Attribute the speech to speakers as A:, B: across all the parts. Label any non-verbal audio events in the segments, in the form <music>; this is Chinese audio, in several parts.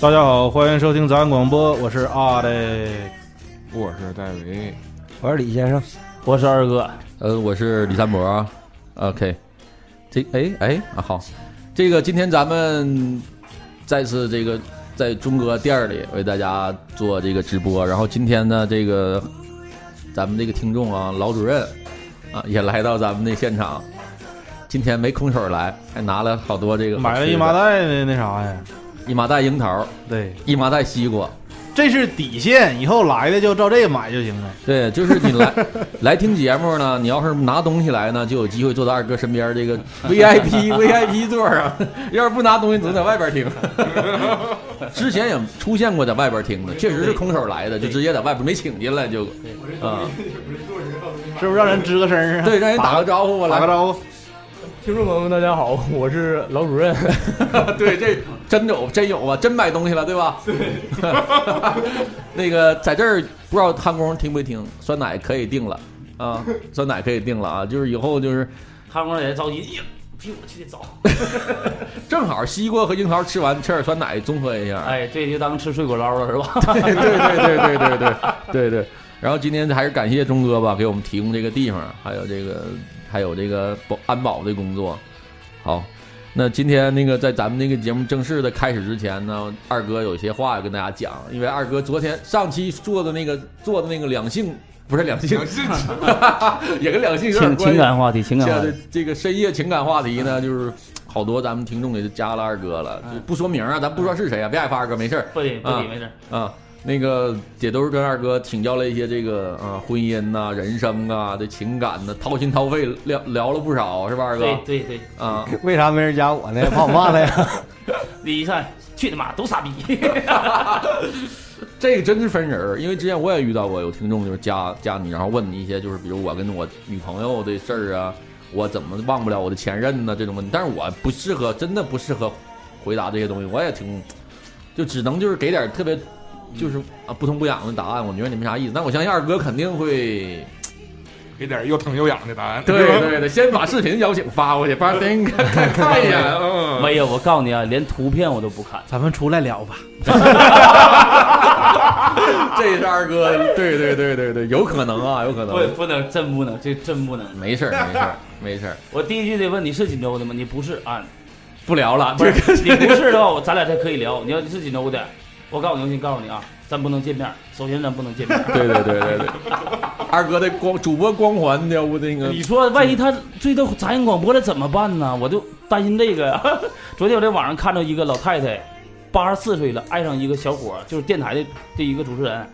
A: 大家好，欢迎收听咱广播，我是阿呆。
B: 我是戴维，
C: 我是李先生，
D: 我是二哥，
E: 呃，我是李三博啊。OK，这哎哎啊好，这个今天咱们再次这个在中哥店儿里为大家做这个直播，然后今天呢，这个咱们这个听众啊，老主任啊也来到咱们的现场，今天没空手来，还拿了好多这个
A: 买了一麻
E: 麻
A: 袋的那啥呀？
E: 一麻袋樱桃，
A: 对，
E: 一麻袋西瓜。
A: 这是底线，以后来的就照这买就行了。
E: 对，就是
A: <laughs>
E: 你来来听节目呢，你要是拿东西来呢，就有机会坐到二哥身边这
A: <laughs>
E: 个 VIP VIP 座儿啊。 <laughs> 要是不拿东西，只能在外边听。
A: <laughs>
E: 之前也出现过在外边听的，确实是空手来的，就直接在外边没请进来就啊，
A: 是不是让人吱个声儿啊？
E: <laughs> 对，让人打个招呼吧，
A: 打个
E: 来。
A: 招呼。
D: 听众朋友们，大家好，我是老主任。
E: 对，这真有真有啊，真买东西了，对吧？对。 <laughs> 那个在这儿不知道探工听没听，酸奶可以定了啊，酸奶可以定了啊，就是以后就是。
D: 看工也着急，哎呀，比我去的早。
E: 正好西瓜和樱桃吃完，吃点酸奶综合一下。
D: 哎，这就当吃水果捞了是吧？
E: 对对对对对对对对。然后今天还是感谢钟哥吧，给我们提供这个地方，还有这个还有这个保安保的工作。好，那今天那个在咱们那个节目正式的开始之前呢，二哥有些话要跟大家讲，因为二哥昨天上期做的那个做的那个两性不是两性，也跟两性有点关
D: 情情
E: 系。
D: 感话题，情感话
E: 像
D: 题
E: 这。这个深夜情感话题呢，就是好多咱们听众也就加了二哥了，就不说名啊，咱不说是谁啊，别害怕，二哥没事
D: 不理不
E: 啊
D: 理，没事。
E: 儿啊。那个也都是跟二哥请教了一些这个啊婚姻呐、人生啊、这情感呐、掏心掏肺聊聊了不少，是吧，二
D: 对
E: 哥？
D: 对对，
E: 啊，
C: 为啥没人加我呢？怕我骂他呀？
D: 李一善，去他妈都傻逼。
E: 这个真是分人儿，因为之前我也遇到过有听众就是加加你，然后问你一些就是比如我跟我女朋友的事儿啊，我怎么忘不了我的前任呢这种问题，但是我不适合，真的不适合回答这些东西，我也挺就只能就是给点儿特别就是啊不痛不痒的答案，我觉得你没啥意思，但我相信二哥肯定会
B: 给点又疼又痒的答案。
E: 对
B: 是吧
E: 对对，先把视频邀请发过去，不然等你看看看一眼， <laughs> 嗯，
D: <laughs> 没有，我告诉你啊，连图片我都不看。
A: <laughs> 咱们出来聊吧。
E: 这是二哥，对对对对对，有可能啊，有可能
D: 不，不能，真不能，这真不能。
E: 没事 <laughs> 儿没事儿没事儿，
D: 我第一句得问你是锦州的吗？你不是啊？
E: 不聊了，
D: 不
E: 这
D: 是
E: 个。，
D: <laughs> 你不是的话，我咱俩才可以聊。你要是锦州的，我告诉你，我先告诉你啊，咱不能见面。首先，咱不能见面。
E: 对对 <laughs> 对对对，二哥的光主播光环要不那个
D: 你说万一他追到杂音广播了怎么办呢？我就担心这个呀。 <laughs> 昨天我在网上看到一个老太太，八十四岁了，爱上一个小伙儿，就是电台的这一个主持人。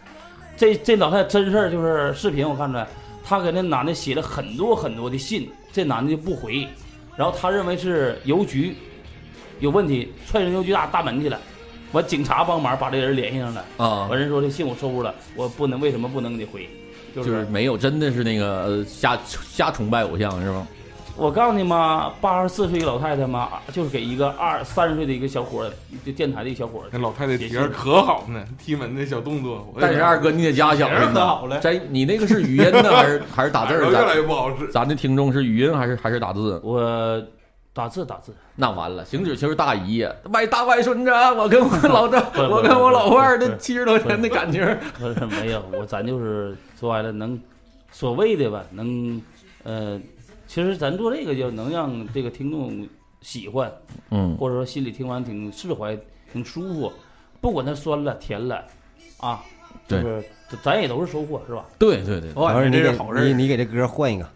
D: 这这老太太真事儿，就是视频我看出来，她给那男的写了很多很多的信，这男的就不回，然后她认为是邮局有问题，踹人邮局大大门去了，完警察帮忙把这人联系上了，
E: 啊，
D: 完人说这信我收了，我不能为什么不能给你回，就
E: 就是是没有，真的是那个呃瞎瞎崇拜偶像是吗？
D: 我告诉你嘛，八十四岁一个老太太嘛，就是给一个二三十岁的一个小伙儿，就电台的一个小伙儿，
B: 那老太太体格可好呢，踢门那小动作。我也
E: 但是二哥你得加小心
A: 可
E: 呐，
A: 好了，
E: 咱你那个是语音呢还是还是打字
B: 耳朵
E: 儿？
B: 越来
E: 咱
B: 越不好使。
E: 咱的听众是语音还是还是打字？
D: 我打字打字， <laughs>
E: 那完了，行止就是大姨呀，外大外孙子啊，我跟我
D: <laughs>
E: 老丈，
D: 不是
E: 我跟我老伴儿
D: 不
E: 这
D: 是
E: 七十多年的感情，
D: 不是没有，我咱就是说白了能，所谓的吧，能，呃，其实咱做这个就能让这个听众喜欢，
E: 嗯，
D: 或者说心里听完挺释怀，挺舒服，不管它酸了甜了，啊，
E: 对
D: 就是咱也都是收获是吧？
E: 对对对，
A: 我感觉
C: 你
A: 这
C: 给
A: 是好事
C: 你
A: 儿。
C: 你给这歌换一个，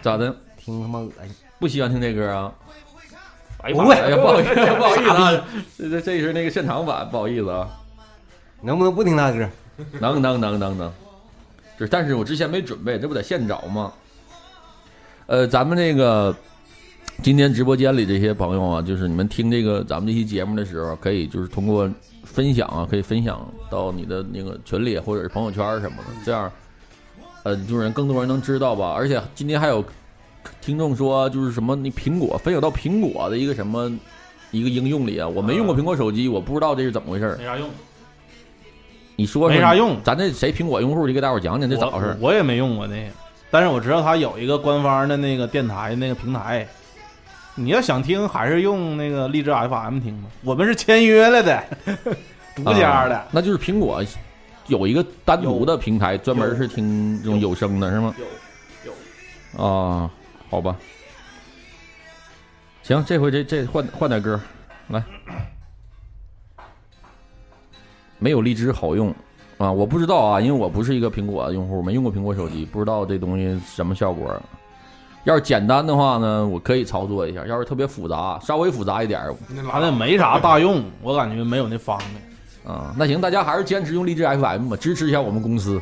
E: 咋的？
C: <laughs> 听他妈恶心。
E: 不喜欢听这歌啊？
D: 哎呀
C: 不
D: 妈
C: 会
D: 呀
E: 哎呀，不好意思，不好意思
C: <laughs>
E: 啊，这这这是那个现场版，不好意思啊。
C: 能不能不听他歌？
E: 能能能能能，就是但是我之前没准备，这不得现找吗？呃，咱们这个今天直播间里这些朋友啊，就是你们听这个咱们这期节目的时候，可以就是通过分享啊，可以分享到你的那个群里或者是朋友圈什么的，这样呃，就是人更多人能知道吧。而且今天还有听众说，就是什么那苹果分享到苹果的一个什么一个应用里啊，我没用过苹果手机，我不知道这是怎么回事儿。
D: 没啥用，
E: 你说说
A: 没啥用，
E: 咱这谁苹果用户，你给大伙儿讲讲这咋回事
A: 我？我也没用过那个，但是我知道它有一个官方的那个电台那个平台。你要想听，还是用那个荔枝 FM 听吧。我们是签约了的， <laughs> 独家的，
E: 啊那就是苹果有一个单独的平台，专门是听这种有声的，是吗？
D: 有
E: 啊，好吧。行，这回这这换换点歌，来。没有荔枝好用啊！我不知道啊，因为我不是一个苹果用户，没用过苹果手机，不知道这东西什么效果。要是简单的话呢，我可以操作一下；要是特别复杂，稍微复杂一点儿
B: 那
A: 它
B: 拉
A: 那
B: 倒
A: 没啥大用，我感觉没有那方便。
E: 啊，那行，大家还是坚持用荔枝 FM 吧，支持一下我们公司，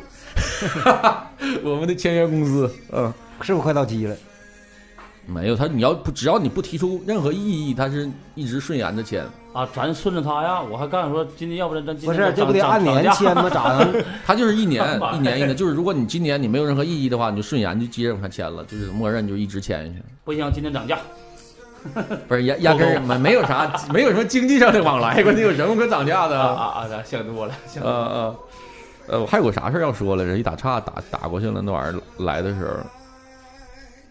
E: <laughs> 我们的签约公司。嗯，
C: 是不是快到期了？
E: 没有他，你要不只要你不提出任何异议，他是一直顺延着签。
D: 啊，咱顺着他呀，我还刚想说今天要不然咱今
C: 不
D: 天
C: 是，这不得
D: 涨
C: 按年
D: 涨价
C: 签吗？啊咋能？
E: 他就是一年
D: <laughs> 妈呀
E: 一年一年，就是如果你今年你没有任何异议的话，你就顺延就接着往下签了，就是默认就一直签下去，
D: 不行，今天涨价，
E: 不是压压根儿没没有啥，没有什么经济上的往来，关键有什么可涨价的
D: 啊啊啊，咱想多了，想
E: 呃呃，呃，我还有个啥事儿要说来着？一打岔打打过去了，那玩意儿来的时候，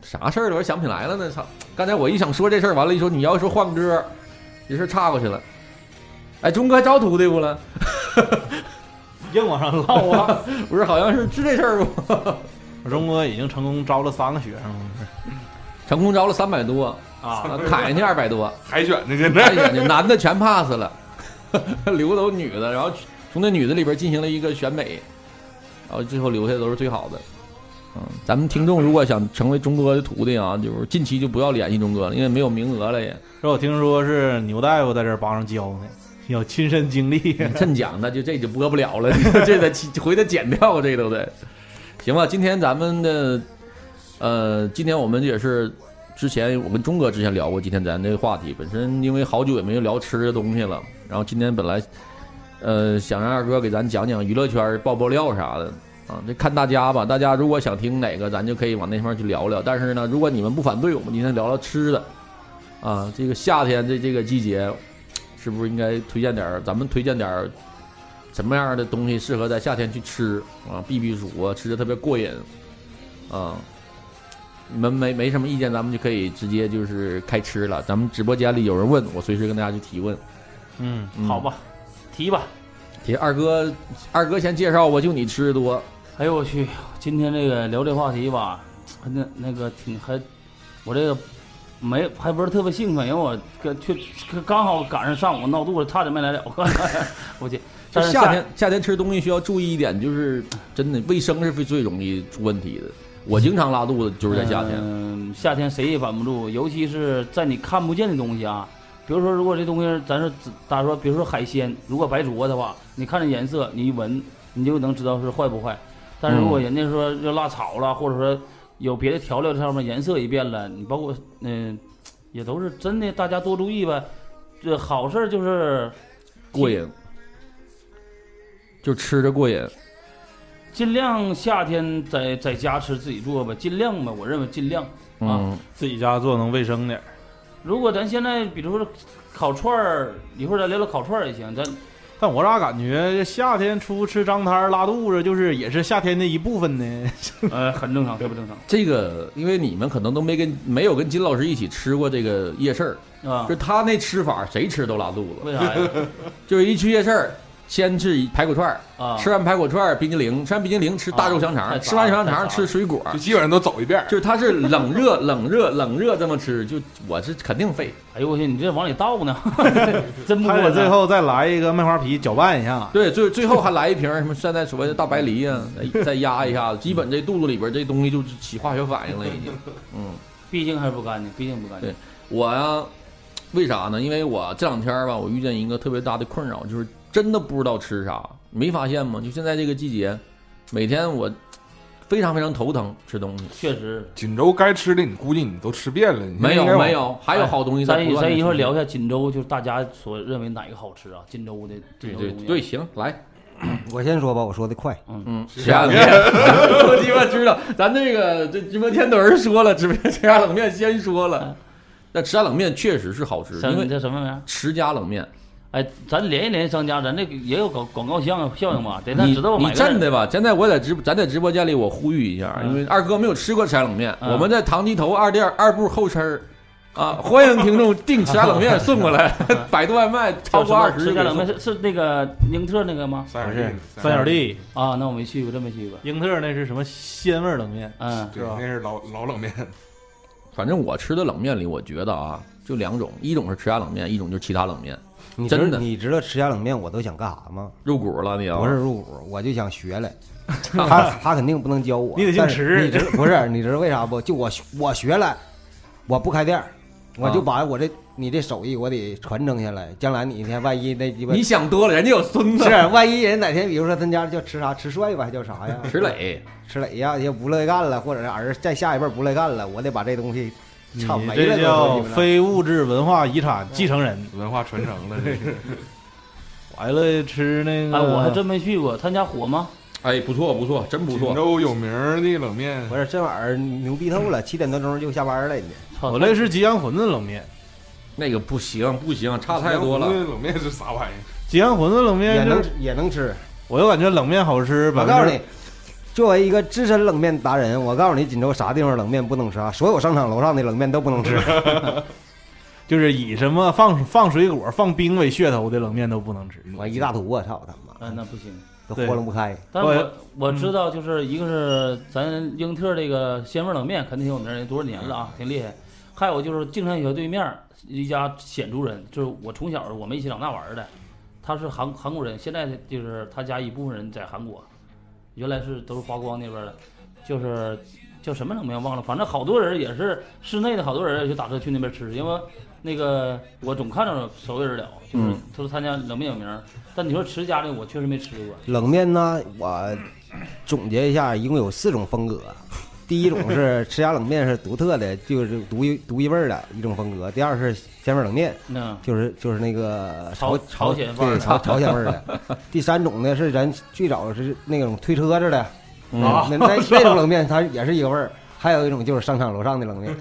E: 啥事儿了？我想不起来了呢。操！刚才我一想说这事儿，完了，一说你要说换歌，这事儿岔过去了。哎，钟哥还招徒弟不了？
A: 硬往上唠啊！
E: 不是，好像是是这事儿不？
A: 中国已经成功招了三个学生了，
E: 成功招了三百多，
D: 啊，
B: <laughs>
E: 凯去二百多，
B: 海选的现
E: 哎
B: 在
E: 呀，那男的全 pass 了，留都女的，然后从那女的里边进行了一个选美，然后最后留下的都是最好的。嗯，咱们听众如果想成为钟哥的徒弟啊，就是近期就不要联系钟哥了，因为没有名额了也。
A: 这我听说是牛大夫在这儿帮上教呢，有亲身经历。
E: <laughs> 趁讲那就这就播不了 <laughs> 了，这得起回头剪掉，这都得。行吧，今天咱们的呃，今天我们也是之前我跟钟哥之前聊过，今天咱这个话题本身因为好久也没有聊吃的东西了，然后今天本来呃想让二哥给咱讲讲娱乐圈爆爆料啥的。啊，这看大家吧，大家如果想听哪个，咱就可以往那方面去聊聊。但是呢，如果你们不反对，我们今天聊聊吃的，啊，这个夏天这这个季节，是不是应该推荐点儿？咱们推荐点儿什么样的东西适合在夏天去吃啊？避避暑啊，吃的特别过瘾啊！你们没没什么意见，咱们就可以直接就是开吃了。咱们直播间里有人问我，随时跟大家去提问。
A: <laughs> 嗯，
E: 嗯
D: 好，吧，提吧。
E: 提二哥，二哥先介绍吧，就你吃的多，
D: 哎呦我去，今天这个聊这话题吧，还那那个挺还，我这个没还不是特别兴奋，因为我跟却刚好赶上上午闹肚子，差点没来了。我去，
E: 就
D: 但是
E: 夏天夏天吃东西需要注意一点，就是真的卫生是最最容易出问题的。我经常拉肚子，就是在夏天。
D: 嗯，夏天谁也挡不住，尤其是在你看不见的东西啊，比如说，如果这东西咱是咋说，比如说海鲜，如果白灼的话，你看这颜色，你一闻，你就能知道是坏不坏。但是如
E: 嗯
D: 果人家说要辣炒了，或者说有别的调料这上面颜色也变了，你包括嗯、也都是真的，大家多注意呗。这好事儿就是
E: 过瘾，就吃着过瘾。
D: 尽量夏天在在家吃自己做呗，尽量吧，我认为尽量。啊
E: 嗯，
A: 自己家做能卫生点儿。
D: 如果咱现在比如说烤串儿，一会儿咱聊聊烤串儿
E: <laughs>
D: 也行。咱
A: 但我咋感觉这夏天出去吃张摊儿拉肚子，就是也是夏天的一部分呢？
D: 呃很正常，特别正常
E: 这个因为你们可能都没跟没有跟金老师一起吃过这个夜市儿，
D: 啊
E: 就。他那吃法谁吃都拉肚子，
D: 为啥呀？
E: 就是一去夜市儿。先吃排骨串儿，
D: 啊，
E: 吃完排骨串儿冰激凌，吃完冰激凌吃大肉香肠，
D: 啊太杂了
E: 吃完香
D: 太杂
E: 肠
D: 了
E: 吃水果，
B: <laughs> 就基本上都走一遍儿，
E: 就是他是冷热冷热冷热这么吃，就我是肯定废。
D: 哎呦我去，你这往里
E: <laughs>
D: 倒呢， <laughs> 真不
A: 还
D: 过啊
A: 得最后再来一个麦花皮搅拌一下。
E: 对，最最后还来一瓶什么现在所谓的大白梨啊，再再压一下子，基本这肚子里边这东西就起化学反应了已经。嗯，
D: 毕竟还是不干净，毕竟不干净。
E: 我呀、为啥呢？因为我这两天儿吧，我遇见一个特别大的困扰，就是真的不知道吃啥。没发现吗？就现在这个季节，每天我非常非常头疼吃东西。
D: <laughs> 确实，
B: 锦州该吃的你估计你都吃遍了，你
E: 没有
D: 啊
B: 应该往
E: 没，有，还有好东西在
D: 咱
E: 不断地
D: 咱一会儿
E: 出现
D: 聊一下锦州，就是大家所认为哪个好吃啊？锦州的
E: 对
D: 锦州
E: 对
D: 的东西
E: 对，，行，来，
C: 我先说吧，我说的快。
E: 嗯，血压
D: 啊
E: 冷面，我鸡巴知道，咱这个这直播间都有人说了，直播间血压冷面先说了，但吃家冷面确实是好吃，
D: 什
E: 因
D: 么
E: 为
D: 嗯你这什么名儿？
E: 持家冷面，
D: 哎，咱连一连商家，咱这个也有广广告效效应哎吧？得咱
E: 你
D: 知道我
E: 你
D: 买个
E: 真的吧？现在我在直播，咱在直播间里，我呼吁一下，
D: 嗯
E: 因为二哥没有吃过柴冷面，
D: 嗯
E: 我们在唐鸡头二店二部后身儿啊，欢迎听众订吃家冷
D: <laughs>
E: 面送过来， <laughs> 百度外卖超过二十
D: 吃
E: 就
D: 家
E: 给
D: 冷面
E: 送。
D: 嗯是是那个英特那个吗？
B: 三
A: 不是
B: 眼
A: 三角，地、
D: 啊，那我没去过，真没去过。
A: 英特尔那是什么鲜味儿冷面？
D: 嗯，
B: 对，
A: 是吧
B: 那是老老冷面，
E: 反正我吃的冷面里，我觉得啊，就两种，一种是吃家冷面，一种就是其他冷面，
C: 你
E: 真
C: 知
E: 的
C: 你知道吃家冷面我都想干啥吗？
E: 入股了
A: 哦
E: 你啊？
C: 不是，入股，我就想学
A: <laughs>
C: 来。他
D: 啊
C: 他肯定不能教我，
A: 你得姓
C: 但是
A: 池
C: 你知不是？你知道为啥不？就我学我学来，我不开店儿，我就把我这你这手艺我得传承下来。将来你一天万一那
D: <laughs>
C: 鸡巴
E: 你想多了，人家有孙子
C: 是，啊万一人哪天比如说他家叫吃啥吃帅
A: <laughs>
C: 吧，还叫啥呀？
E: 石磊，
C: 吃磊呀，也不乐意干了，或者是儿再下一辈儿不乐意干了，我得把这东西
A: 你
C: 差没了都
A: 这
C: 说
A: 叫
C: 你们
A: 非物质文化遗产继承人。
B: 文化传承了，这是。
E: <laughs>
A: 我还乐意吃那个，
D: 哎，我还真没去过，他家火吗？
E: 哎，不错不错，真不
B: 锦
E: 错。
B: 州有名儿的冷面
C: 不，是这玩意儿牛逼透了，七点多钟就下班了，你
D: 操
A: 我这是吉阳馄饨冷面。
E: 那个不行不行， <laughs> 差太
B: <laughs>
E: 多了。
B: 冷面是啥玩意儿？
A: 吉阳馄饨冷
C: 也
A: 面就
C: 能
A: 是，
C: 也能吃。
A: 我就感觉冷面好吃。
C: 我
A: 百分
C: 告诉
A: 之
C: 你，作为一个资深冷面达人，我告诉你，锦州啥地方冷面不能吃啊？所有商场楼上的冷面都不能
D: <laughs>
C: 吃。
A: 就是以什么放放水果、放冰为噱头的冷面都不能吃。
C: 我一大坨，我操他妈
D: 嗯，，那不行。
C: 都
A: 对
C: 豁楞不开。
D: 但是我嗯
A: 我
D: 我知道，就是一个是咱英特这个鲜味冷面肯定挺有名儿，多少年了啊，挺厉害。还有就是静山小学对面儿一家显族人，就是我从小我们一起长大玩儿的，他是韩韩国人，现在就是他家一部分人在韩国，原来是都是华光那边儿的，就是叫什么冷面忘了，反正好多人也是室内的，好多人就打车去那边吃，因为那个我总看着熟的人了，就是
E: 嗯
D: 他说他家冷面有名儿，但你说吃家的我确实没吃过，
C: 冷面呢，我总结一下，一共有四种风格。第一种是吃家冷面是独特的，就是独一独一味儿的一种风格。第二是鲜味冷面，
D: 嗯。
C: 就是就是那个
D: 朝朝
C: 朝
D: 鲜味儿
C: 对
D: 的
C: 朝朝鲜味儿的。第三种呢是咱最早是那种推车子的
E: 啊，
C: 嗯那 <laughs> 那那种冷面，它也是一个味儿。还有一种就是商场楼上的冷面，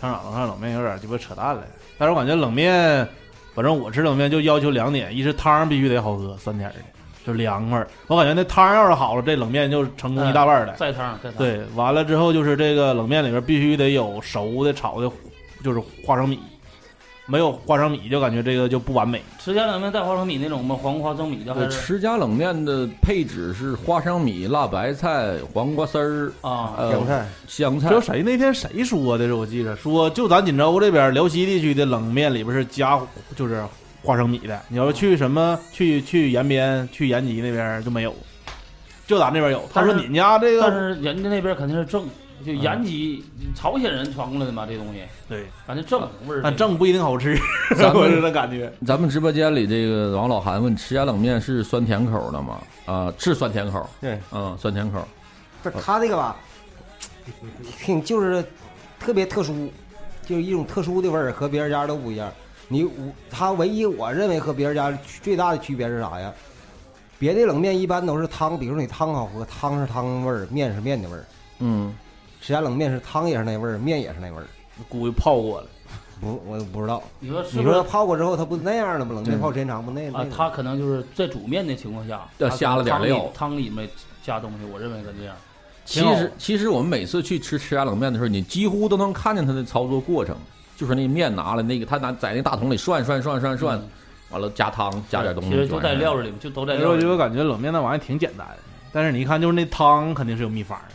A: 商场上冷面有点鸡巴扯淡了，但是我感觉冷面，反正我吃冷面就要求两点，一是汤必须得好喝，酸甜儿的，就凉快儿。我感觉那汤要是好了，这冷面就成功一大半儿了。
D: 再汤再汤，，
A: 对，完了之后就是这个冷面里边必须得有熟的、炒的，就是花生米，没有花生米就感觉这个就不完美。
D: 吃家冷面带花生米那种吗？黄瓜花生米的还
E: 呃，
D: 是
E: 持家冷面的配置是花生米、辣白菜、黄瓜丝儿、
D: 啊？
E: 呃
C: 凉菜。
E: 香菜
A: 这有。谁那天谁说的？这我记着说，就咱锦州这边辽西地区的冷面里边是加就是花生米的。你要是去什么去去延边、去延吉那边就没有，就咱这边有。他
D: 但是
A: 说你们家这
D: 但
A: 个
D: 是人家那边肯定是正，
E: 啊
D: 就延吉朝鲜人传过来的嘛，这东西
A: 对，
D: 反正正味儿。
A: 但正不一定好吃，
E: 咱
A: 我
E: 们
A: 是这感觉。
E: 咱们直播间里这个王老韩问：吃家冷面是酸甜口的吗？啊，是酸甜口。
C: 对，
E: 嗯，酸甜口。
C: 不是他这个吧，挺就是特别特殊，就是一种特殊的味儿，和别人家都不一样。你我他唯一我认为和别人家最大的区别是啥呀？别的冷面一般都是汤，比如说你汤好喝，汤是汤味儿，面是面的味儿。
E: 嗯，
C: 吃家冷面是汤也是那味儿，面也是那味儿。
A: 估计泡过了，
C: 不，我不知道。
D: 你说是
C: 你
D: 不
C: 说
D: 是
C: 泡过之后，它不那样了吗？冷面
E: 嗯
C: 泡时间长不那那
D: 啊？
C: 个
D: 他可能就是在煮面的情况下，
E: 要
D: 他
E: 加了点
D: 汤里
E: 料
D: 汤里面加东西，我认为跟这样。
E: 其
A: 挺好
E: 实其实我们每次去吃吃家冷面的时候，你几乎都能看见他的操作过程，就是那面拿了那个，他拿在那大桶里涮涮涮涮涮，
C: 嗯
E: 完了加汤加点东西，
D: 嗯其实都在料
E: 着。
D: 子里面，就都在
A: 但是我觉
D: 料子
A: 得
D: 里。
A: 感觉冷面那玩意儿挺简单的，但是你一看就是那汤肯定是有秘方的。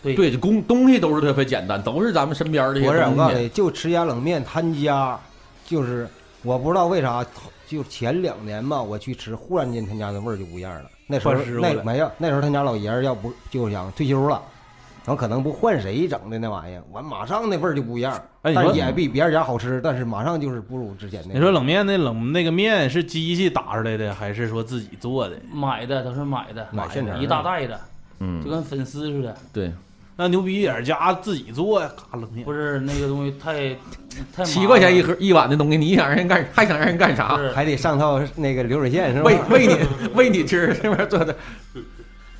E: 对，这工东西都是特别简单，都是咱们身边这些
C: 不是，我告
E: 东
C: 诉
E: 西。
C: 你，就吃家冷面，他家就是我不知道为啥，就前两年吧，我去吃，忽然间他家的味儿就不一样了。那时候
A: 换师傅
C: 那
A: 了
C: 没有，那时候他家老爷儿要不就想退休了，然后可能不换谁整的那玩意儿，完马上那味儿就不一样，
A: 哎，你
C: 但
A: 说
C: 也比别人家好吃，但是马上就是不如之前那。
A: 你说冷面那冷那个面是机器打出来的，还是说自己做的？
D: 买的都是买的，
C: 买现成的
D: 一大袋的，就
E: 嗯，
D: 跟粉丝似的。
E: 对，
A: 那牛逼一点，家自己做呀，咔冷面
D: 不。是那个东西太太麻烦
E: 七块钱一盒一碗的东西，你想让人干还想让人干啥
D: 不？是
C: 还得上套那个流水线是吧？
E: 喂喂你 <laughs> 喂你吃是不是做的？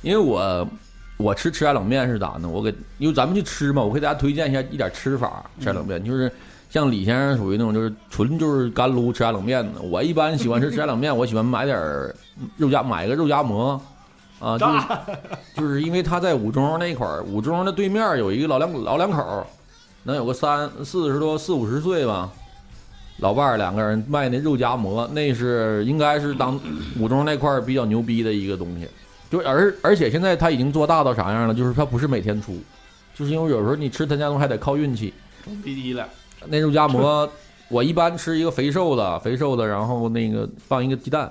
E: 因为我我吃吃家冷面是咋呢？我给因为咱们去吃嘛，我给大家推荐一下一点吃法。吃家冷面、就是像李先生属于那种就是纯就是干撸吃家冷面的。我一般喜欢吃吃家冷 <laughs> 面，我喜欢买点儿肉夹买个肉夹馍。 <laughs> 啊，就是就是因为他在五中那块儿，五中的对面有一个老两老两口儿，能有个三四十多四五十岁吧，老伴儿两个人卖那肉夹馍，那是应该是当五中那块儿比较牛逼的一个东西。就而而且现在他已经做大到啥样了？就是他不是每天出，就是因为有时候你吃他家东西还得靠运气。
A: 滴滴了，
E: 那肉夹馍，我一般吃一个肥瘦的，肥瘦的，然后那个放一个鸡蛋，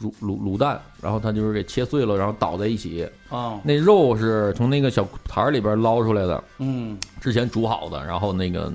E: 卤卤卤蛋，然后它就是给切碎了，然后倒在一起。
D: 啊，
E: 那肉是从那个小坛儿里边捞出来的，
D: 嗯，
E: 之前煮好的，然后那个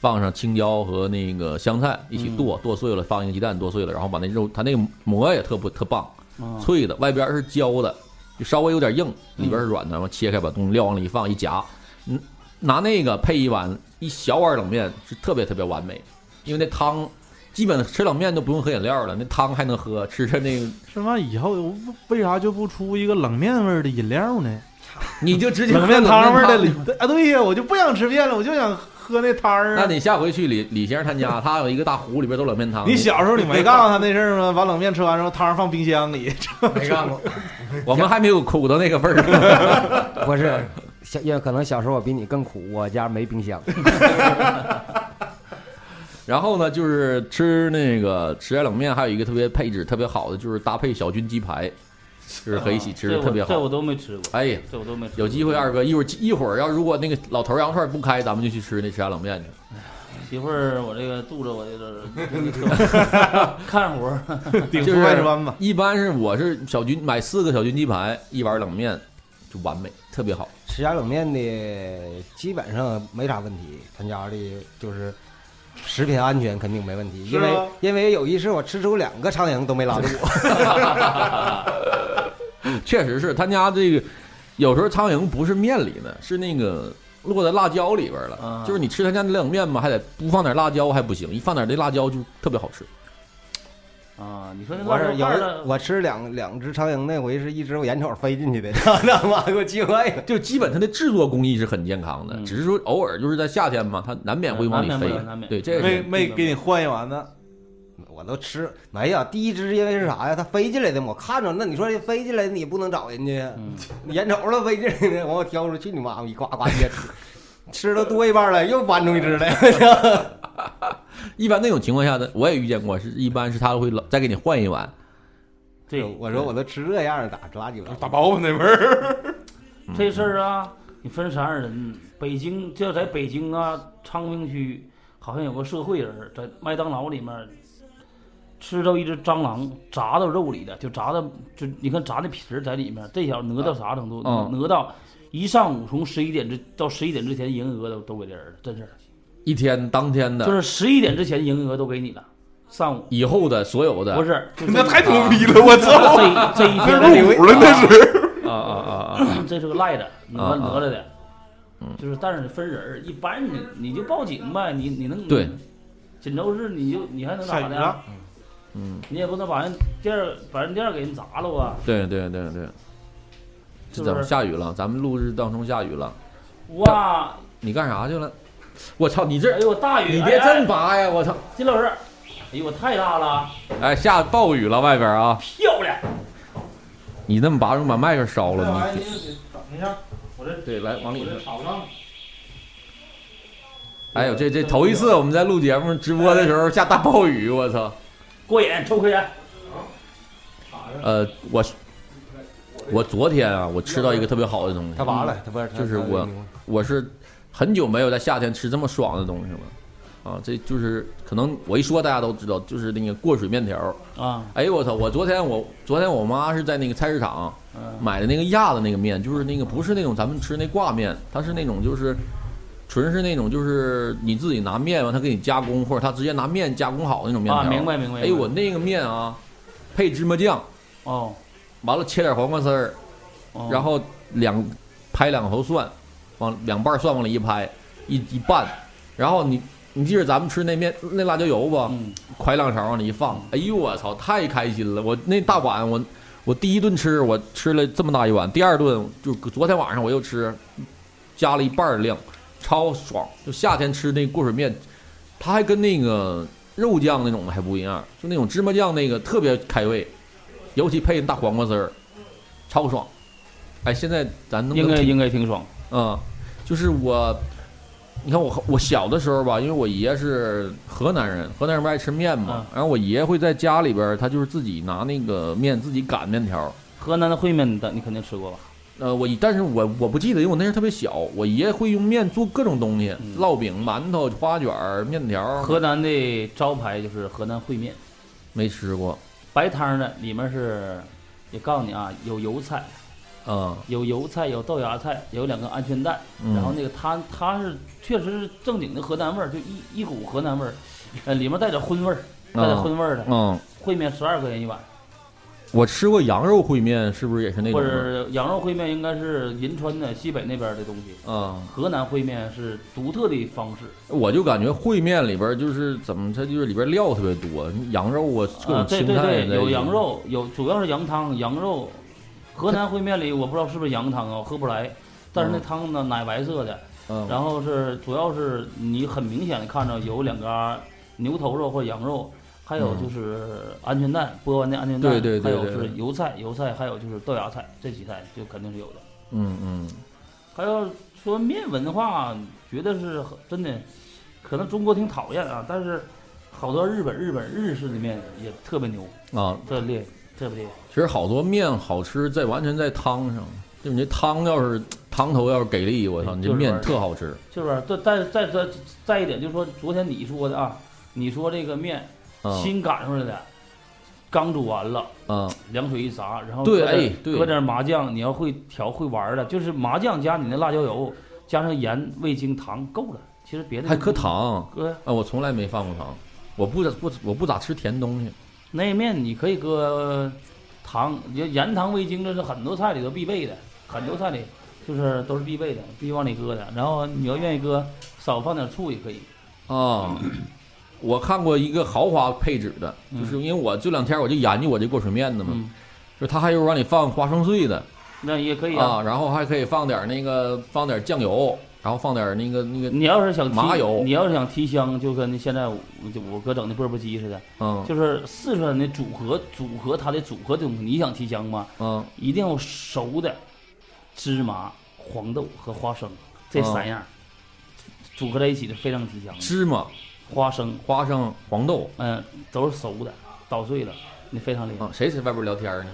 E: 放上青椒和那个香菜一起剁，剁碎了放一个鸡蛋剁碎了，然后把那肉，它那个馍也特不特棒，
D: 啊
E: 嗯脆的，外边是焦的，就稍微有点硬，
A: 嗯
E: 里边是软的，然后切开把东西料往里一放一夹，嗯，拿那个配一碗一小碗冷面是特别特别完美，因为那汤基本吃冷面都不用喝饮料了，那汤还能喝，吃着那个 <laughs>
A: 这玩意以后我为啥就不出一个冷面味儿的饮料呢？
E: 你就直接喝
A: 冷面汤味儿的
E: 冷面
A: 里
E: 汤
A: 啊，对呀，我就不想吃面了，我就想喝那汤儿啊。
E: 那你下回去李李先生他家，他有一个大壶，里边都冷面汤。
A: 你小时候你没告诉他那事儿吗？把冷面吃完之后，汤放冰箱里，
C: 没干过，
E: 我们还没有苦到那个份儿上。
C: 不是，小因为可能小时候我比你更苦，我家没冰箱，
E: 然后呢，就是吃那个池袋冷面，还有一个特别配置特别好的，就是搭配小军鸡排，就是和一起吃
D: 这
E: 的
D: 我
E: 特别
D: 这
E: 好
D: 我。都没吃过，
E: 哎呀，
D: 这我都没吃过。
E: 有机会二哥一会儿一会儿要如果那个老头儿羊肉串不开，咱们就去吃那池袋冷面去。
D: 媳妇儿，我这个肚子我有点真的特看活儿，
A: 顶
E: 就
A: 出
E: 是
A: 外栓吧。
E: 一般是我是小军买四个小军鸡排，一碗冷面就完美，特别好。
C: 吃家冷面的基本上没啥问题，他家的就是食品安全肯定没问题，
A: 是
C: 因
A: 吗
C: 为因为有一次我吃出两个苍蝇都没拉住我，
E: 确实是他家这个，有时候苍蝇不是面里的，是那个落在辣椒里边了。
D: 啊
E: 就是你吃他家那冷面嘛，还得不放点辣椒还不行，一放点那辣椒就特别好吃。
D: 啊！你说那
C: 我是
D: 辣椒
C: 有
D: 瓣
C: 一
D: 的，
C: 我吃两两只苍蝇那回是一只我眼瞅飞进去的， <laughs> 他妈给我气坏了。
E: 就基本它的制作工艺是很健康的，
D: 嗯
E: 只是说偶尔就是在夏天嘛，它难免会往里
D: 难
E: 飞
D: 免不了难。免
E: 对，这个
A: 没
E: 是
A: 没给你换一碗呢，
C: 我都吃没有，第一只因为是啥呀？它飞进来的嘛，我看着，那你说这飞进来的你也不能找人家呀，
D: 嗯，
C: 你眼瞅着飞进来的，完我挑出去，你妈我一呱呱接吃，吃了多一半了，又搬出一只来。
E: 一般那种情况下的，我也遇见过，是一般是他会老再给你换一碗。
D: 对，
C: <laughs> 我说我都吃这样的，咋垃圾
B: 大
C: 了？
B: 包子那味
E: <laughs>
B: 儿，
D: 这事儿啊，你分啥样人？北京这要在北京啊，昌平区好像有个社会人儿在麦当劳里面吃到一只蟑螂，扎到肉里的，就扎到就你看扎的皮儿在里面，这小子讹到啥程度？
E: 嗯
D: 讹到一上午从十一点之到十一点之前营业额都都给这人了，真是，
E: 一天当天
D: 就
E: 的，
D: 是十一点之前营业额都给你了，上午
E: 以后的所有的
D: 不是，就
B: <laughs> 那
D: 这
B: 太牛逼了，我
E: <laughs>
B: 操！
D: 这这
C: 哎
D: 一天
B: <laughs> 那入伍了那是，
E: 啊啊啊啊！
D: 这是个赖的，哪
E: 啊
D: 哪
E: 啊嗯
D: 吒的，就是但是分人儿，一般你你就报警呗，你你能
E: 对，
D: 锦州市你就你还能
A: 下
D: 咋
A: 雨
D: 的
A: 了
D: 呀？，
E: 嗯，
D: 你也不能把人店儿把人店儿给人砸了吧？
E: 对对对对，
D: 是
E: 这
D: 不
E: 怎么
D: 是？
E: 下雨了？咱们录制当中下雨了，
D: 哇！
E: 你干啥去了？我操，你
D: 哎
E: 这
D: 呦，大雨！
E: 你别
D: 哎
E: 真
D: 哎
E: 拔呀！我操，
D: 金老师，哎呦，我太大了，
E: 哎，下暴雨了外边啊！
D: 漂亮！
E: 你那么拔，容易把麦克烧了。
A: 啊哎你就得等一下，我这
E: 你对，来往里
A: 我
E: 头
A: 这。插不上。
E: 哎呦，这这头一次我们在录节目直播的时候下大暴雨，我操！
D: 过瘾，抽颗烟。
A: 哎
E: 呃，我我昨天啊，我吃到一个特别好的东西
C: 他，完了，他不是，
E: 就是我我是很久没有在夏天吃这么爽的东西了，啊，这就是可能我一说大家都知道，就是那个过水面条。
D: 啊，
E: 哎呦我操！我昨天我昨天我妈是在那个菜市场
D: 嗯
E: 买的那个压的那个面，就是那个不是那种咱们吃那挂面，它是那种就是纯是那种就是你自己拿面完，他给你加工，或者他直接拿面加工好的那种面条。
D: 啊，明白明白。
E: 哎呦
D: 明
E: 我
D: 白
E: 那个面啊，配芝麻酱，
D: 哦，
E: 完了切点黄瓜丝儿，
D: 哦
E: 然后两拍两头蒜，往两瓣蒜往里一拍，一一拌，然后你你记着咱们吃那面那辣椒油吧，
D: 嗯，
E: 㧟两勺往里一放，哎呦我操，太开心了！我那大碗我。我第一顿吃，我吃了这么大一碗，第二顿就昨天晚上我又吃，加了一半儿量，超爽！就夏天吃那过水面，它还跟那个肉酱那种的还不一样，就那种芝麻酱那个特别开胃，尤其配大黄瓜丝儿，超爽！哎，现在咱能不
D: 应
E: 能
D: 嗯该应该挺爽。
E: 啊、就是我，你看我我小的时候吧，因为我爷是河南人，河南人不爱吃面嘛
D: 啊，
E: 然后我爷会在家里边儿，他就是自己拿那个面自己擀面条儿。
D: 河南的烩面你的你肯定吃过吧？
E: 呃，我但是我我不记得，因为我那时候特别小，我爷会用面做各种东西，
D: 嗯
E: 烙饼、馒头、花卷儿、面条儿，
D: 河南的招牌就是河南烩面，
E: 没吃过
D: 白汤的，里面是，也告诉你啊，有油菜，
E: 啊、
D: 有油菜，有豆芽菜，有两个鹌鹑蛋，
E: 嗯
D: 然后那个它它是确实是正经的河南味儿，就一一股河南味儿， <laughs> 呃，里面带点荤味儿，带点荤味儿的
E: 嗯，
D: 烩面十二块钱一碗，
E: 我吃过羊肉烩面，是不是也是那
D: 或
E: 种味儿？
D: 者羊肉烩面应该是银川的西北那边的东西，
E: 啊、
D: 河南烩面是独特的方式，
E: 我就感觉烩面里边儿就是怎么，它就是里边儿料特别多，羊肉啊，各
D: 啊，
E: 种
D: 对
E: 青
D: 对
E: 菜在一
D: 对，
E: 起
D: 有羊，肉，有主要是羊汤、羊肉。河南烩面里我不知道是不是羊汤啊，我喝不来。但是那
E: 嗯
D: 汤呢，奶白色的，
E: 嗯，
D: 然后是主要是你很明显的看着有两嘎牛头肉或羊肉，还有
E: 嗯
D: 就是鹌鹑蛋，剥完的鹌鹑蛋，
E: 对对对
D: 还有
E: 对
D: 是
E: 对
D: 油菜，油菜还有就是豆芽菜，这几菜就肯定是有的。
E: 嗯嗯，
D: 还要说面文化，觉得是很真的，可能中国挺讨厌啊，但是好多日本日本日式的面也特别牛。
E: 啊，
D: 特厉害，特别厉害。
E: 其实好多面好吃在完全在汤上，就你这汤要是汤头要是给力，我操，你
D: 就
E: 这
D: 是
E: 面
D: 玩意儿
E: 特好吃。
D: 是不是？再再再再再一点，就是说昨天你说的啊，你说这个面
E: 啊
D: 新擀出来的，刚煮完了，
E: 啊，
D: 凉水一砸，然后
E: 对
D: 搁点
E: 哎对
D: 搁点麻酱，你要会调会玩儿的，就是麻酱加你那辣椒油，加上盐、味精、糖够了。其实别的
E: 还搁，糖
D: 搁
E: 啊，我从来没放过糖，我不咋不我不咋吃甜东西。
D: 那面你可以搁糖，盐、盐、糖、味精，这是很多菜里头必备的，很多菜里就是都是必备的，必须往里搁的。然后你要愿意搁，少放点醋也可以。
E: 啊，我看过一个豪华配置的，
D: 嗯
E: 就是因为我这两天我就研究我这过水面的嘛，
D: 嗯，
E: 就它还有往里放花生碎的
D: 那也可以
E: 啊，然后还可以放点那个放点酱油，然后放点那个那个
D: 你要是想提
E: 麻油
D: 你要是想提香，就跟现在我就我哥整的钵钵鸡似的，
E: 嗯
D: 就是四川的组合组合它的组合的东西。你想提香吗？
E: 嗯
D: 一定要熟的芝麻、黄豆和花生这三样、组合在一起是非常提香的。
E: 嗯芝麻、
D: 花生，
E: 花生、黄豆
D: 嗯、都是熟的，捣碎了，你非常厉害。
E: 啊，谁在外边聊天呢？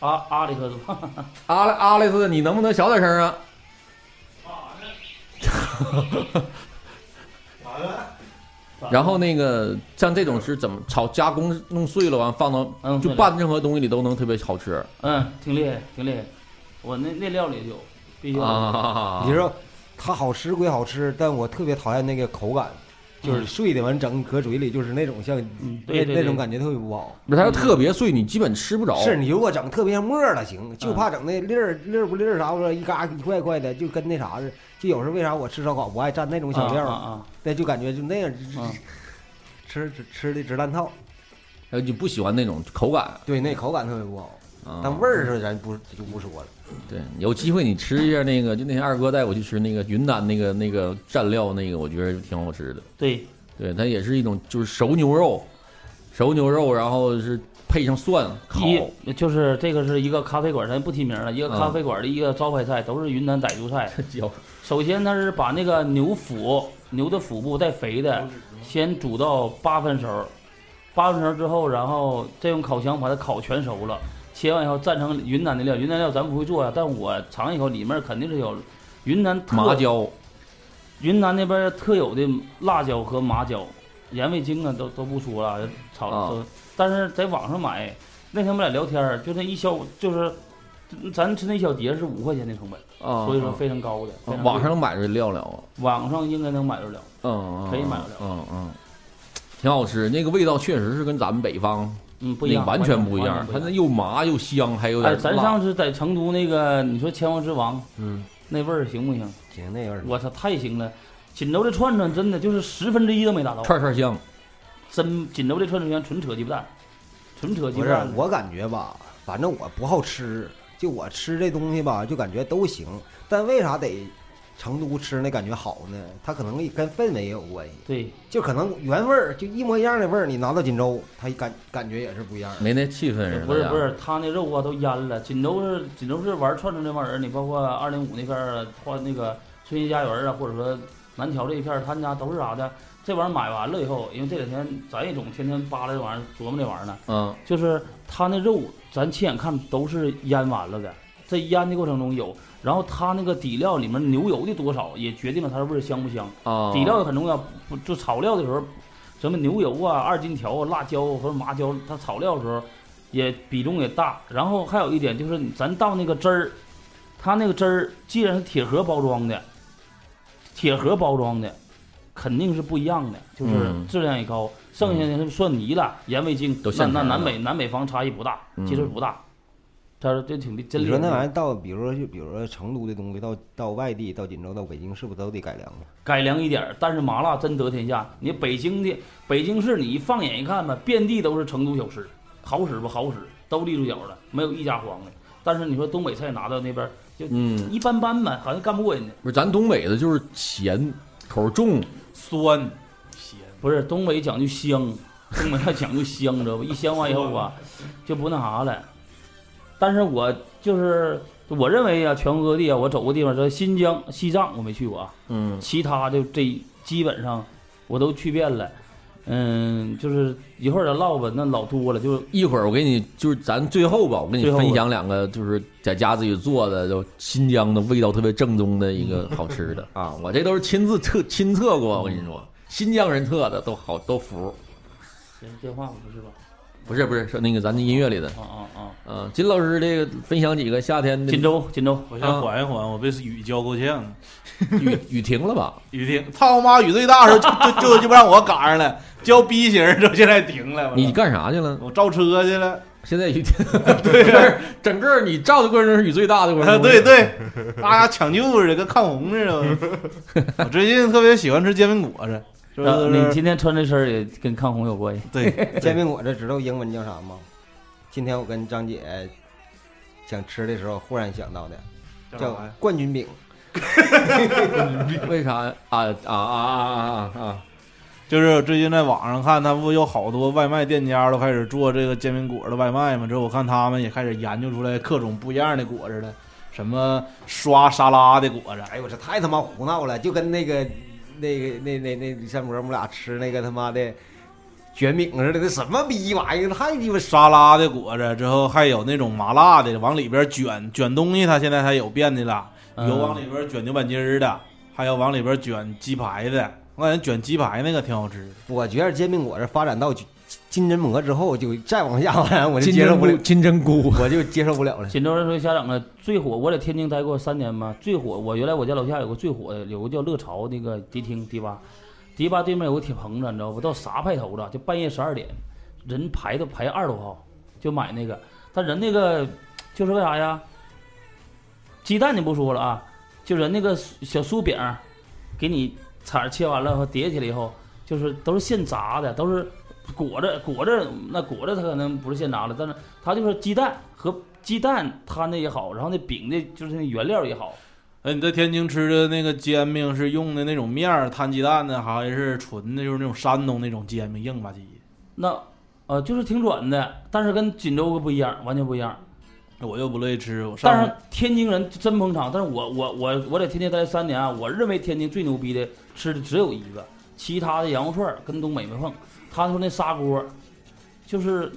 D: 阿阿里克多，
E: 阿莱阿莱斯，你能不能小点声啊？然后那个像这种是怎么炒加工弄碎了，完放到
D: <laughs> 嗯，
E: 就
D: 对了，
E: 拌任何东西里都能特别好吃
D: 嗯，挺厉害，挺厉害。我那那料里有，必须要有
E: 啊！
C: 你说它好吃归好吃，但我特别讨厌那个口感，
E: 嗯
C: 就是碎的完整搁嘴里就是那种像
D: 嗯，对
C: 那
D: 对
C: 那
D: 对
C: 种感觉特别不好。
E: 不是它要特别碎，你基本吃不着。
C: 是你如果整特别像沫儿了行，就怕整那粒儿粒儿不粒儿啥不知道一嘎一块一块的，就跟那啥似的。就有时候为啥我吃烧烤不爱蘸那种小料
D: 啊
C: 儿，
D: 啊
C: 那就感觉就那样
D: 啊啊！
C: <laughs> 吃吃吃的直烂套。
E: 呃，你不喜欢那种口感
C: 对，那口感特别不好，
E: 啊？
C: 但味儿是咱不就不说了。
E: 对，有机会你吃一下那个，就那天二哥带我去吃那个云南那个那个蘸料那个，我觉得挺好吃的。
D: 对，
E: 对，它也是一种就是熟牛肉，熟牛肉，然后是配上蒜烤。
D: 一就是这个是一个咖啡馆，咱不提名了，一个咖啡馆的一个招牌菜，都是云南傣族菜。
E: 椒
D: 首先，它是把那个牛腹、牛的腹部带肥的，先煮到八分熟，八分熟之后，然后再用烤箱把它烤全熟了，切完以后蘸成云南的料。云南料咱不会做呀，但我尝一口，里面肯定是有云南特
E: 麻椒，
D: 云南那边特有的辣椒和麻椒、盐味精啊，都都不说了，炒
E: 啊
D: 都。但是在网上买，那天我们俩聊天儿，就那一小就是，咱吃那小碟是五块钱的成本，
E: 啊，
D: 所以说
E: 啊
D: 非常高的。非常
E: 网
D: 贵
E: 上能买着料了啊，
D: 网上应该能买得了。
E: 嗯，嗯
D: 可以买着
E: 嗯嗯，挺好吃，那个味道确实是跟咱们北方
D: 嗯，不一
E: 那
D: 样，
E: 完全不一
D: 样
E: 样，。它那又麻又香，还有
D: 哎，
E: 点
D: 咱
E: 辣
D: 上次在成都那个，你说千王之王
C: 嗯，
D: 那味儿行不行？
C: 行，那味儿。
D: 我操，太行了！锦州的串串真的就是十分之一都没达到，
E: 串串香，
D: 真锦州的串串香纯扯鸡蛋，纯扯鸡
C: 不是
D: 蛋，。
C: 我感觉吧，反正我不好吃，就我吃这东西吧，就感觉都行。但为啥得成都吃那感觉好呢？它可能跟氛围也有关系，
D: 对，
C: 就可能原味儿就一模一样的味儿，你拿到锦州，它感感觉也是不一样的。
E: 没那气氛似的。
D: 不是不是，他那肉啊都腌了。锦州是锦州是玩串串这帮人，你包括二零五那边儿花那个春熙家园啊，或者说南桥这一片儿，他们家都是啥的。这玩意儿买完了以后，因为这两天咱也总天天扒拉这玩意儿，琢磨这玩意儿呢，
E: 嗯
D: 就是它那肉，咱亲眼看都是腌完了的，在腌的过程中有，然后它那个底料里面牛油的多少，也决定了它的味儿香不香。
E: 啊，
D: 底料也很重要，不就炒料的时候，什么牛油啊、二荆条啊、辣椒啊或者麻椒，它炒料的时候也比重也大。然后还有一点就是，咱倒那个汁儿，它那个汁儿既然是铁盒包装的，铁盒包装的肯定是不一样的，就是
E: 嗯
D: 质量也高。剩下的什么蒜泥了、盐味精，
E: 都
D: 那
E: 现
D: 那
E: 成的
D: 南北南北方差异不大，
E: 嗯
D: 其实不大。他说这挺真
C: 你
D: 理
C: 说
D: 的。
C: 那玩意儿到，比如说就比如说成都的东西，到到外地，到锦州，到北京，是不是都得改良啊？
D: 改良一点儿，但是麻辣真得天下。你北京的北京市，你一放眼一看吧，遍地都是成都小吃，好使不好使，都立住脚了，没有一家黄的。但是你说东北菜拿到那边儿就
E: 嗯，
D: 一般般吧，好像干不过人家。
E: 不是咱东北的就是咸，口重，
A: 酸咸，
D: 不是东北讲究香，东北还讲究香，知道吧？一香完以后吧，就不那啥了。但是我就是我认为啊，全国各地啊，我走过地方，说新疆、西藏我没去过啊，
E: 嗯
D: 其他的这基本上我都去遍了。嗯，就是一会儿咱唠吧，那老多了，就
E: 一会儿我给你，就是咱最后吧，我给你
D: 最后吧
E: 分享两个，就是在家自己做的，就新疆的味道特别正宗的一个好吃的啊！我这都是亲自测亲测过，我跟你说，新疆人测的都好都服。
D: 电话不是吧？
E: 不是不是，说那个咱的音乐里的，
D: 啊啊啊！
E: 嗯、金老师这个分享几个夏天的
D: 锦州，锦州，
E: 嗯
D: 啊
A: 我先缓一缓，我被雨浇够呛。
E: 雨雨停了吧？
A: 雨停，操他妈雨最大的时候就就就就不让我赶上了，浇逼型儿就现在停了。我
E: 你干啥去了？
A: 我招车去了，
E: 现在雨停， <laughs> 对、是整个你照的过程中是雨最
A: <laughs>
E: 大的过程
A: 啊
E: 中，
A: 对，对，大家抢救似的，跟抗洪似的。我最近特别喜欢吃煎饼果子，就
D: 啊
A: 是、
D: 你今天穿这身儿也跟抗洪有关系。
A: 对， <laughs>
C: 煎饼果子知道英文叫啥吗？今天我跟张姐想吃的时候，忽然想到的，叫
A: 啥呀
C: 冠军饼。
E: 为啥呀？啊啊啊啊啊啊！
A: 就是最近在网上看，他不有好多外卖店家都开始做这个煎饼果的外卖嘛？之后我看他们也开始研究出来各种不一样的果子了，什么刷沙拉的果子，
C: 哎呦我这太他妈胡闹了，就跟那个那个那那那李三博我们俩吃那个他妈的卷饼似的，那什么逼玩意儿，太鸡巴
A: 沙拉的果子，之后还有那种麻辣的，往里边卷卷东西，它现在还有变的了，
D: 嗯
A: 有往里边卷牛板筋儿的，还有往里边卷鸡排的。我感觉卷鸡排那个挺好吃，
C: 我觉得煎饼果子发展到金针蘑之后，就再往下发展，我就
E: 金
C: 接受
E: 针
C: 不了
E: 菇，，金针菇，
C: 我就接受不了了。
D: 锦州人说家长啊，最火，我在天津待过三年嘛，最火，我原来我家楼下有个最火的，有个叫乐潮那个迪厅迪吧，迪吧对面有个铁棚子，你知道不？到啥派头子，就半夜十二点，人排都排二十多号，就买那个，但人那个就是为啥呀？鸡蛋就不说了啊，就人那个小酥饼，给你铲儿切完了后叠起来以后，就是都是现炸的，都是裹着裹着那裹着它可能不是现炸的，但是它就是鸡蛋和鸡蛋摊的也好，然后那饼的就是那原料也好，
A: 哎，你在天津吃的那个煎饼是用的那种面儿摊鸡蛋的，还是纯的，就是那种山东那种煎饼硬吧唧？
D: 那呃就是挺软的，但是跟锦州不一样，完全不一样。
A: 我就不乐意吃，我上
D: 但是天津人真捧场，但是我我我我在天津待三年啊，我认为天津最牛逼的吃的只有一个，其他的羊肉串儿跟东北没碰。他说那砂锅，就是，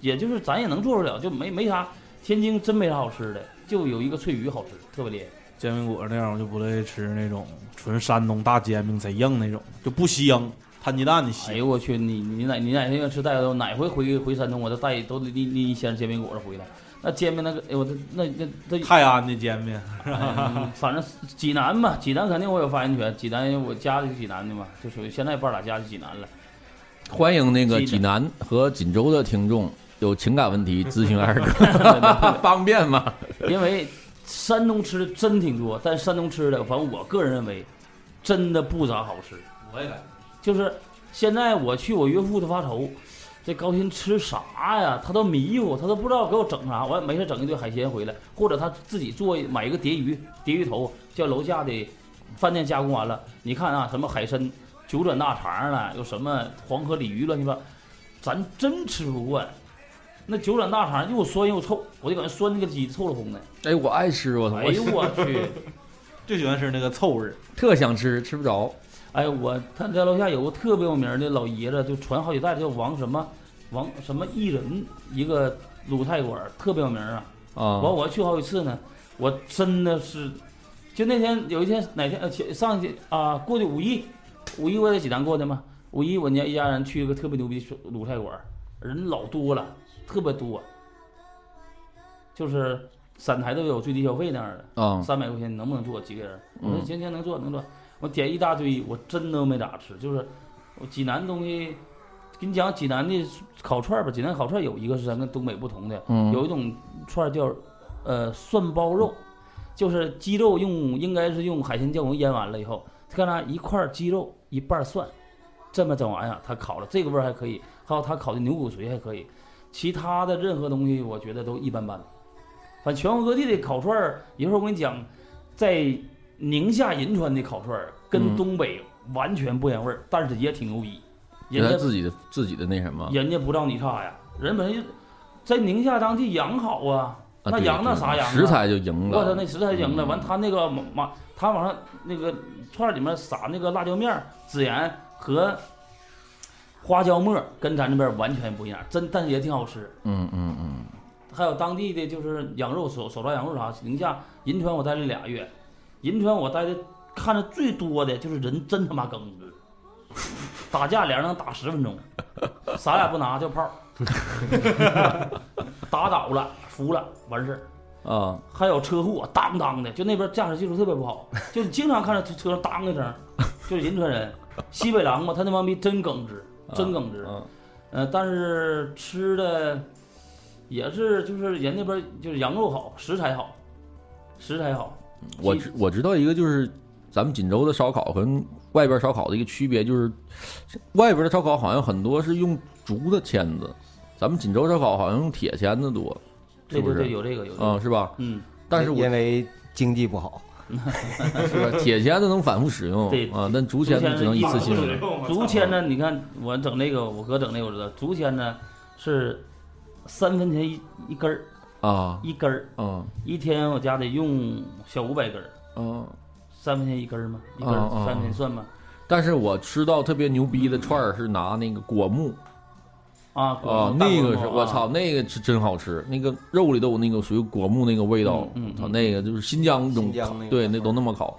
D: 也就是咱也能做出了，就没没啥。天津真没啥好吃的，就有一个脆鱼好吃，特别厉害。
A: 煎饼果那样，我就不乐意吃那种纯山东大煎饼贼硬那种，就不香，摊鸡蛋的
D: 哎
A: 香。
D: 呦我去，你你哪你哪天要吃带头，哪回回回山东我都带都拎拎一箱煎饼果子回来。那煎饼那个，哎我这那那那
A: 泰安的煎饼，
D: 嗯反正济南吧，济南肯定我有发言权。济南我家里济南的嘛，就属于现在半拉家是济南了。 <laughs>
E: 欢迎那个
D: 鸡
E: 济
D: 蛋
E: 南和锦州的听众，有情感问题咨询二
D: <laughs>
E: 哥，方便吗？
D: 因为山东吃的真挺多，但山东吃的，反正我个人认为，真的不咋好吃。
A: 我也感
D: 就是现在我去我岳父他发愁，这高鑫吃啥呀？他都迷糊，他都不知道给我整啥。完没事整一堆海鲜回来，或者他自己做买一个蝶鱼，蝶鱼头叫楼下的饭店加工完了，你看啊，什么海参、九转大肠了，有什么黄河鲤鱼乱七八，咱真吃不惯。那九转大肠又酸又臭，我就感觉酸那个鸡臭了烘的。
E: 哎，我爱吃，我操！
D: 哎呦
E: 我
D: 我去！
A: 就喜欢吃那个臭味儿。
E: 特想吃，吃不着。
D: 哎，我他家楼下有个特别有名的老爷子，就传好几代，叫王什么王什么艺人，一个鲁菜馆儿，特别有名啊。
E: 啊，
D: 完我去好几次呢，我真的是，就那天有一天哪天呃前上去啊过去五一，五一我在济南过的嘛，五一我家一家人去一个特别牛逼的鲁菜馆，人老多了，特别多，就是散台都有最低消费那样的，
E: 啊，
D: 三百块钱你能不能坐几个人？我说
E: 嗯
D: 行行能坐能坐，我点一大堆，我真都没咋吃，就是我济南东西。给你讲济南的烤串儿吧，济南烤串儿有一个是咱跟东北不同的，
E: 嗯，
D: 有一种串儿叫呃蒜包肉，就是鸡肉用应该是用海鲜酱油腌完了以后，看那一块儿鸡肉一半儿蒜，这么整玩意儿，它烤了这个味儿还可以，还有它烤的牛骨髓还可以，其他的任何东西我觉得都一般般。反正全国各地的烤串儿，一会儿我跟你讲，在宁夏银川的烤串儿跟
E: 嗯
D: 东北完全不一样味儿，但是也挺牛逼，
E: 有
D: 人
E: 他
D: 家
E: 自己的自己的那什么
D: 人家不让你差呀，人本身就在宁夏当地羊好啊，
E: 啊
D: 那
E: 对
D: 羊那
E: 对
D: 啥羊啊
E: 食材就赢
D: 我操
E: 了。
D: 那实在赢了，
E: 嗯
D: 完他那个麻麻，他往上那个串儿里面撒那个辣椒面儿、孜然和花椒末儿，跟咱这边完全不一样，真但是也挺好吃。
E: 嗯嗯嗯，
D: 还有当地的就是羊肉手手抓羊肉啥，宁夏银川我待了俩月，银川我待的看着最多的就是人真他妈耿直，打架俩人能打十
E: <laughs>
D: 分钟，啥也不拿就炮儿， <laughs> 打倒了服了完事儿。
E: 啊，
D: 还有车祸，当当的，就那边驾驶技术特别不好，就你经常看着车上当一声，就是银川人，西北狼嘛，他那帮逼真耿直，真耿直。
E: 啊
D: 呃，但是吃的也是就是人那边就是羊肉好，食材好，食材好。
E: 嗯我知我知道一个就是咱们锦州的烧烤跟外边烧烤的一个区别就是，外边的烧烤好像很多是用竹的签子，咱们锦州烧烤好像用铁签子多，
D: 对
E: 是不
D: 对
E: 是
D: 对，有这个有这个。
E: 啊，是吧？
D: 嗯，
E: 但是我
C: 因为经济不好，
E: 是
D: <laughs>
E: 吧？铁签子能反复使用
D: 对
E: 啊，但竹签子只能一次性
D: 竹
E: 用
D: 签。
B: 用
D: 竹签呢，你看我整那个，我哥整那个我知道，竹签呢是三分钱一一根儿，
E: 啊，
D: 一根儿，
E: 嗯
D: 一天我家得用小五百根儿。
E: 嗯。
D: 三分钱一根儿吗？一根儿
E: 嗯嗯
D: 三分钱
E: 嗯
D: 算吗？
E: 但是我吃到特别牛逼的串儿是拿那个果木
D: 啊
E: 啊，
D: 大
E: 那
D: 锅
E: 个
D: 头
E: 是
D: 啊
E: 我操，那个是真好吃，那个肉里都有那个属于果木那个味道，
D: 嗯嗯
E: 我操，
D: 嗯
E: 那个就是新疆那种
C: 新疆
E: 烤
C: 那个
E: 对，
C: 烤
E: 那
C: 串
E: 都那么烤，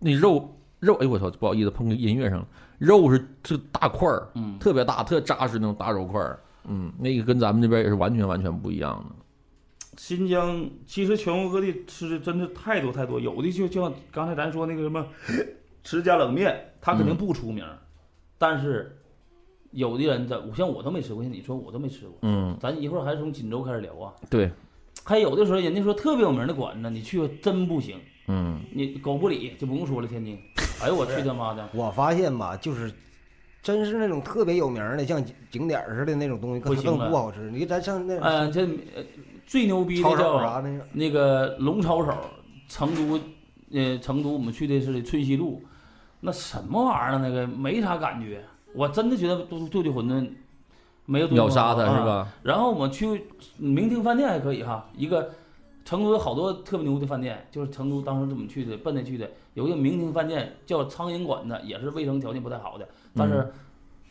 E: 那肉肉，哎我操，不好意思碰个音乐上了，肉是特大块儿，
D: 嗯，
E: 特别大，特扎实那种大肉块儿，嗯，那个跟咱们这边也是完全完全不一样的，
D: 新疆嗯其实全国各地吃的真是太多太多，有的就就像刚才咱说那个什么持家冷面，它肯定
A: 嗯
D: 不出名儿，但是有的人在，我像我都没吃过，像你说我都没吃过。
E: 嗯，
D: 咱一会儿还是从锦州开始聊啊，
E: 对，
D: 还有的时候人家说特别有名的馆子，你去了真不行，
E: 嗯，
D: 你狗不理就不用说了，
E: <laughs>
D: 天津，哎呦我去他妈的，
C: 我发现吧，就是真是那种特别有名儿的，像景景点儿似的那种东西，
D: 不
C: 更
D: 行了
C: 更不好吃。你咱上那
E: 哎
D: 嗯，这呃最牛逼
C: 抄
D: 的
C: 手
D: 叫
E: 啊
C: 啥那个，
D: 那个龙抄手，成都，呃，成都我们去的是春熙路，那什么玩意儿啊？那个没啥感觉，我真的觉得杜杜记馄饨没有杜记
E: 秒杀
D: 馄
E: 它
D: 饨好
E: 是
D: 啊？
E: 吧？
D: 然后我们去明厅饭店还可以哈，一个成都有好多特别牛的饭店，就是成都当时我们去的奔着去的，有一个明厅饭店叫苍蝇馆子，也是卫生条件不太好的，但是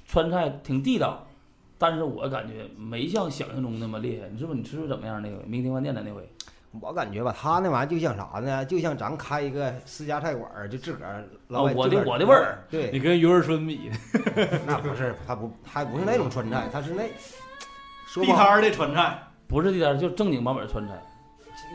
D: 川菜挺地道。但是我感觉没像想象中那么厉害，你是不是？你吃的怎么样？那回明厅饭店的那回，
C: 我感觉吧，他那玩意儿就像啥呢？就像咱开一个私家菜馆儿，就自个儿老
D: 啊
C: 板、
D: 我的
C: 自个
D: 我的味儿。
C: <laughs> 对，
A: 你跟鱼儿春比，
C: 那不是，他不，还不是那种川菜，他是那说
A: 地
C: 不
A: 摊
C: 好，
A: 儿的川菜，
D: 不是地摊儿，就正经版本儿川菜。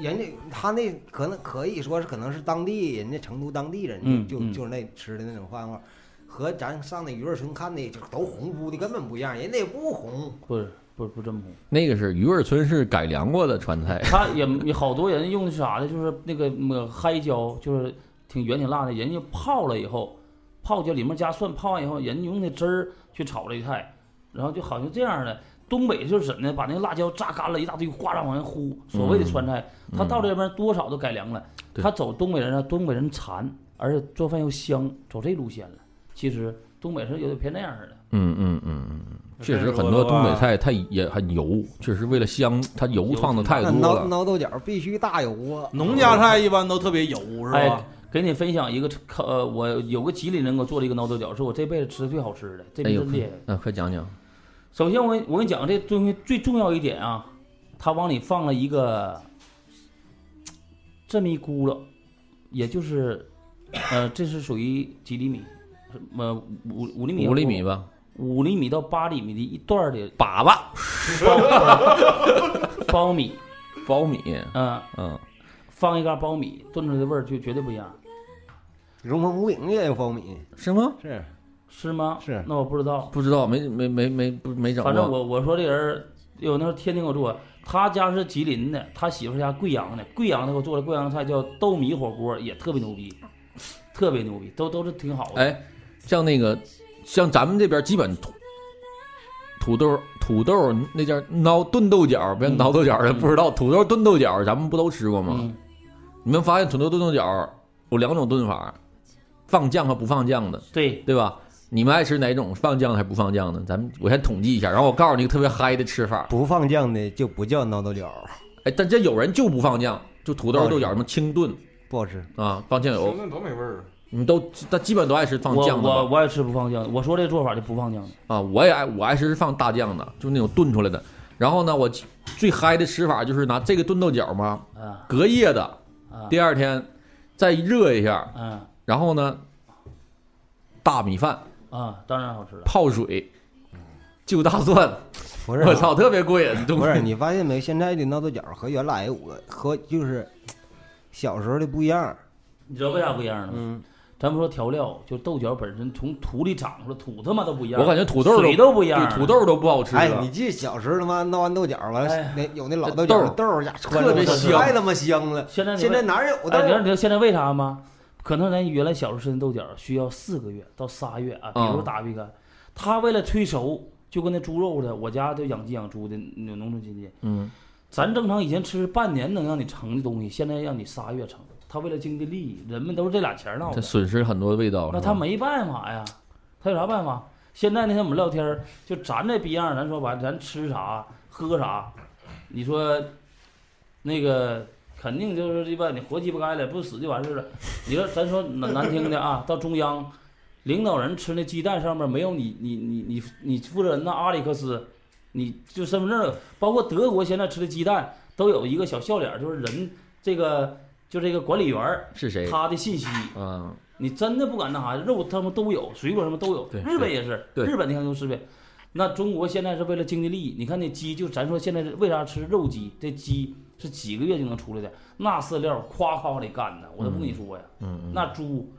C: 人家他那可能可以说是可能是当地人家成都当地人就、
D: 嗯
C: 就
D: 嗯
C: 就是那吃的那种饭味儿，和咱上那鱼儿村看的就都红扑的根本不一样，人家也不红。
D: 不是，不是，不是真不。
E: 那个是鱼儿村是改良过的川菜，
D: <laughs> 他也也好多人用的是啥呢？就是那个抹嗨椒，就是挺圆挺辣的，人家泡了以后，泡椒里面加蒜，泡完以后，人家用那汁儿去炒这菜，然后就好像这样的。东北就是什么呢？把那个辣椒榨干了一大堆，哗啦往外呼。所谓的川菜，
E: 嗯
D: 他到这边多少都改良了。
E: 对
D: 他走东北人啊，东北人馋，而且做饭又香，走这路线了。其实东北是有点偏那样似的。
E: 嗯嗯嗯嗯。确实，很多东北菜它也很油，确实为了香，它油放的太
C: 那
E: 多了
C: 挠。挠豆角必须大油啊！
A: 农家菜一般都特别油，是
D: 哎
A: 吧？
D: 给你分享一个呃，我有个吉林人给我做了一个挠豆角，是我这辈子吃的最好吃的，这
E: 哎呦
D: 真厉害。
E: 嗯，快讲讲。
D: 首先我跟我跟你讲这东西最重要一点啊，它往里放了一个这么一咕噜，也就是呃，这是属于几厘米，呃五五厘米，
E: 五厘米，吧，
D: 五厘米到八厘米的一段儿的
E: 粑粑，
D: 苞米，
E: 苞米，
D: 嗯、
E: 嗯，
D: 放一嘎苞米炖出来的味儿就绝对不一样，
C: 荣鹏五饼也有苞米，
E: 是吗？
A: 是
D: 是吗？
A: 是
D: 那我不知道，
E: 不知道，没没没没不没整过。
D: 反正我我说这人儿有那时候天天给我做，他家是吉林的，他媳妇儿家贵阳的，贵阳的给我做的贵阳菜叫豆米火锅，也特别牛逼，特别牛逼，都都是挺好的。
E: 哎，像那个，像咱们这边基本土土豆土豆那叫挠炖豆角，别
D: 嗯
E: 挠豆角了，
D: 嗯
E: 不知道土豆炖豆角，咱们不都吃过吗？
D: 嗯，
E: 你们发现土豆炖豆角有两种炖法，放酱和不放酱的，
D: 对，对
E: 对吧？你们爱吃哪种？放酱还是不放酱的？咱们我先统计一下，然后我告诉你一个特别嗨的吃法。
C: 不放酱的就不叫挠豆角，
E: 哎，但这有人就不放酱，就土豆豆角什么清炖
C: 不好吃。
E: 啊，放酱油，
B: 那多没味儿啊！
E: 你们都他基本都爱吃放
D: 我
E: 酱的吧
D: 我我也吃不放酱的，我说这做法就不放酱的。
E: 啊，我也爱我爱吃放大酱的，就那种炖出来的。然后呢，我最嗨的吃法就是拿这个炖豆角嘛，
D: 啊
E: 隔夜的，
D: 啊
E: 第二天再热一下，
D: 啊
E: 然后呢，大米饭
D: 啊！当然好吃了。
E: 泡水，就大蒜，
C: 不是啊，
E: 我操，特别过瘾。这东西
C: <laughs> 不是，
E: <laughs>
C: 你发现没？现在的挠豆角和原来哎我和就是小时候的不一样。
D: 你知道为啥不一样呢？
C: 嗯，
D: 咱们说调料，就豆角本身从土里长出来，土他妈都不一样。
E: 我感觉土豆
D: 水
E: 都
D: 都不一样，
E: 对土豆都不好吃
C: 哎，
E: 了
C: 你记得小时候他妈挠完豆角完
D: 哎
C: 了
D: 呀，
C: 那有那老
E: 啊这
C: 豆角
E: 豆儿
C: 豆儿呀，穿
E: 特别
C: 着
E: 香
C: 太他妈香了。
D: 现在你
C: 现
D: 问
C: 在哪有豆
D: 哎，你知道
C: 儿？
D: 你知道现在为啥吗？可能咱原来小时候吃的豆角需要四个月到仨月啊，比如说
E: 嗯
D: 打比干，他为了催熟，就跟那猪肉似的。我家就养鸡养猪的那农村亲戚，
E: 嗯，
D: 咱正常以前吃半年能让你成的东西，现在让你仨月成。他为了经济利益，人们都是这俩钱儿闹
E: 它
D: 的，
E: 损失很多味道。
D: 那
E: 是
D: 他
E: 吧
D: 没办法呀，他有啥办法？现在那天我们聊天儿，就咱这逼样儿，咱说白了，咱吃啥喝啥，你说那个肯定就是鸡巴你活鸡巴该了，不死就完事儿了。你说咱说难难听的啊，到中央，领导人吃那鸡蛋上面没有你你你你你负责人呐阿里克斯，你就身份证儿，包括德国现在吃的鸡蛋都有一个小笑脸儿，就是人这个就这个管理员儿
E: 是谁？
D: 他的信息。
E: 嗯，
D: 你真的不敢那啥，肉他们都有，水果什么都有
E: 对。
D: 日本也是，
E: 对
D: 日本你看都是呗。那中国现在是为了经济利益，你看那鸡就咱说现在是为啥吃肉鸡？这鸡是几个月就能出来的，那饲料夸夸往里干呢，我都不跟你说呀。
E: 嗯嗯
D: 那猪，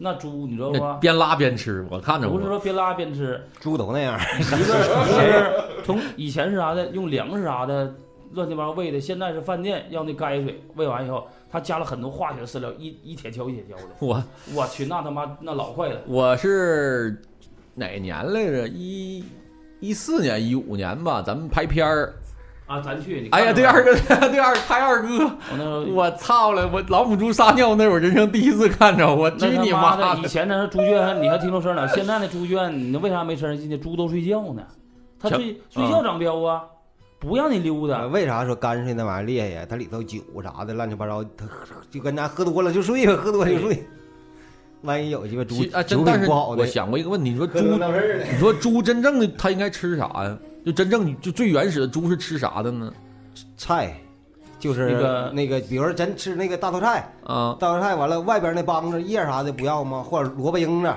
D: 那猪你知道
E: 那
D: 吗？
E: 边拉边吃，我看着
D: 啊不
E: 过
D: 是。说边拉边吃，
C: 猪都那样，
D: 一个是从以前是啥的，用粮食啥的乱七八糟喂的，现在是饭店让那泔水喂完以后，他加了很多化学饲料，一一铁锹一铁锹的，
E: 我
D: 我去，那他妈那老快了。
E: 我是哪年来着？一一四年、一五年吧，咱们拍片儿。
D: 啊，咱去。你看
E: 哎呀，
D: 着
E: 对二哥， <laughs> 对二拍二哥，
D: 我那时候
E: 我操了！我老母猪撒尿那会儿，人生第一次看着，我去
D: 那他
E: 你
D: 妈
E: 的！
D: 以前那是猪圈，你还听着声儿呢。现在那猪圈，你为啥没声儿？进去猪都睡觉呢，它
E: 全
D: 睡睡
E: 嗯
D: 觉长膘啊，不让你溜达。
C: 为啥说泔水那玩意儿厉害呀？它里头酒啥的乱七八糟，它就跟咱喝多了就睡呗，喝多了就睡。 <laughs> 万一有鸡巴猪
E: 其啊，
C: 酒
E: 真但
C: 品
E: 是
C: 不好的
E: 我，想过一个问题，你说
C: 可能
E: 猪，
C: 闹事儿了。
E: 你说猪真正的它应该吃啥呀？就真正就最原始的猪是吃啥的呢？
C: 菜就是
D: 那个
C: 那个，比如说咱吃那个大头菜，
E: 啊，
C: 大头菜完了外边那帮子叶啥的不要吗？或者萝卜缨子，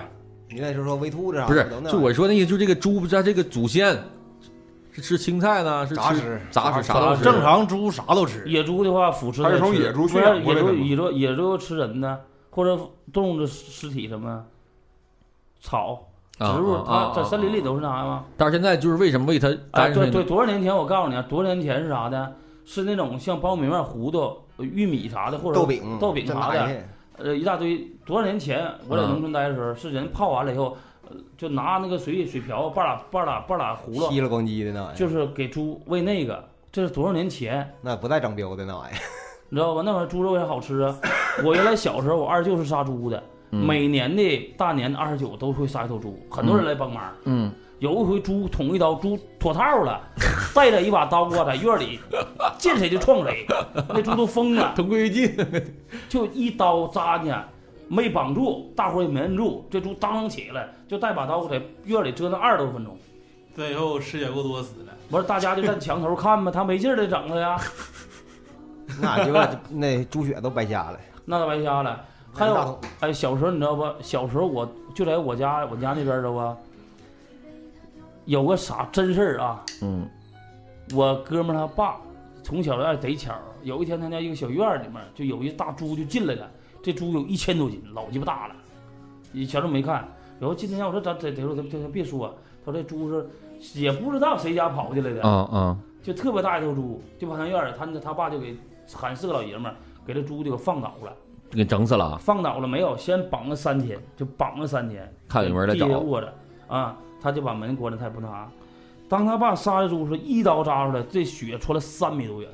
C: 你那时候说喂兔子啥的
E: 不是
C: 都，那
E: 就我说那意思，就这个猪它这个祖先是吃青菜呢，是
C: 杂
E: 吃
C: 食
E: 杂
B: 杂
E: 食啥都
D: 是
E: 吃。
A: 啊正常猪啥都吃，
D: 野猪的话，腐吃
B: 它
D: 的
B: 是
D: 吃。
B: 从野猪
D: 不
B: 去
D: 是
B: 养
D: 野
B: 过来的
D: 猪，
B: 吗？
D: 野猪野猪吃人呢，或者动物的尸体什么草。植
E: 啊
D: 物，
E: 啊啊
D: 它
E: 啊
D: 在森林里都是那啥吗？
E: 但是现在就是为什么为它
D: 哎，
E: 单身
D: 对
E: 呢
D: 对，多少年前我告诉你啊，多少年前是啥的？是那种像苞米面、糊涂、玉米啥的，或者
C: 豆饼
D: 豆饼
C: 真
D: 啥的
C: 来，气
D: 呃，一大堆。多少年前我在
E: 嗯
D: 农村待的时候，是人泡完了以后，呃就拿那个水水瓢半拉半拉半拉葫芦，
C: 稀了咣叽的那玩意儿，
D: 就是给猪喂那个。这是多少年前，
C: 那不带长膘的那玩意儿，
D: 你知道吧？那玩意儿猪肉为啥好吃啊？我原来小时候，我二舅是杀猪的，
E: 嗯
D: 每年的大年二十九都会杀一头猪，很多人来帮忙。
E: 嗯，
D: 有一回猪捅一刀，猪脱套了，带着一把刀啊，在院里见谁就撞谁，那猪都疯了，
E: 同归于尽。
D: 就一刀扎进去，没绑住，大伙儿也没摁住，这猪当啷起来，就带把刀在院里折腾二十多分钟。
A: 最后吃血过多死了。
D: 完了，大家就站墙头看吧，他没劲儿的整的呀， <laughs>
C: 那
E: <laughs>
C: 就那猪血都白瞎了。
D: 那咋白瞎了？还
C: 大
D: 有
C: 桶，
D: 哎，小时候你知道不？小时候我就在我家，我家那边儿知道吧？有个啥真事儿啊？
E: 嗯
D: 我哥们儿他爸从小就爱逮巧儿，有一天他家一个小院儿里面就有一大猪就进来了，这猪有一千多斤，老鸡巴大了。你小时候没看，然后今天我说咱逮逮住他，他别说，他说这猪是也不知道谁家跑进来的，
E: 啊啊，
D: 就特别大一头猪，就跑他院儿，他他爸就给喊四个老爷们儿给这猪就给放倒了，
E: 给整死了啊，
D: 放倒了没有？先绑了三天，就绑了三天，
E: 看有没有人来
D: 地下
E: 找。
D: 卧着啊，他就把门关了，他也不拿。当他爸杀了猪的时候，一刀扎出来，这血穿了三米多远，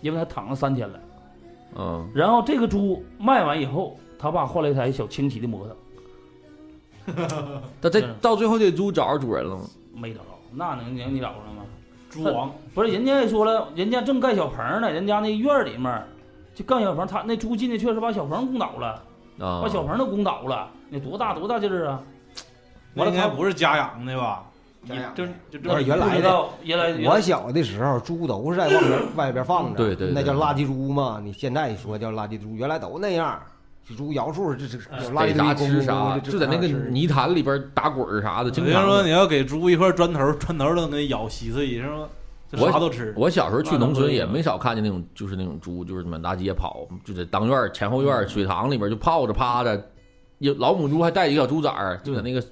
D: 因为他躺了三天了。
E: 嗯，
D: 然后这个猪卖完以后，他爸换了一台小轻骑的摩托，
E: 但这
D: 是
E: 到最后这猪找着主人了吗？
D: 没找着，那能能你找着吗？
A: 猪王
D: 不是，人家也说了，人家正盖小棚呢，人家那院儿里面就盖小棚，他那猪进去确实把小棚拱倒了，
E: 啊，
D: 把小棚都拱倒了，那多大多大劲儿啊！
A: 那
D: 完了
A: 应该
D: 他
A: 不是家养的吧？
C: 家养的啊
A: 就就
C: 那
A: 这
C: 是原来
D: 不
C: 的
D: 知道原来原
C: 我
D: 来
C: 小的时候，猪都是在外边外边放着，
E: 对对对
C: 那叫垃圾猪嘛。你现在一说叫垃圾猪，原来都那样。猪摇树，这这有垃圾堆
E: 逮啥
C: 公
E: 吃啥，
C: 公这
E: 就在那
C: 这
E: 个
C: 吃
E: 泥潭里边打滚儿啥
A: 我
E: 的，经
A: 听嗯
E: 常
A: 说
E: 的。
A: 你要给猪一块砖头，砖头都能给咬稀碎，是吗？这
E: 我
A: 啥都吃。
E: 我小时候去农村也没少看见那种，就是那种猪，就是满大街跑，就在当院儿前后院
C: 嗯
E: 儿水塘里边就泡着趴着，有老母猪还带一个小猪崽儿，就在那个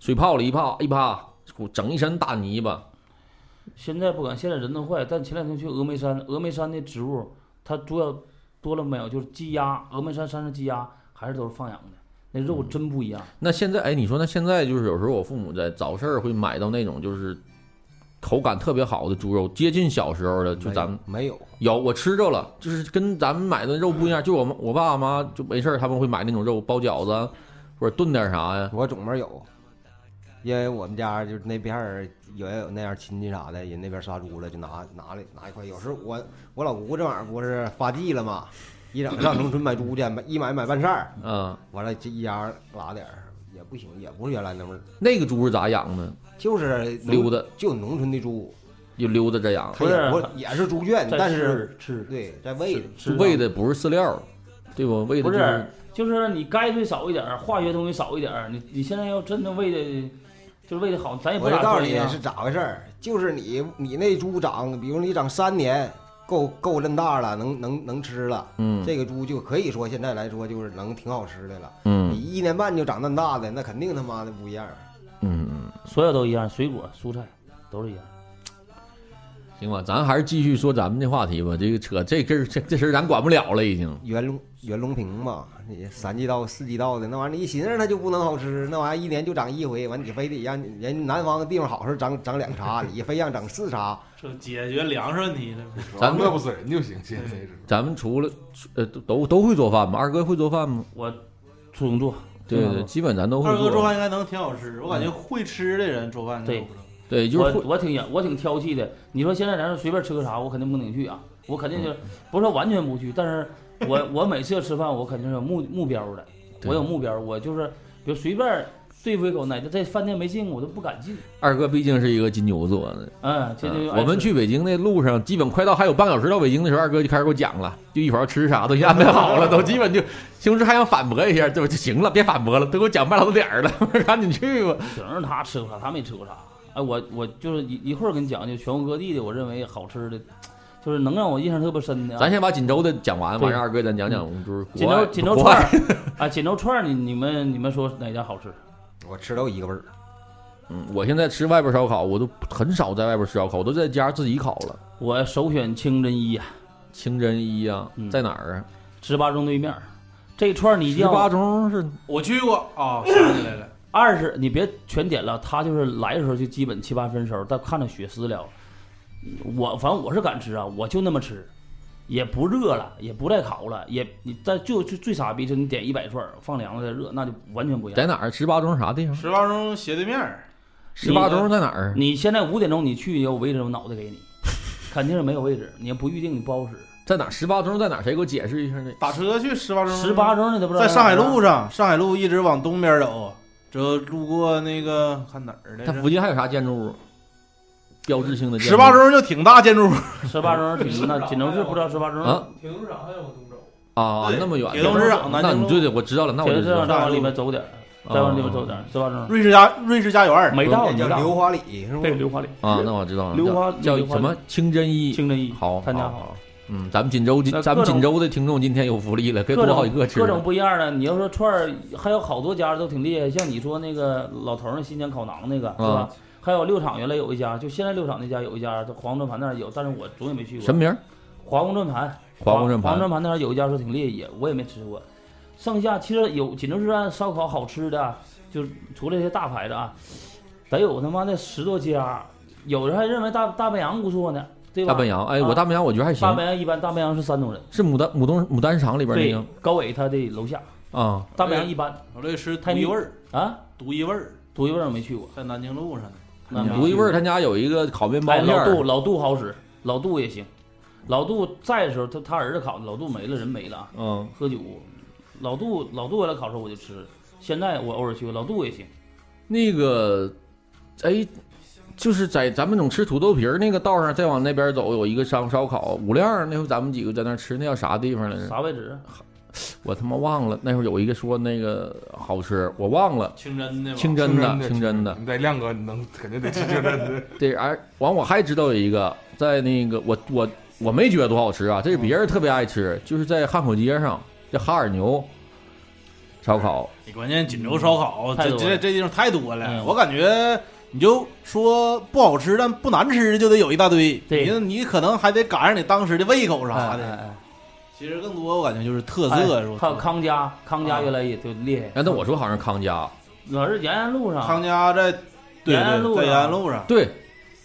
E: 水泡里一泡一趴，整一身大泥巴。
D: 现在不敢，现在人都坏。但前两天去峨眉山，峨眉山那植物，它主要多了没有？就是鸡鸭，峨眉山山上鸡鸭还是都是放养的，那肉真不一样。
E: 那现在，哎，你说那现在就是有时候我父母在早市儿会买到那种就是口感特别好的猪肉，接近小时候的，就咱们
C: 没有，
E: 有我吃着了，就是跟咱们买的肉不一样。就我妈我爸妈就没事儿他们会买那种肉包饺子啊或者炖点啥呀。
C: 我总门有，因为我们家就是那边儿也有那样亲戚啥的，人那边杀猪了就拿拿来拿一块。有时候我我老姑这玩意儿不是发迹了吗？一整上农村买猪去，买一买买半扇儿，
E: 嗯，
C: 完了这一家拉点儿也不行，也不是原来那味儿，
E: 那个猪是咋养的？
C: 就是农
E: 溜达，
C: 就农村的猪，
E: 就溜达着养，
C: 它也不也是猪圈，
D: 在
C: 嗯但是
D: 吃
C: 对在喂
D: 吃
E: 喂的不是饲料，对不？喂的
D: 不，
E: 就是
D: 就是你该碎少一点儿，化学东西少一点儿。你你现在要真的喂的，就是喂的好，咱也哎不
C: 我就
D: 咋
C: 告
D: 啊
C: 诉
D: 说
C: 你
D: 呀
C: 是咋回事儿，就是你你那猪长，比如你长三年，够够这么大了，能能能吃了，
E: 嗯
C: 这个猪就可以说现在来说就是能挺好吃的了。你
E: 嗯
C: 一年半就长那么大的，那肯定他妈的不一样。啊
E: 嗯嗯，
D: 所有都一样，水果、蔬菜都是一样。
E: 行吧，咱还是继续说咱们这话题吧。这个扯这根儿这这事儿咱管不了了，已经。
C: 袁隆袁隆平嘛，你三季稻四季稻的那玩意儿，你一寻思它就不能好吃，那玩意儿一年就长一回，完你非得让人南方地方好是长长两茬，你非让长四茬，
A: 这解决粮食问题了。
E: 咱们
B: 饿不死人就行，现在是。
E: 咱们除了呃都都都会做饭吗？二哥会做饭吗？
D: 我初中做，
E: 对
D: 嗯
E: 对，基本咱都会
A: 二哥做饭应该能挺好吃，我感觉会吃的人做饭
D: 对
A: 都不知道
E: 嗯对，就是
D: 我
E: 会
D: 我挺严，我挺挑剔的。你说现在咱说随便吃个啥，我肯定不能去啊，我肯
E: 嗯
D: 定就不是说完全不去，但是我我每次要吃饭，我肯定是有目目标的，
E: 对
D: 我有目标，我就是比如随便对付一口，哪个在饭店没进过，我都不敢进。
E: 二哥毕竟是一个金牛座的。
D: 嗯，这就
E: 嗯
D: 爱吃
E: 我们去北京那路上，基本快到还有半小时到北京的时候，二哥就开始给我讲了，就一会儿要吃啥都已经安排好了，都基本就，西红柿还想反驳一下，就就行了，别反驳了，都给我讲半老多点儿了， <laughs> 赶紧去吧。
D: 只能是他吃过啥，他没吃过啥。哎，我我就是一一会儿跟你讲，就全国各地的，我认为好吃的，就是能让我印象特别深的、啊。
E: 咱先把锦州的讲完，
D: 对
E: 完事儿二哥咱讲讲就是
D: 锦
E: 国外
D: 州锦州
E: 国
D: 串
E: 外
D: 儿啊，锦州串儿，你你们你们说哪家好吃？
C: 我吃都一个味儿。
E: 嗯，我现在吃外边烧烤，我都很少在外边吃烧烤，我都在家自己烤了。
D: 我首选清真一呀、
E: 清真一啊，
D: 嗯
E: 在哪儿啊？
D: 十八中对面儿，这串儿你一定
E: 十八
D: 要
E: 中是
A: 我去过啊，想起来了，
D: 二十，你别全点了，他就是来的时候就基本七八分熟，但看着血丝了。我反正我是敢吃啊，我就那么吃，也不热了，也不带烤了，也你但就就最傻逼是你点一百串儿放凉了再热，那就完全不一
E: 在
D: 样。
E: 哪儿？十八中啥地方？
A: 十八中斜对面儿，
E: 十八中在哪儿？
D: 你现在五点钟你去，我五点钟脑袋给你，肯定是没有位置，你不预定你不好使。
E: 在哪儿？十八中在哪儿？谁给我解释一下呢？
A: 打车去十八中，
D: 十八中你都不知道
A: 在上海路
D: 上，
A: 上，上海路一直往东边走，这路过那个看哪儿来
E: 它
A: 着？
E: 附近还有啥建筑物？标志性的建筑
A: 十八中就挺大建筑物，
D: 十八中锦那锦州市不知道十八中
E: 啊
F: <laughs> 铁路市场还得往东走，
E: 啊，
A: 对
E: 那么远，
A: 铁路市场南
E: 那
A: 京
E: 你
A: 路
E: 对对，我知道了，那我
D: 铁
E: 就
D: 路
E: 知
D: 市
E: 道啊
D: 场
E: 了。
D: 再往里面走点儿，再往里面走点儿，十八中
A: 瑞士家瑞士家园，
D: 没到
E: 哦
C: 那
D: 没
C: 叫
D: 到
C: 刘华里是吗？
D: 对，刘华里
E: 啊，那我知道了，
D: 刘华
E: 叫
D: 刘
E: 叫
D: 华
E: 什么哦清真一，
D: 清真一
E: 好，
D: 他家
E: 好，好嗯，咱们锦州今
D: 那各
E: 咱们锦
D: 种
E: 州的听众今天有福利了，可以
D: 各
E: 多
D: 种
E: 好几个吃
D: 各种
E: 的。
D: 不一样的。你要说串儿，还有好多家都挺厉害，像你说那个老头儿那新疆烤馕那个，
E: 嗯
D: 是吧？还有六厂原来有一家，就现在六厂那家有一家，就黄转盘那儿有，但是我总也没去过。
E: 什么名儿？
D: 华光转盘，
E: 华光转
D: 华
E: 盘
D: 光转盘那儿有一家说挺厉害，也我也没吃过。剩下其实有锦州市站烧烤好吃的，就是除了这些大牌子啊，得有他妈的十多家。有人还认为大大白杨不错呢，对吧？
E: 大笨羊，哎，我
D: 啊
E: 大笨羊我觉得还
D: 大
E: 行
D: 白，杨一般，大白杨是山东人，
E: 是牡丹牡丹牡丹厂里边那
D: 对
E: 个，
D: 高伟他的楼下，
E: 啊，
D: 大白杨一般
A: 我这吃独
D: 太腻
A: 一味儿，
D: 啊。
A: 独一味儿
D: 独一味儿我没去过，
A: 在南京路上呢。
D: 那
A: 嗯
D: 没
E: 独一味儿他家有一个烤面包
D: 哎，
E: 店
D: 老杜
E: 儿，
D: 老杜好使，老杜也行。老杜在的时候，他他儿子烤的，老杜没了，人没了啊，
E: 嗯，
D: 喝酒。老杜老杜原来烤的时候我就吃，现在我偶尔去，老杜也行。
E: 那个，哎，就是在咱们总吃土豆皮儿那个道上，再往那边走有一个烧烧烤五亮儿，那回咱们几个在那儿吃，那叫啥地方来着？
D: 啥位置？
E: 我他妈忘了，那会儿有一个说那个好吃，我忘了。
A: 清真的吧，
E: 清真的，清真的，
B: 你在亮哥你能肯定得吃
E: <laughs>
B: 清真的。
E: 对，哎，完我还知道有一个，在那个我我我没觉得多好吃啊，这是别人特别爱吃，就是在汉口街上叫哈尔牛烧烤，
A: 你关键锦州烧烤，
D: 嗯太
A: 这
D: 多了
A: 这这地方太多了，
D: 嗯
A: 我感觉你就说不好吃但不难吃的就得有一大堆，
D: 对
A: 你你可能还得赶上你当时的胃口啥
D: 哎
A: 的。
D: 哎
A: 其实更多我感觉就是特
D: 哎
A: 色，是吧
D: 还有康佳，康佳
A: 啊
D: 原来也就厉害。
E: 哎，那我说好像是康佳，
D: 老是延安路上，
A: 康家在对
D: 延安
A: 对，
D: 路
A: 在
D: 上
A: 延安路上，
E: 对，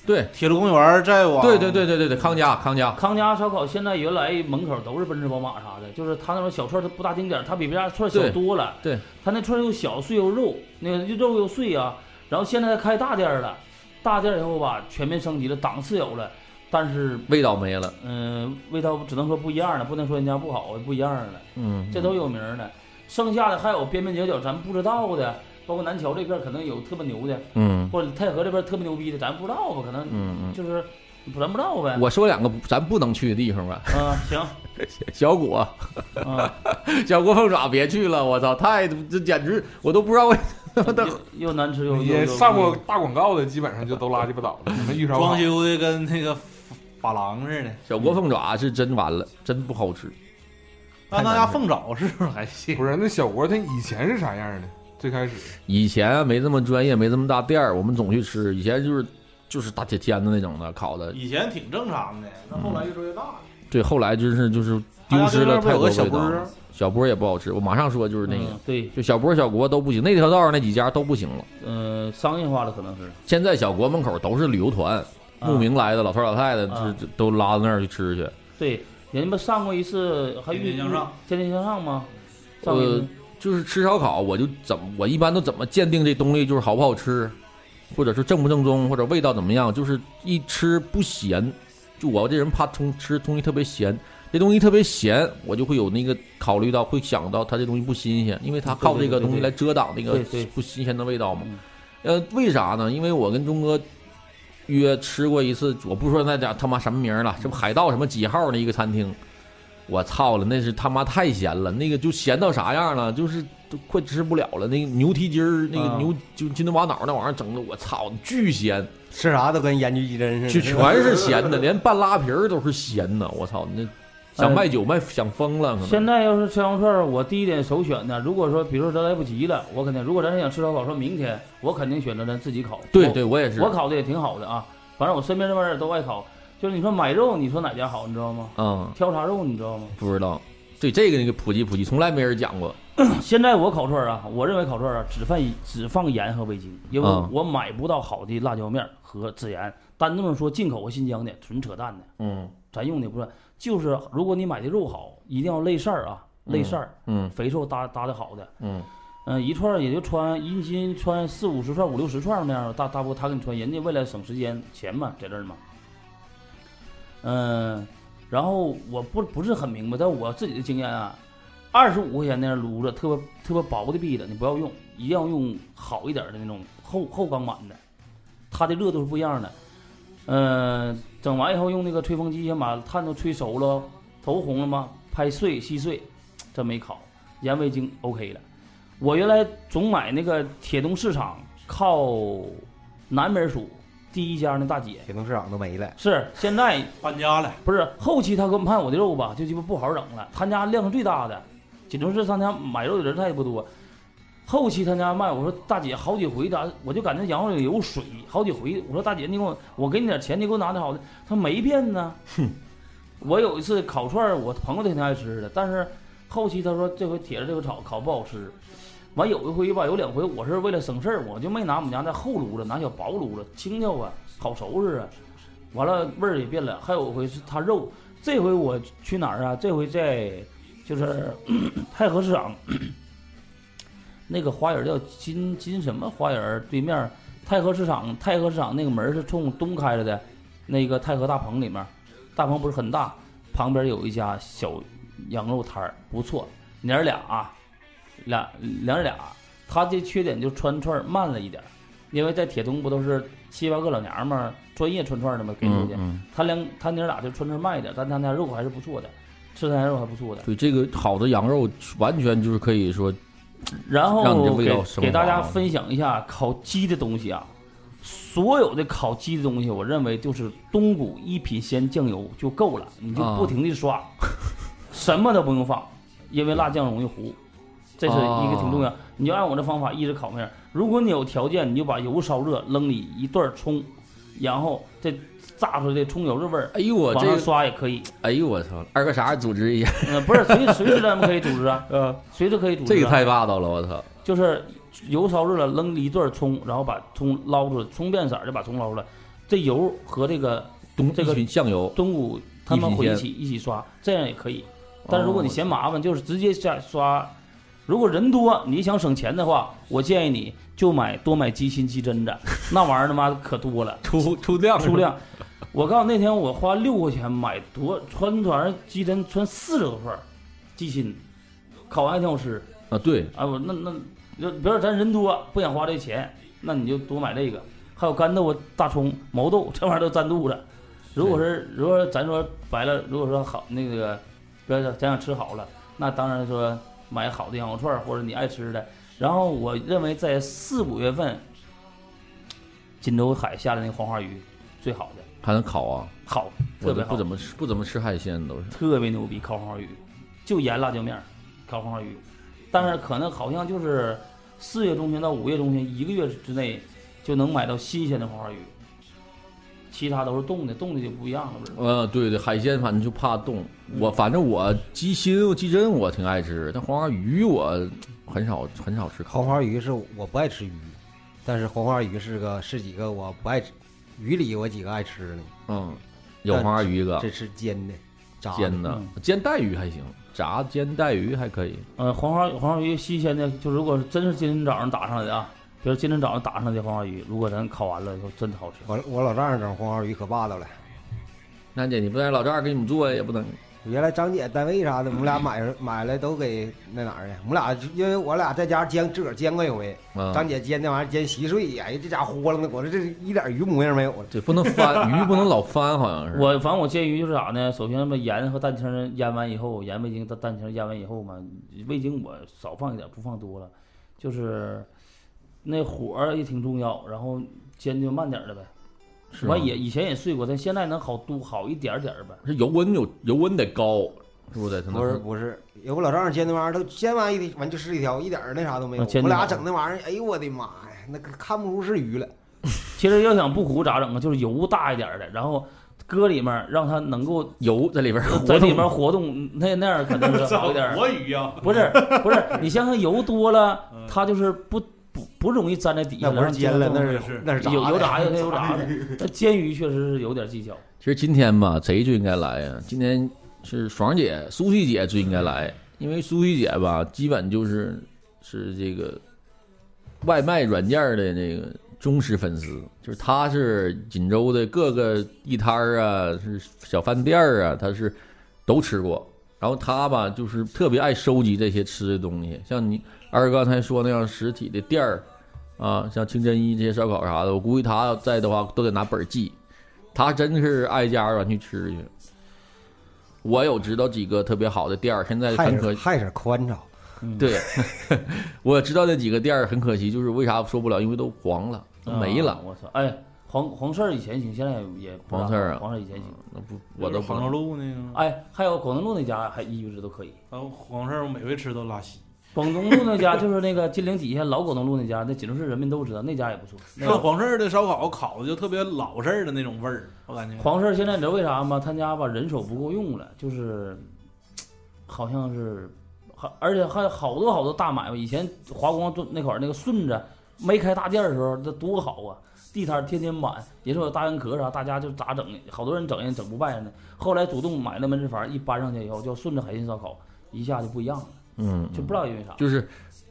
E: 对，
A: 铁路公园再往
E: 对对对对对对，康佳康佳，
D: 康佳烧烤现在原来门口都是奔驰、宝马啥的，就是他那种小串儿，它不大经典，它比别家串儿小
E: 对
D: 多了。
E: 对
D: 他那串儿又小，碎又肉，那个肉又碎啊。然后现在开大店儿了，大店儿以后吧，全面升级了，档次有了，但是
E: 味道没了，
D: 嗯、味道只能说不一样了，不能说人家不好，不一样了，
E: 嗯，
D: 这都有名儿的。剩下的还有边边角角咱不知道的，包括南桥这片儿可能有特别牛的，
E: 嗯
D: 或者太和这边儿特别牛逼的，咱不知道吧？可能
E: 嗯
D: 就是咱不知道呗
E: 嗯，。我说两个咱不能去的地方吧，
D: 嗯、行，
E: 小果
D: 嗯、
E: 小果凤爪别去了，我操，太这简直我都不知道为
B: <laughs>
E: 什么的，
D: 又又难吃又又
B: 也
D: 又
B: 上过大广告的，基本上就都垃圾不倒了。你们遇上
A: 装修的跟那个珐琅似的。
E: 小果凤爪是真完了，真不好吃，
A: 但他家凤爪是不是还行？
B: 不是那小国，他以前是啥样的？最开始
E: 以前啊没这么专业，没这么大店儿，我们总去吃。以前就是就是大铁签子那种的烤的，
A: 以前挺正常
D: 嗯
A: 的，那后来越做越大了。
E: 对，后来就是就是丢失了
A: 他家对面不
E: 太
A: 有
E: 多
A: 个
E: 味
A: 小
E: 道
A: 锅
E: 了。
A: 儿，
E: 小波也不好吃，我马上说就是那个，
D: 嗯对，
E: 就小波、小国都不行，那条道上那几家都不行了。
D: 呃，商业化了可能是。
E: 现在小国门口都是旅游团，
A: 嗯
E: 慕名来的老头老太太，
D: 啊
E: 这这都拉到那儿去吃去。
D: 对，人们上过一次，还遇
A: 天天向上，
D: 天天向上吗？上过
E: 呃
D: 一次
E: 就是吃烧烤，我就怎么我一般都怎么鉴定这东西就是好不好吃，或者是正不正宗，或者味道怎么样，就是一吃不咸，就我这人怕东吃东西特别咸，这东西特别咸，我就会有那个考虑到会想到它这东西不新鲜，因为它靠这个东西来遮挡那个
D: 对对对
E: 不新鲜的味道嘛
D: 嗯。
E: 呃，为啥呢？因为我跟钟哥。约吃过一次，我不说那家他妈什么名儿了，这不海盗什么几号那一个餐厅，我操了，那是他妈太咸了，那个就咸到啥样了，就是都快吃不了了。那个牛蹄筋儿，那个
D: 啊
E: 牛、就金针玛瑙那玩意儿整的，我操，巨咸，
C: 吃啥都跟盐焗鸡胗
D: 嗯
E: 就
C: 似的，
E: 全是咸的，连半拉皮儿都是咸的，我操，那想卖酒卖想疯了，可
D: 哎现
E: 能。
D: 在要是吃羊肉串儿，我第一点首选的，如果说比如说咱来不及了，我肯定；如果咱想吃烧烤，说明天，我肯定选择咱自己烤。
E: 对
D: 我，
E: 对，我也是
D: 我，烤的也挺好的啊，反正我身边这帮人都爱烤。就是你说买肉，你说哪家好，你知道吗？
E: 嗯，
D: 挑啥肉，你知道吗？
E: 不知道，对这个那个普及普及，从来没人讲过，
D: 现在我烤串儿啊，我认为烤串儿啊，只放只放盐和味精，因为
E: 嗯
D: 我买不到好的辣椒面儿和孜然。单这么说，进口和新疆的纯扯淡的，
E: 嗯
D: 咱用的不是，就是如果你买的肉好，一定要肋扇儿啊，
E: 嗯
D: 肋扇儿，
E: 嗯
D: 肥瘦搭搭的好的，
E: 嗯，
D: 嗯、一串儿也就穿一斤穿四五十串儿、五六十串儿那样儿，大大波他给你穿，人家为了省时间钱嘛，在这儿嘛。嗯，然后我不不是很明白，但我自己的经验啊，二十五块钱那样撸着特别特别薄的币子，你不要用，一定要用好一点的那种厚厚钢板的，它的热度是不一样的。嗯，整完以后用那个吹风机先把炭都吹熟了，头红了吗？拍碎吸碎，真没烤，盐味精 OK 了。我原来总买那个铁东市场靠南门数第一家那大姐，
C: 铁东市场都没了，
D: 是现在
A: 搬家了，
D: 不是后期他给我们判我的肉吧，就鸡巴不好整了。他家量是最大的，锦州市他家买肉的人他也不多。后期他家卖，我说大姐好几回咋，我就感觉羊肉里有水，好几回我说大姐你给我，我给你点钱，你给我拿点好的，他没变呢。我有一次烤串儿，我朋友挺爱吃的，但是后期他说这回铁子这回炒烤不好吃。完有一回吧，有两回我是为了省事儿，我就没拿我们家那厚炉子，拿小薄炉子，轻巧啊，好收拾啊。完了味儿也变了。还有一回是它肉，这回我去哪儿啊？这回在就是 <coughs> 太和市场 <coughs> 那个花园叫金金什么花园儿对面儿太和市场，太和市场那个门儿是冲东开着的，那个太和大棚里面儿，大棚不是很大，旁边有一家小羊肉摊儿，不错，娘儿俩啊，俩娘儿俩，他的缺点就穿串儿慢了一点儿，因为在铁东不都是七八个老娘们儿专业穿串儿的吗？给出
E: 嗯
D: 去。
E: 嗯，
D: 他两他娘俩就穿着卖点，但他家肉还是不错的，吃他家肉还不错的。
E: 对，这个好的羊肉完全就是可以说
D: 然
E: 让你这
D: 后
E: 味道
D: 给
E: 升华
D: 给大家分享一下烤鸡的东西啊，所有的烤鸡的东西，我认为就是冬菇一品鲜酱油就够了，你就
E: 啊
D: 不停
E: <laughs>
D: 地刷，什么都不用放，因为辣酱容易糊，这是一个挺重要。你就按我的方法一直烤面儿，如果你有条件，你就把油烧热，扔里一段葱，然后再炸出来的葱油的味儿，
E: 哎呦我
D: 往
E: 这
D: 上
E: 个，
D: 刷也可以。
E: 哎呦我操，二哥啥组织一下？
D: <laughs> 嗯，不是随随时咱们可以组织啊，
E: 嗯，
D: 随时可以组织、啊。
E: 这个太霸道了，我操！
D: 就是油烧热了，扔一段葱，然后把葱捞出来，葱变色儿就把葱捞出来，这油和这个
E: 东
D: 这个
E: 一群酱油，
D: 冬菇他们混
E: 一起
D: 一
E: 哦
D: 起一起刷，这样也可以。但如果你嫌麻烦，就是直接下刷。如果人多，你想省钱的话，我建议你就买多买鸡心、鸡胗子，那玩意儿他妈可多了。
E: 出出量 <laughs>
D: 出量。我告诉你，那天我花六块钱买多穿团鸡胗，穿四十多块儿鸡心，烤完还挺好吃。
E: 啊，对，
D: 啊，我那那，那比如说咱人多，不想花这钱，那你就多买这个。还有干豆啊、大葱、毛豆，这玩意儿都占肚子。如果是如果咱说白了，如果说好那个，比如说咱想吃好了，那当然说买好的羊肉串儿或者你爱吃的。然后我认为在四五月份，锦州海下的那个黄花鱼最好的，
E: 还能烤啊，
D: 好，
E: 我
D: 特
E: 都
D: 别
E: 不
D: 好
E: 怎，么吃不怎么吃海鲜都是。
D: 特别牛逼，烤黄花鱼，就盐辣椒面儿，烤黄花鱼。但是可能好像就是四月中旬到五月中旬一个月之内就能买到新鲜的黄花鱼，其他都是冻的，冻的就不一样了，不是？
E: 呃，对对，海鲜反正就怕冻。我反正我鸡心、鸡胗我挺爱吃，但黄花鱼我很少很少吃烤。
C: 黄花鱼是我不爱吃鱼，但是黄花鱼是个是几个我不爱吃，鱼里有几个爱吃呢？
E: 嗯，有黄花鱼一个
C: 这吃煎的，炸
E: 煎的
D: 嗯，
E: 煎带鱼还行，炸煎带鱼还可以。
D: 呃，黄花黄花鱼新鲜的，就如果真是今天早上打上来的啊，比如今天早上打上来的黄花鱼，如果咱烤完了以后真的好吃。
C: 我我老丈人整黄花鱼可霸道了，
E: 娜姐，你不在老丈人给你们做也不能。
C: 原来张姐单位啥的，我们俩买买来都给那哪儿呢？我们俩因为我俩在家煎自个儿煎过一回，
E: 啊
C: 张姐煎那玩意儿煎稀碎，哎呀这家伙豁楞的，我这这一点鱼模样没有了。
E: 对，不能翻鱼，不能老翻，好像是。
D: 我反正我建议就是啥呢？首先把盐和蛋清腌完以后，盐味精、蛋蛋清腌完以后嘛，味精我少放一点，不放多了。就是那火儿也挺重要，然后煎就慢点儿的呗。
E: 是吗
D: 完也以前也睡过，但现在能好多好一点点儿呗。
E: 是油温有油温得高，是不是得？才能
C: 不是不是，有我老丈人煎那玩意儿都煎完一完就是一条，一点儿那啥都没有。
D: 啊煎
C: 我
D: 的
C: 俩
D: 好
C: 整那玩意儿，哎呦我的妈呀，那个看不出是鱼了。
D: 其实要想不糊咋整啊？就是油大一点儿的，然后搁里面儿让它
E: <laughs>
D: 能够
E: 油在里边儿活
D: 在
E: 动
D: 里面儿活动，那那样肯定是好一点
A: <laughs>
D: 儿。
A: 我啊鱼呀，
D: 不是不是，你像看油多了
A: 嗯，
D: 它就是不不不容易粘在底下。
C: 那不是
D: 然后
C: 煎了，那
A: 是
C: 是那是炸
D: 有有
C: 的
D: 炸的，那有炸的。
E: <laughs>
D: 那煎鱼确实是有点技巧。
E: 其实今天吧，谁最应该来呀、今天是爽姐、苏西姐最应该来，因为苏西姐吧，基本就是是这个外卖软件的那个忠实粉丝，就是他是锦州的各个地摊儿啊，是小饭店儿啊，他是都吃过。然后他吧，就是特别爱收集这些吃的东西，像你二哥刚才说那样实体的店儿啊，像清真一这些烧烤啥的，我估计他要在的话都得拿本儿记。他真是挨家儿完去吃去。我有知道几个特别好的店儿，现在
C: 还
E: 很
C: 是
E: 可
C: 还是宽敞，
E: <laughs> 对，我知道那几个店儿很可惜，就是为啥说不了，因为都黄了，都 <laughs> 没
D: 啊
E: 了。
D: 我操！哎，黄黄四儿以前行，现在也不
E: 黄
D: 大
E: 四儿啊
D: 黄四儿以前行。
E: 那不，我都不
A: 黄
E: 能
A: 河路那个，
D: 哎，还有广东路那家还一直都可以。
A: 然后黄事儿我每回吃都拉稀。
D: 广东路那家就是那个金陵底下老广东路那家，那锦州市人民都知道，那家也不错。
A: <laughs>
D: 那
A: 那黄事儿的烧烤烤的就特别老式儿的那种味儿，我感觉。
D: <laughs> 黄四儿现在你知道为啥吗？他家吧人手不够用了，就是好像是，还而且还有好多好多大买卖。以前华光做那块儿那个顺子没开大店儿的时候，那多好啊！地摊儿天天满，也是有大烟壳啥，大家就咋整，好多人整也整不败呢。后来主动买了门市房，一搬上去以后叫顺子海鲜烧烤，一下就不一样了，
E: 嗯，
D: 就不知道因为啥。
E: 就是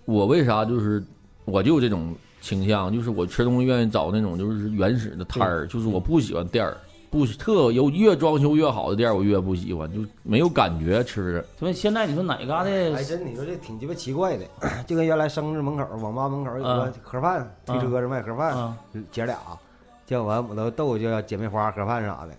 E: 我为啥就是我就有这种倾向，就是我吃东西愿意找那种就是原始的摊儿，就是我不喜欢店儿，不喜特有越装修越好的店儿我越不喜欢，就没有感觉吃着。
D: 所以现在你说哪嘎达
C: 哎，真你说这挺鸡巴奇怪的，就跟原来生日门口网吧门口有个
D: 嗯
C: 盒饭，推车是卖盒饭，
D: 啊，
C: 姐俩叫完我都逗叫姐妹花盒饭啥的，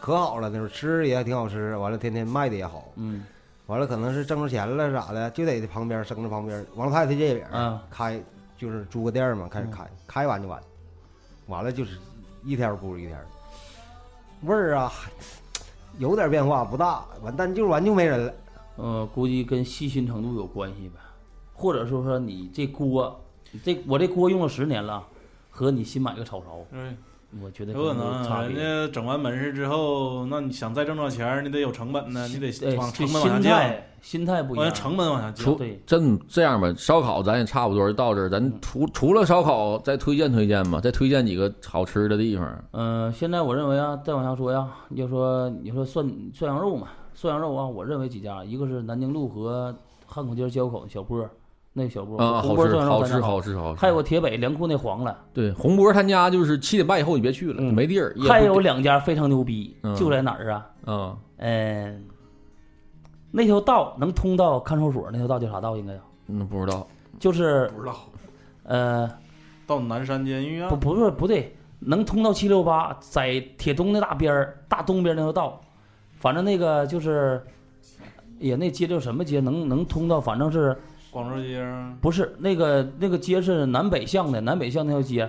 C: 可好了，那时候吃也挺好吃，完了天天卖的也好，
D: 嗯
C: 完了可能是挣着钱了啥的，就在旁边生着旁边王老太太这边
D: 啊
C: 开就是租个店儿嘛，开始
D: 嗯
C: 开，开完就完，完了就是一天不如一天，味儿啊有点变化不大，完但就是完就没人了，
D: 呃，估计跟细心程度有关系呗，或者说说你这锅，你这我这锅用了十年了，和你新买个炒勺，
A: 对，
D: 我觉得
A: 有可
D: 有差
A: 能啊
D: 别。
A: 人家整完门市之后，那你想再挣着钱儿，你得有成本呢，你
D: 哎
A: 得往，
D: 这
A: 成本往下
D: 心
A: 降，
D: 态心态不一
A: 往下
D: 样。
A: 成本往下降
E: 除。
D: 对嗯
E: 真这样吧，烧烤咱也差不多到这儿，咱除除了烧烤再推荐推荐吧，再推荐几个好吃的地方。
D: 呃，现在我认为啊，再往下说呀，要说你说涮涮羊肉嘛，涮羊肉啊，我认为几家，一个是南京路和汉口街交口小波儿，那个小波
E: 啊，
D: 儿，
E: 好
D: 红波儿
E: 吃，
D: 涮羊肉
E: 好
D: 咱
E: 吃，
D: 家好
E: 好吃，好吃。
D: 还有个铁北粮库那黄了。
E: 对，红波他家就是七点半以后你别去了，
D: 嗯
E: 没地儿。也不
D: 还有两家非常牛逼，
E: 嗯
D: 就在哪儿啊？
E: 啊，
D: 嗯，那条道能通到看守所，那条道叫啥道？应该叫
E: 嗯，不知道。
D: 就是
B: 不知道，
D: 呃，
A: 到南山监狱啊
D: 不，不是不对，能通到七六八，在铁东那大边儿，大东边那条道，反正那个就是，也那街叫什么街？能能通到，反正是
A: 广州街啊，
D: 不是那个那个街是南北向的，南北向那条街，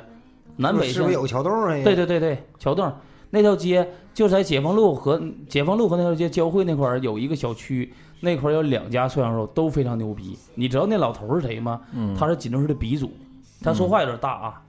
D: 南北
C: 是
D: 向
C: 不是有桥洞啊？
D: 对对对对，桥洞那条街就在解放路和解放路和那条街交汇那块儿有一个小区，那块儿有两家涮羊肉都非常牛逼。你知道那老头儿是谁吗？
E: 嗯，
D: 他是锦州市的鼻祖，他说话有点大啊。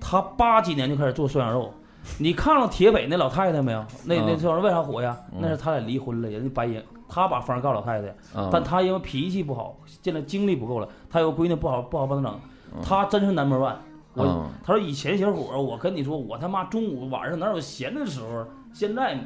D: 他八几年就开始做涮羊肉，你看了铁北那老太太没有？那那
E: 啊
D: 涮羊肉为啥火呀？
E: 嗯
D: 那是他俩离婚了，人家白银，他把方告老太太。
E: 啊
D: 但他因为脾气不好，现在精力不够了，他有闺女不好不好帮他整，
E: 嗯
D: 他真是 number one。我、
E: 嗯
D: 他说以前小伙儿，我跟你说，我他妈中午晚上哪有闲的时候？现在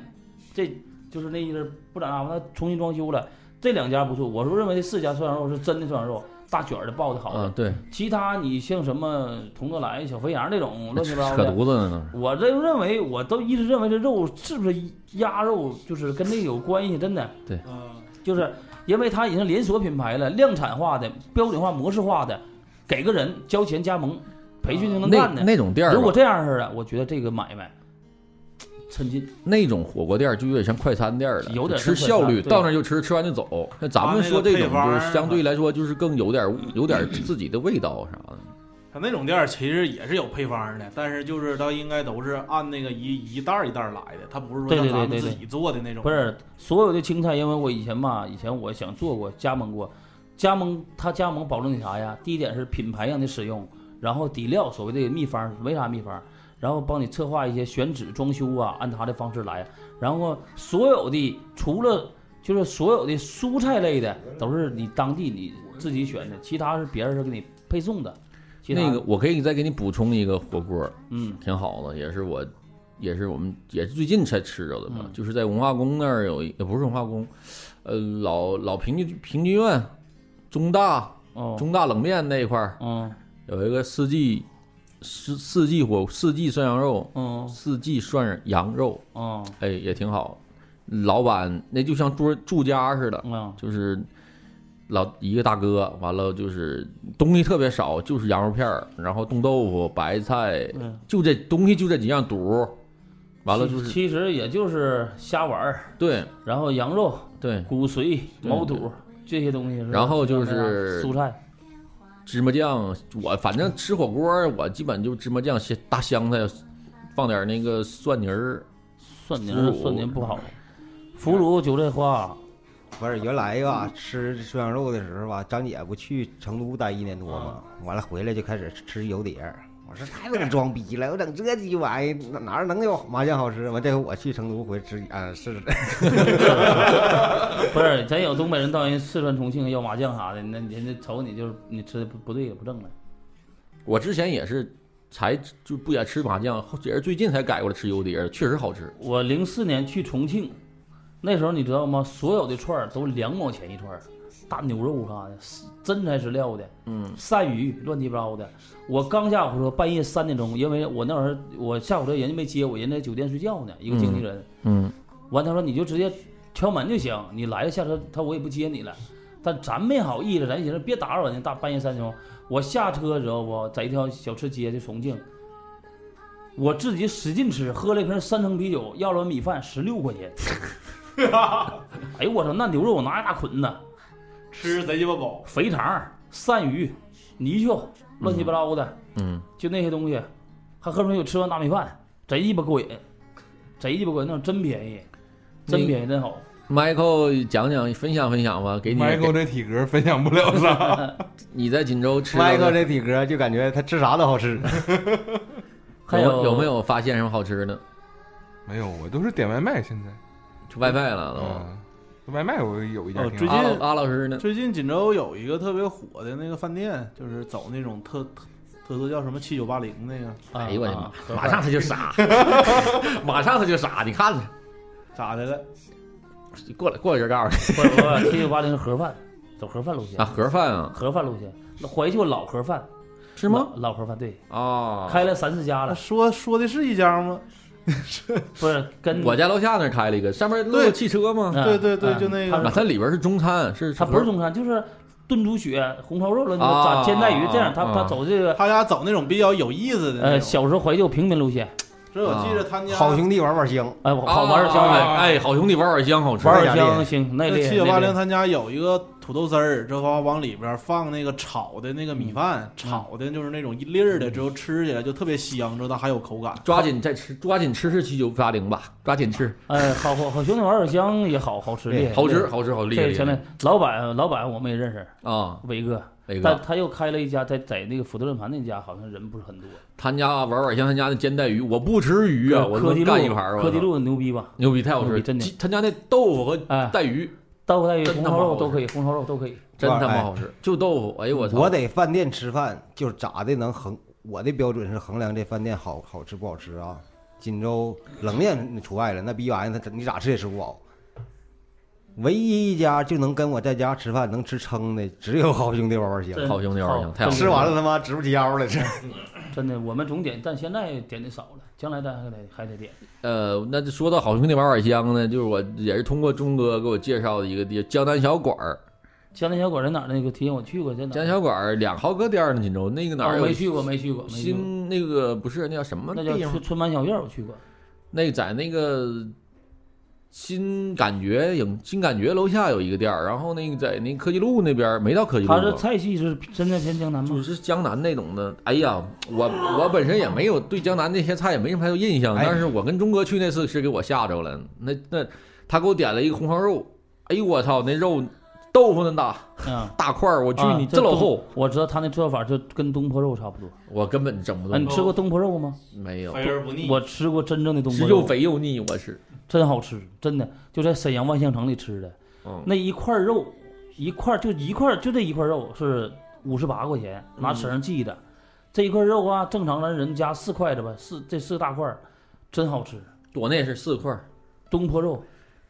D: 这就是那意思，不咋地，他重新装修了。这两家不错，我说认为这四家涮羊肉是真的涮羊肉，大卷儿的爆的好的。
E: 啊，对，
D: 其他你像什么铜德来、小肥羊这种乱七八糟
E: 扯
D: 的，
E: 犊子呢
D: 我这认为我都一直认为这肉是不是鸭肉就是跟这有关系，真的。
A: 嗯，
D: 就是因为它已经连锁品牌了，量产化的、标准化、模式化的，给个人交钱加盟，培训
E: 那
D: 就能
E: 那
D: 干的。
E: 那种店儿吧，
D: 如果这样式儿的，我觉得这个买卖趁劲。
E: 那种火锅店儿就有点像快餐店儿了，
D: 有点
E: 就吃
D: 像快
E: 效
D: 餐
E: 率，
D: 对
E: 到那儿就吃，吃完就走。那咱们说这种
A: 啊那个配方
E: 就
A: 儿
E: 是相对来说就是更有点有点自己的味道啥的。
A: 他那种店儿其实也是有配方的，但是就是他应该都是按那个一一袋儿一袋儿来的，他不是说
D: 对
A: 像
D: 对
A: 咱
D: 对
A: 们
D: 对
A: 自己做的那种。
D: 不是所有的青菜，因为我以前嘛，以前我想做过加盟过，加盟它加盟保证你啥呀？第一点是品牌让你使用，然后底料所谓的秘方没啥秘方，然后帮你策划一些选址、装修啊，按它的方式来，然后所有的除了就是所有的蔬菜类的都是你当地你自己选的，其他是别人是给你配送的。 <clears throat> 其他
E: 那个，我可以再给你补充一个火锅儿，
D: 嗯
E: 挺好的，也是我，也是我们也是最近才吃着的嘛，
D: 嗯
E: 就是在文化宫那儿有一，也不是文化宫，呃，老老平均平均院，中大
D: 哦
E: 中大冷面那一块儿
D: 嗯
E: 有一个四季四四季火四季涮羊肉，
D: 嗯
E: 四季涮羊肉，
D: 嗯
E: 哎，也挺好。老板那就像住住家似的，
D: 嗯
E: 就是老一个大哥，完了就是东西特别少，就是羊肉片儿，然后冻豆腐、白菜，
D: 嗯，
E: 就这东西就这几样肚儿。完了就
D: 其
E: 是
D: 其实也就是虾丸儿，
E: 对
D: 然后羊肉、
E: 对
D: 骨髓、
E: 对
D: 毛肚这些东西是吧，
E: 然后就
D: 再加上
E: 是
D: 蔬菜，
E: 芝麻酱，我反正吃火锅儿我基本就芝麻酱、香大香菜，放点那个蒜泥儿，
D: 蒜泥
E: 腐
D: 儿
E: 乳
D: 蒜泥不好，腐乳、韭菜花，
C: 不是原来吧，吃涮羊肉的时候吧，张姐不去成都待一年多吗？完了回来就开始吃油碟儿。我说太能装逼了，我整这鸡玩意哪哪儿能有麻酱好吃？完这回我去成都回吃啊试试，
D: 不是，咱有东北人到人四川、重庆要麻酱啥的，那人家瞅你就是你吃的不不对了，不正了。
E: 我之前也是才就不也吃麻酱，后也是最近才改过来吃油碟儿，确实好吃。
D: 我零四年去重庆，那时候你知道吗？所有的串儿都两毛钱一串儿，大牛肉啥的，真材实料的，
E: 嗯，
D: 鳝鱼乱七八糟的。我刚下火车，半夜三点钟，因为我那会儿我下火车，人家没接我，人在酒店睡觉呢，一个经纪人。
E: 嗯，
D: 完他说你就直接敲门就行，你来了下车，他我也不接你了。但咱没好意思，咱寻思别打扰人家，大半夜三点钟，我下车知道不，在一条小吃街就重庆，我自己使劲吃，喝了一瓶三层啤酒，要了碗米饭，十六块钱。哎呦我操，那牛肉我拿一大捆子，
A: 吃贼鸡巴饱，
D: 肥肠、鳝鱼、泥鳅，乱七八糟的，
E: 嗯，
D: 就那些东西，还喝瓶酒，吃完大米饭，贼鸡巴过瘾，贼鸡巴过瘾，那种真便宜，真
E: 那
D: 便宜，真好。
E: Michael 讲讲分享分享吧，给你
B: Michael 这体格分享不了啥， <laughs>
E: 你在锦州吃到
C: 麦克
E: 的，
C: 这体格就感觉他吃啥都好吃。
D: 还
E: 有
D: 有
E: 有没？有发现什么好吃的？
B: 没有，我都是点外卖现在。
E: 就外卖了都。
B: 嗯，外卖我有一家
A: 哦
B: 挺
A: 最
B: 好。
A: 近
E: 阿老阿老师呢？
A: 最近锦州有一个特别火的那个饭店，就是走那种特特特色叫什么七九八零那个
D: 啊
E: 哎呦我的妈
D: 啊！
E: 马上他就傻， <laughs> 马上他就傻，你看着，
A: 咋的了？
E: 过来过来就告诉你
D: 不不，七九八零盒饭， <laughs> 走盒饭路线
E: 啊，，盒饭啊，
D: 盒饭路线。那怀旧老盒饭
E: 是吗？？
D: 老老盒饭对，
E: 啊，
D: 开了三四家了，
A: 说说的是一家吗？
D: 不是跟
E: 我家楼下那儿开了一个，上面路有
A: 对
E: 汽车吗？
D: 嗯
A: 对对对
D: 嗯
A: 就那个
D: 它
E: 啊，
D: 是
E: 它里边是中餐，是
D: 它不是中餐，就是炖猪血、红烧肉了，
E: 啊
D: 炸煎带鱼这样，它
E: 啊
D: 它走这个
A: 他家走那种比较有意思的那
D: 呃
A: 种。
D: 小时候怀旧平民路线，
A: 这我记着他家
C: 啊好兄弟玩玩香，
D: 哎，我好玩儿
E: 香
D: 香
E: 哎
D: 呗，
E: 哎，好兄弟，玩碗香好吃，
D: 玩
C: 玩儿
D: 儿
C: 香
D: 香行，那
A: 那
D: 类
A: 七九八零他家有一个土豆丝儿，这往往里边放那个炒的那个米
C: 嗯
A: 饭，炒的就是那种一粒儿的，之后吃起来就特别香，之后它还有口感。
E: 抓紧再吃，抓紧吃吃七九八零吧，抓紧吃，
D: 哎，好好好兄弟玩儿香也好好吃，
C: 对
D: 厉害
E: 哎好
D: 厉
E: 吃
D: 害
E: 好吃好厉害
D: 哎这
E: 厉
D: 前
E: 害
D: 面老板老板我们也认识，
E: 啊！
D: 伟哥，
E: 伟
D: 但
E: 哥，
D: 他又开了一家，在在那个斧头论坛那家，好像人不是很多。
E: 他家玩碗香，他家那煎带鱼，我不吃鱼啊，我
D: 科技
E: 能
D: 路
E: 干一盘儿，我
D: 科技
E: 操
D: 路牛逼吧？
E: 牛逼太好
D: 牛
E: 吃
D: 逼
E: 了，
D: 真的
E: 鸡他家那豆腐和
D: 哎，
E: 带鱼
D: 豆腐带鱼、
E: 真
D: 红
E: 他妈
D: 烧
E: 好
D: 肉
E: 吃
D: 都可以，红烧肉都可以。
E: 真他妈
C: 哎
E: 好吃，就豆腐，哎呦我操！
C: 我得饭店吃饭就是咋的能衡，我的标准是衡量这饭店好好吃不好吃啊。锦州冷面除外了，那逼玩意儿它你咋吃也吃不饱。唯一一家就能跟我在家吃饭能吃撑的，只有好兄弟玩玩香。
D: 真
E: 好兄弟玩儿香太好
D: 真
E: 吃
D: 的
C: 吃完了他妈直不起腰了，这
D: 真的，我们总点，但现在点的少了，将来咱还得还得点。
E: 呃，那就说到好兄弟碗碗香呢，就是我也是通过钟哥给我介绍的一个地，江南小馆儿。
D: 江南小馆在哪儿？那个提醒我去过，在哪儿？
E: 江南小馆儿两豪哥店儿呢，锦州那个哪儿
D: 哦
E: 有
D: 没去过，没去过，没去过。
E: 新那个不是那叫什么
D: 那
E: 地
D: 叫
E: 方
D: 春？春满小院儿，我去过。
E: 那个在那个新感觉影新感觉楼下有一个店儿，然后那个在那科技路那边儿没到科技路啊
D: 它
E: 吧
D: 这，菜系是真的偏江南
E: 就
D: 吗？
E: 是江南那种的。哎呀，我我本身也没有对江南那些菜也没什么太多印象，
C: 哎
E: 但是我跟钟哥去那次是给我吓着了。那那他给我点了一个红烧肉，哎呦我操，那肉豆腐那么大 <laughs>
D: 啊，
E: 大块儿，我去
D: 啊
E: 你这老厚，。
D: 东我知道他那做法就跟东坡肉差不多。
E: 我根本整不
D: 啊，你
E: 动，
D: 吃过东坡肉吗？
E: 没
C: 嗯
D: 哎
E: 有，
A: 而不腻
D: 我吃过真正的东
E: 嗯是
D: 坡
E: 又
D: 肉，
E: 肥又腻，我是。
D: 真好吃，真的就在沈阳万象城里吃的。
E: 嗯，
D: 那一块肉，一块就一块就这一块肉是五十八块钱，
E: 嗯
D: 拿绳儿系的。这一块肉啊，正常咱人家四块的吧，四这四大块儿，真好吃。
E: 我那也是四块儿，
D: 东坡肉，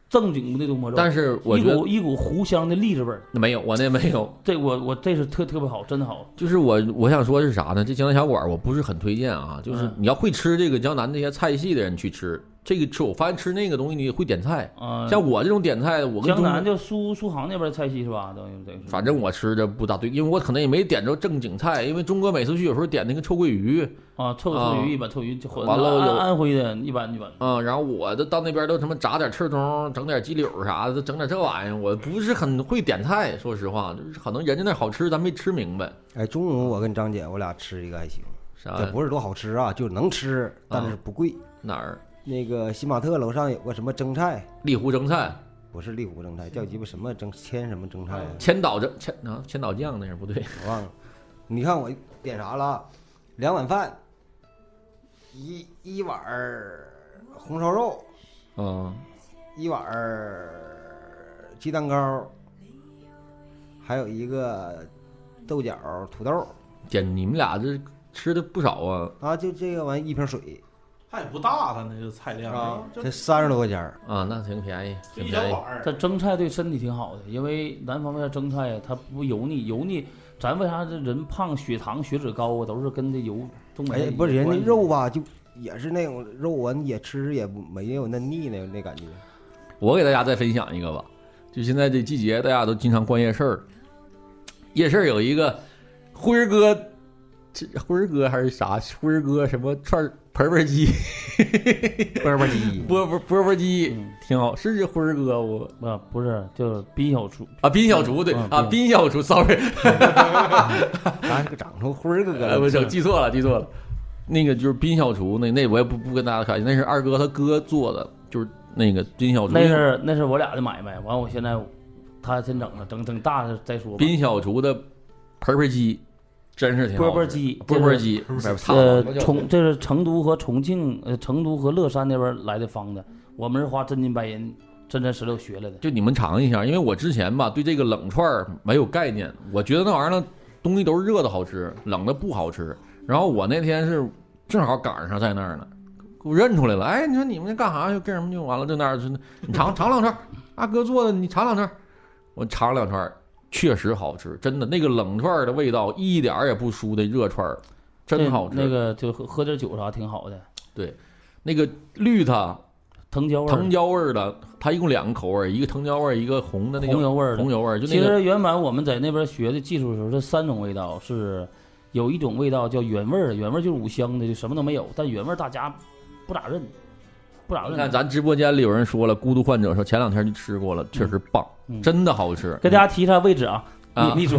D: 正经的东坡肉，
E: 但是我
D: 哎一
E: 觉得哎
D: 股一股糊香的栗子味儿。
E: 没有，我那没有。
D: 这我我这是特特别好，真的好。
E: 就是我我想说的是啥呢？这江南小馆儿我不是很推荐啊，就是
D: 嗯
E: 你要会吃这个江南这些菜系的人去吃这个吃，我发现吃那个东西你也会点菜，
D: 啊、
E: 像我这种点菜的，我跟
D: 江
E: 中
D: 南就苏苏杭那边菜系是吧？等于等于是
E: 反正我吃的不大对，因为我可能也没点着正经菜，因为中国美食区有时候点那个臭鳜鱼
D: 啊，臭
E: 啊
D: 臭鱼一般，臭鱼就混
E: 完了
D: 安
E: 有
D: 安徽的一般一般。
E: 啊、然后我都到那边都他妈炸点翅通，整点鸡柳啥的，都整点这玩意儿，我不是很会点菜，说实话，就是可能人家那好吃，咱没吃明白
C: 哎，中午我跟张姐我俩吃一个还行，
E: 啥
C: 这不是多好吃啊，就是能吃，但是不贵。
E: 哪儿
C: 那个新玛特楼上有个什么蒸菜，
E: 丽湖蒸菜、
C: 不是丽湖蒸菜，叫鸡巴什么蒸千什么蒸菜啊，
E: 千岛蒸千啊千岛酱那是不对， <laughs>
C: 我忘了。你看我点啥了啊？两碗饭，一一碗儿红烧肉，
E: 嗯。
C: 一碗儿鸡蛋糕，还有一个豆角儿土豆儿
E: 姐，你们俩这吃的不少啊
C: 啊，就这个玩意一瓶水
A: 它也不大，它那个菜量
C: 啊，
A: 就
C: 才三十多块钱儿。
E: 啊，那挺便宜，
A: 就
E: 挺
A: 一小
E: 便宜
A: 碗。儿
D: 这。蒸菜对身体挺好的，因为南方为啥蒸菜呀？它不油腻，油腻，咱为啥这人胖、血糖、血脂高啊？都是跟这油东北
C: 哎
D: 菜，
C: 不是
D: 有
C: 人家
D: 关系
C: 肉吧，就也是那种肉啊，你也吃也不没有那腻那那
E: <laughs>
C: 感觉。
E: 我给大家再分享一个吧，就现在这季节，大家都经常逛夜市儿。夜市儿有一个辉儿哥，这辉儿哥还是啥？辉儿哥什么串儿盆盆鸡、
C: 啵 <laughs> 啵鸡，
E: 钵钵钵钵鸡
D: 嗯，
E: 挺好，是这辉儿哥我
D: 啊，不是，就是滨小厨，
E: 啊，斌小厨对
D: 嗯
E: 啊，
D: 嗯
E: 斌小厨，sorry，
C: 咱这个啊长出灰儿哥
E: 呃，
C: 了。
E: 我整记错了，记错了。那个就是斌小厨，那那我也不不跟大家开玩笑，那是二哥他哥做的，就是那个斌小厨，
D: 那是那是我俩的买卖。完，我现在他先整了，整整大了再说吧。
E: 滨小厨的盆盆鸡，真是挺好吃
D: 钵钵鸡
E: 钵钵鸡，操
D: 呃，
E: 我就
D: 重这是成都和重庆，呃，成都和乐山那边来的方子，我们是花真金白银、真材实料学来的。
E: 就你们尝一下，因为我之前吧对这个冷串儿没有概念，我觉得那玩意儿呢东西都是热的好吃，冷的不好吃。然后我那天是正好赶上在那儿呢，给我认出来了，哎，你说你们这干啥呀？干什么就完了？这那儿就你尝尝两串儿，阿哥做的，你尝两串儿。我尝了两串儿，确实好吃，真的那个冷串儿的味道一点儿也不输的热串儿，真
D: 这
E: 好吃。
D: 那个就喝喝点酒啥挺好的，
E: 那个绿它
D: 藤椒味儿、
E: 藤椒味儿的，它一共两个口味儿，一个藤椒味儿，一个红的那
D: 红
E: 个
D: 油味儿的
E: 红。油味儿，就
D: 其
E: 那个
D: 实原本我们在那边学的技术的时候，这三种味道是有一种味道叫原味儿的，原味儿就是五香的，就什么都没有，但原味儿大家不咋认，不咋
E: 你看，
D: 认。
E: 咱直播间里有人说了，孤独患者说前两天就吃过了，确实棒，
D: 嗯
E: 真的好吃。
D: 跟大家提一下位置啊，
E: 啊
D: 你你说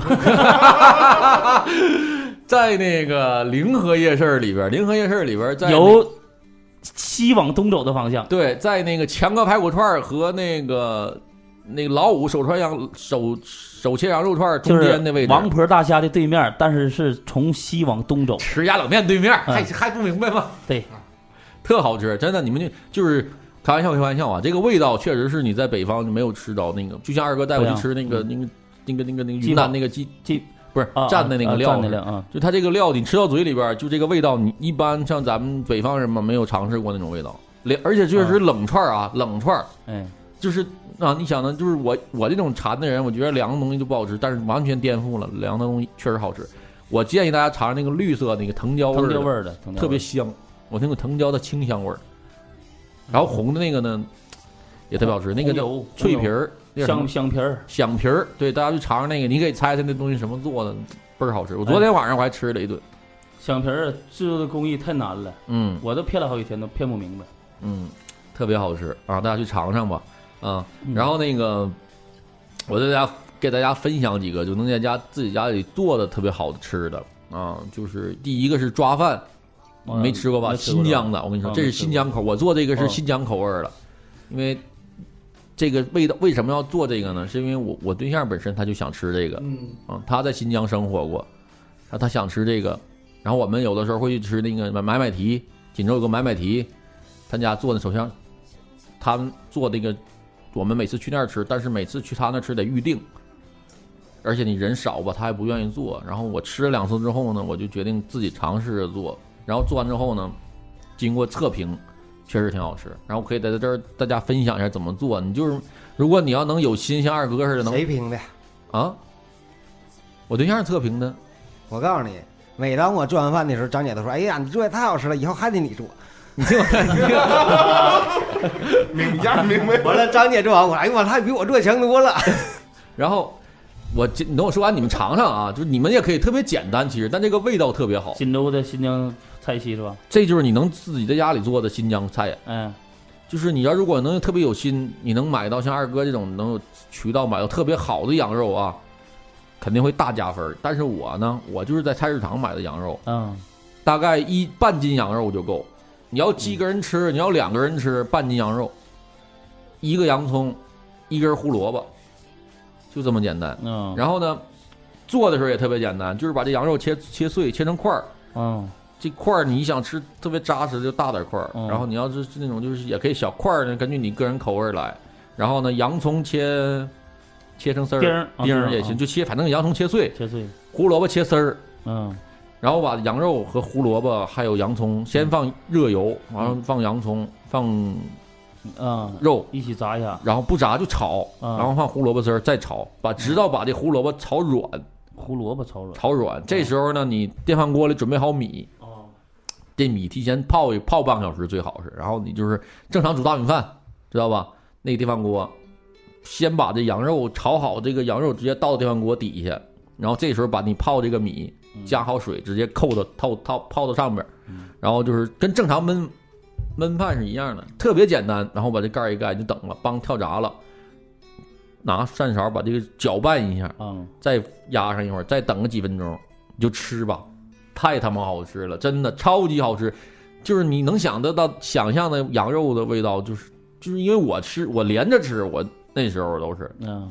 E: 在那个临河夜市里边，临河夜市里边 <laughs> 在那
D: 由西往东走的方向，
E: 对，在那个强哥排骨串儿和那个那个老五手串羊手手切羊肉串儿
D: 就
E: 中
D: 是
E: 间的位置，
D: 王婆大虾的对面，但是是从西往东走。
E: 吃鸭冷面对面，啊
D: 嗯
E: 还还不明白吗？
D: 对，
E: 特好吃，真的，你们就就是开玩笑，开玩笑啊！这个味道确实是你在北方没有吃着那个，就像二哥带我去吃那个那个那个那个那个
D: 嗯鸡
E: 云
D: 煲
E: 南那个鸡
D: 鸡
E: 不是
D: 啊，
E: 蘸的那个料似
D: 蘸
E: 的
D: 的料，啊，
E: 就它这个料，你吃到嘴里边儿，就这个味道，你一般像咱们北方人嘛，没有尝试过那种味道。连而且确实冷串儿啊，冷串儿
D: 哎，
E: 就是啊，你想呢，就是我我这种馋的人，我觉得凉的东西就不好吃，但是完全颠覆了，凉的东西确实好吃。我建议大家尝尝那个绿色那个藤椒味儿
D: 藤
E: 的
D: 椒味儿嗯的，藤椒味儿
E: 特别香，我那个藤椒的清香味儿，然后红的那个呢也特别好吃，那个
D: 红
E: 叫
D: 油
E: 脆皮儿，那叫什
D: 红油香
E: 么
D: 香皮儿，
E: 响皮儿，对，大家去尝尝那个，你可以猜猜那东西什么做的，倍儿好吃。我
D: 哎
E: 昨天晚上我还吃了一顿，
D: 香皮儿制作的工艺太难了，
E: 嗯
D: 我都骗了好几天都骗不明白。
E: 嗯，特别好吃啊，大家去尝尝吧啊。
D: 嗯
E: 然后那个，我在家给大家分享几个，就能在家自己家里做的特别好的吃的啊，就是第一个是抓饭，
D: 啊
E: 没吃过吧？
D: 没吃
E: 新
D: 过
E: 疆的，我跟你说，
D: 啊
E: 这是
D: 没吃过
E: 新疆口，我做这个是
D: 啊
E: 新疆口味儿的，因为这个味道为什么要做这个呢？是因为我我对象本身他就想吃这个，
D: 嗯，
E: 啊，他在新疆生活过，他他想吃这个，然后我们有的时候会去吃那个买买买提，锦州有个买买提，他家做的首先，他们做那个，我们每次去那儿吃，但是每次去他那儿吃得预定，而且你人少吧，他还不愿意做。然后我吃了两次之后呢，我就决定自己尝试着做，然后做完之后呢，经过测评，确实挺好吃。然后我可以在这儿大家分享一下怎么做。你就是如果你要能有心，像二哥似的能
C: 谁评的？
E: 啊，我对象测评的，
C: 我告诉你，每当我做完饭的时候，张姐都说：“哎呀，你做也太好吃了，以后还得你做。
E: 你听我
B: <laughs> 明一下明白”
C: <laughs> 完了，张姐做完，我说哎呦我，她比我做得强多了。
E: 然后我这你等我说完，你们尝尝啊，就是你们也可以特别简单，其实，但这个味道特别好。
D: 锦州的新疆菜系是吧？
E: 这就是你能自己在家里做的新疆菜，
D: 嗯，
E: 就是你要如果能特别有心，你能买到像二哥这种能有渠道买到特别好的羊肉啊，肯定会大加分儿。但是我呢，我就是在菜市场买的羊肉，
D: 嗯，
E: 大概一半斤羊肉就够。你要七个人吃，你要两个人吃，半斤羊肉，一个洋葱，一根胡萝卜，就这么简单。
D: 嗯，
E: 然后呢，做的时候也特别简单，就是把这羊肉切切碎，切成块儿。
D: 嗯，
E: 这块儿你想吃特别扎实，就大点块儿。
D: 嗯
E: 然后你要是是那种就是也可以小块儿呢，根据你个人口味儿来。然后呢，洋葱切切成丝
D: 丁
E: 儿，
D: 儿
E: 丁儿也行，，就切反正洋葱切碎
D: 嗯，切碎，
E: 胡萝卜切丝儿，
D: 嗯
E: 然后把羊肉和胡萝卜还有洋葱先放热油，完了放洋葱放
D: 嗯，
E: 肉，
D: 一起炸一下，
E: 然后不炸就炒，
D: 嗯
E: 然后放胡萝卜丝儿再炒，把直到把这胡萝卜炒软。
D: 胡萝卜炒软，
E: 炒软。这时候呢，你电饭锅里准备好米，
D: 哦，
E: 这米提前泡一泡半个小时最好是，然后你就是正常煮大米饭，知道吧？那个电饭锅，先把这羊肉炒好，这个羊肉直接倒到电饭锅底下，然后这时候把你泡这个米
D: 嗯
E: 加好水，直接扣到套套泡到上面
D: 嗯，
E: 然后就是跟正常焖焖饭是一样的，特别简单。然后把这盖儿一盖就等了，帮跳闸了，拿扇勺把这个搅拌一下，
D: 嗯，
E: 再压上一会儿，再等个几分钟，你就吃吧，太他妈好吃了，真的超级好吃，就是你能想得到、想象的羊肉的味道，就是就是因为我吃，我连着吃，我那时候都是
D: 嗯，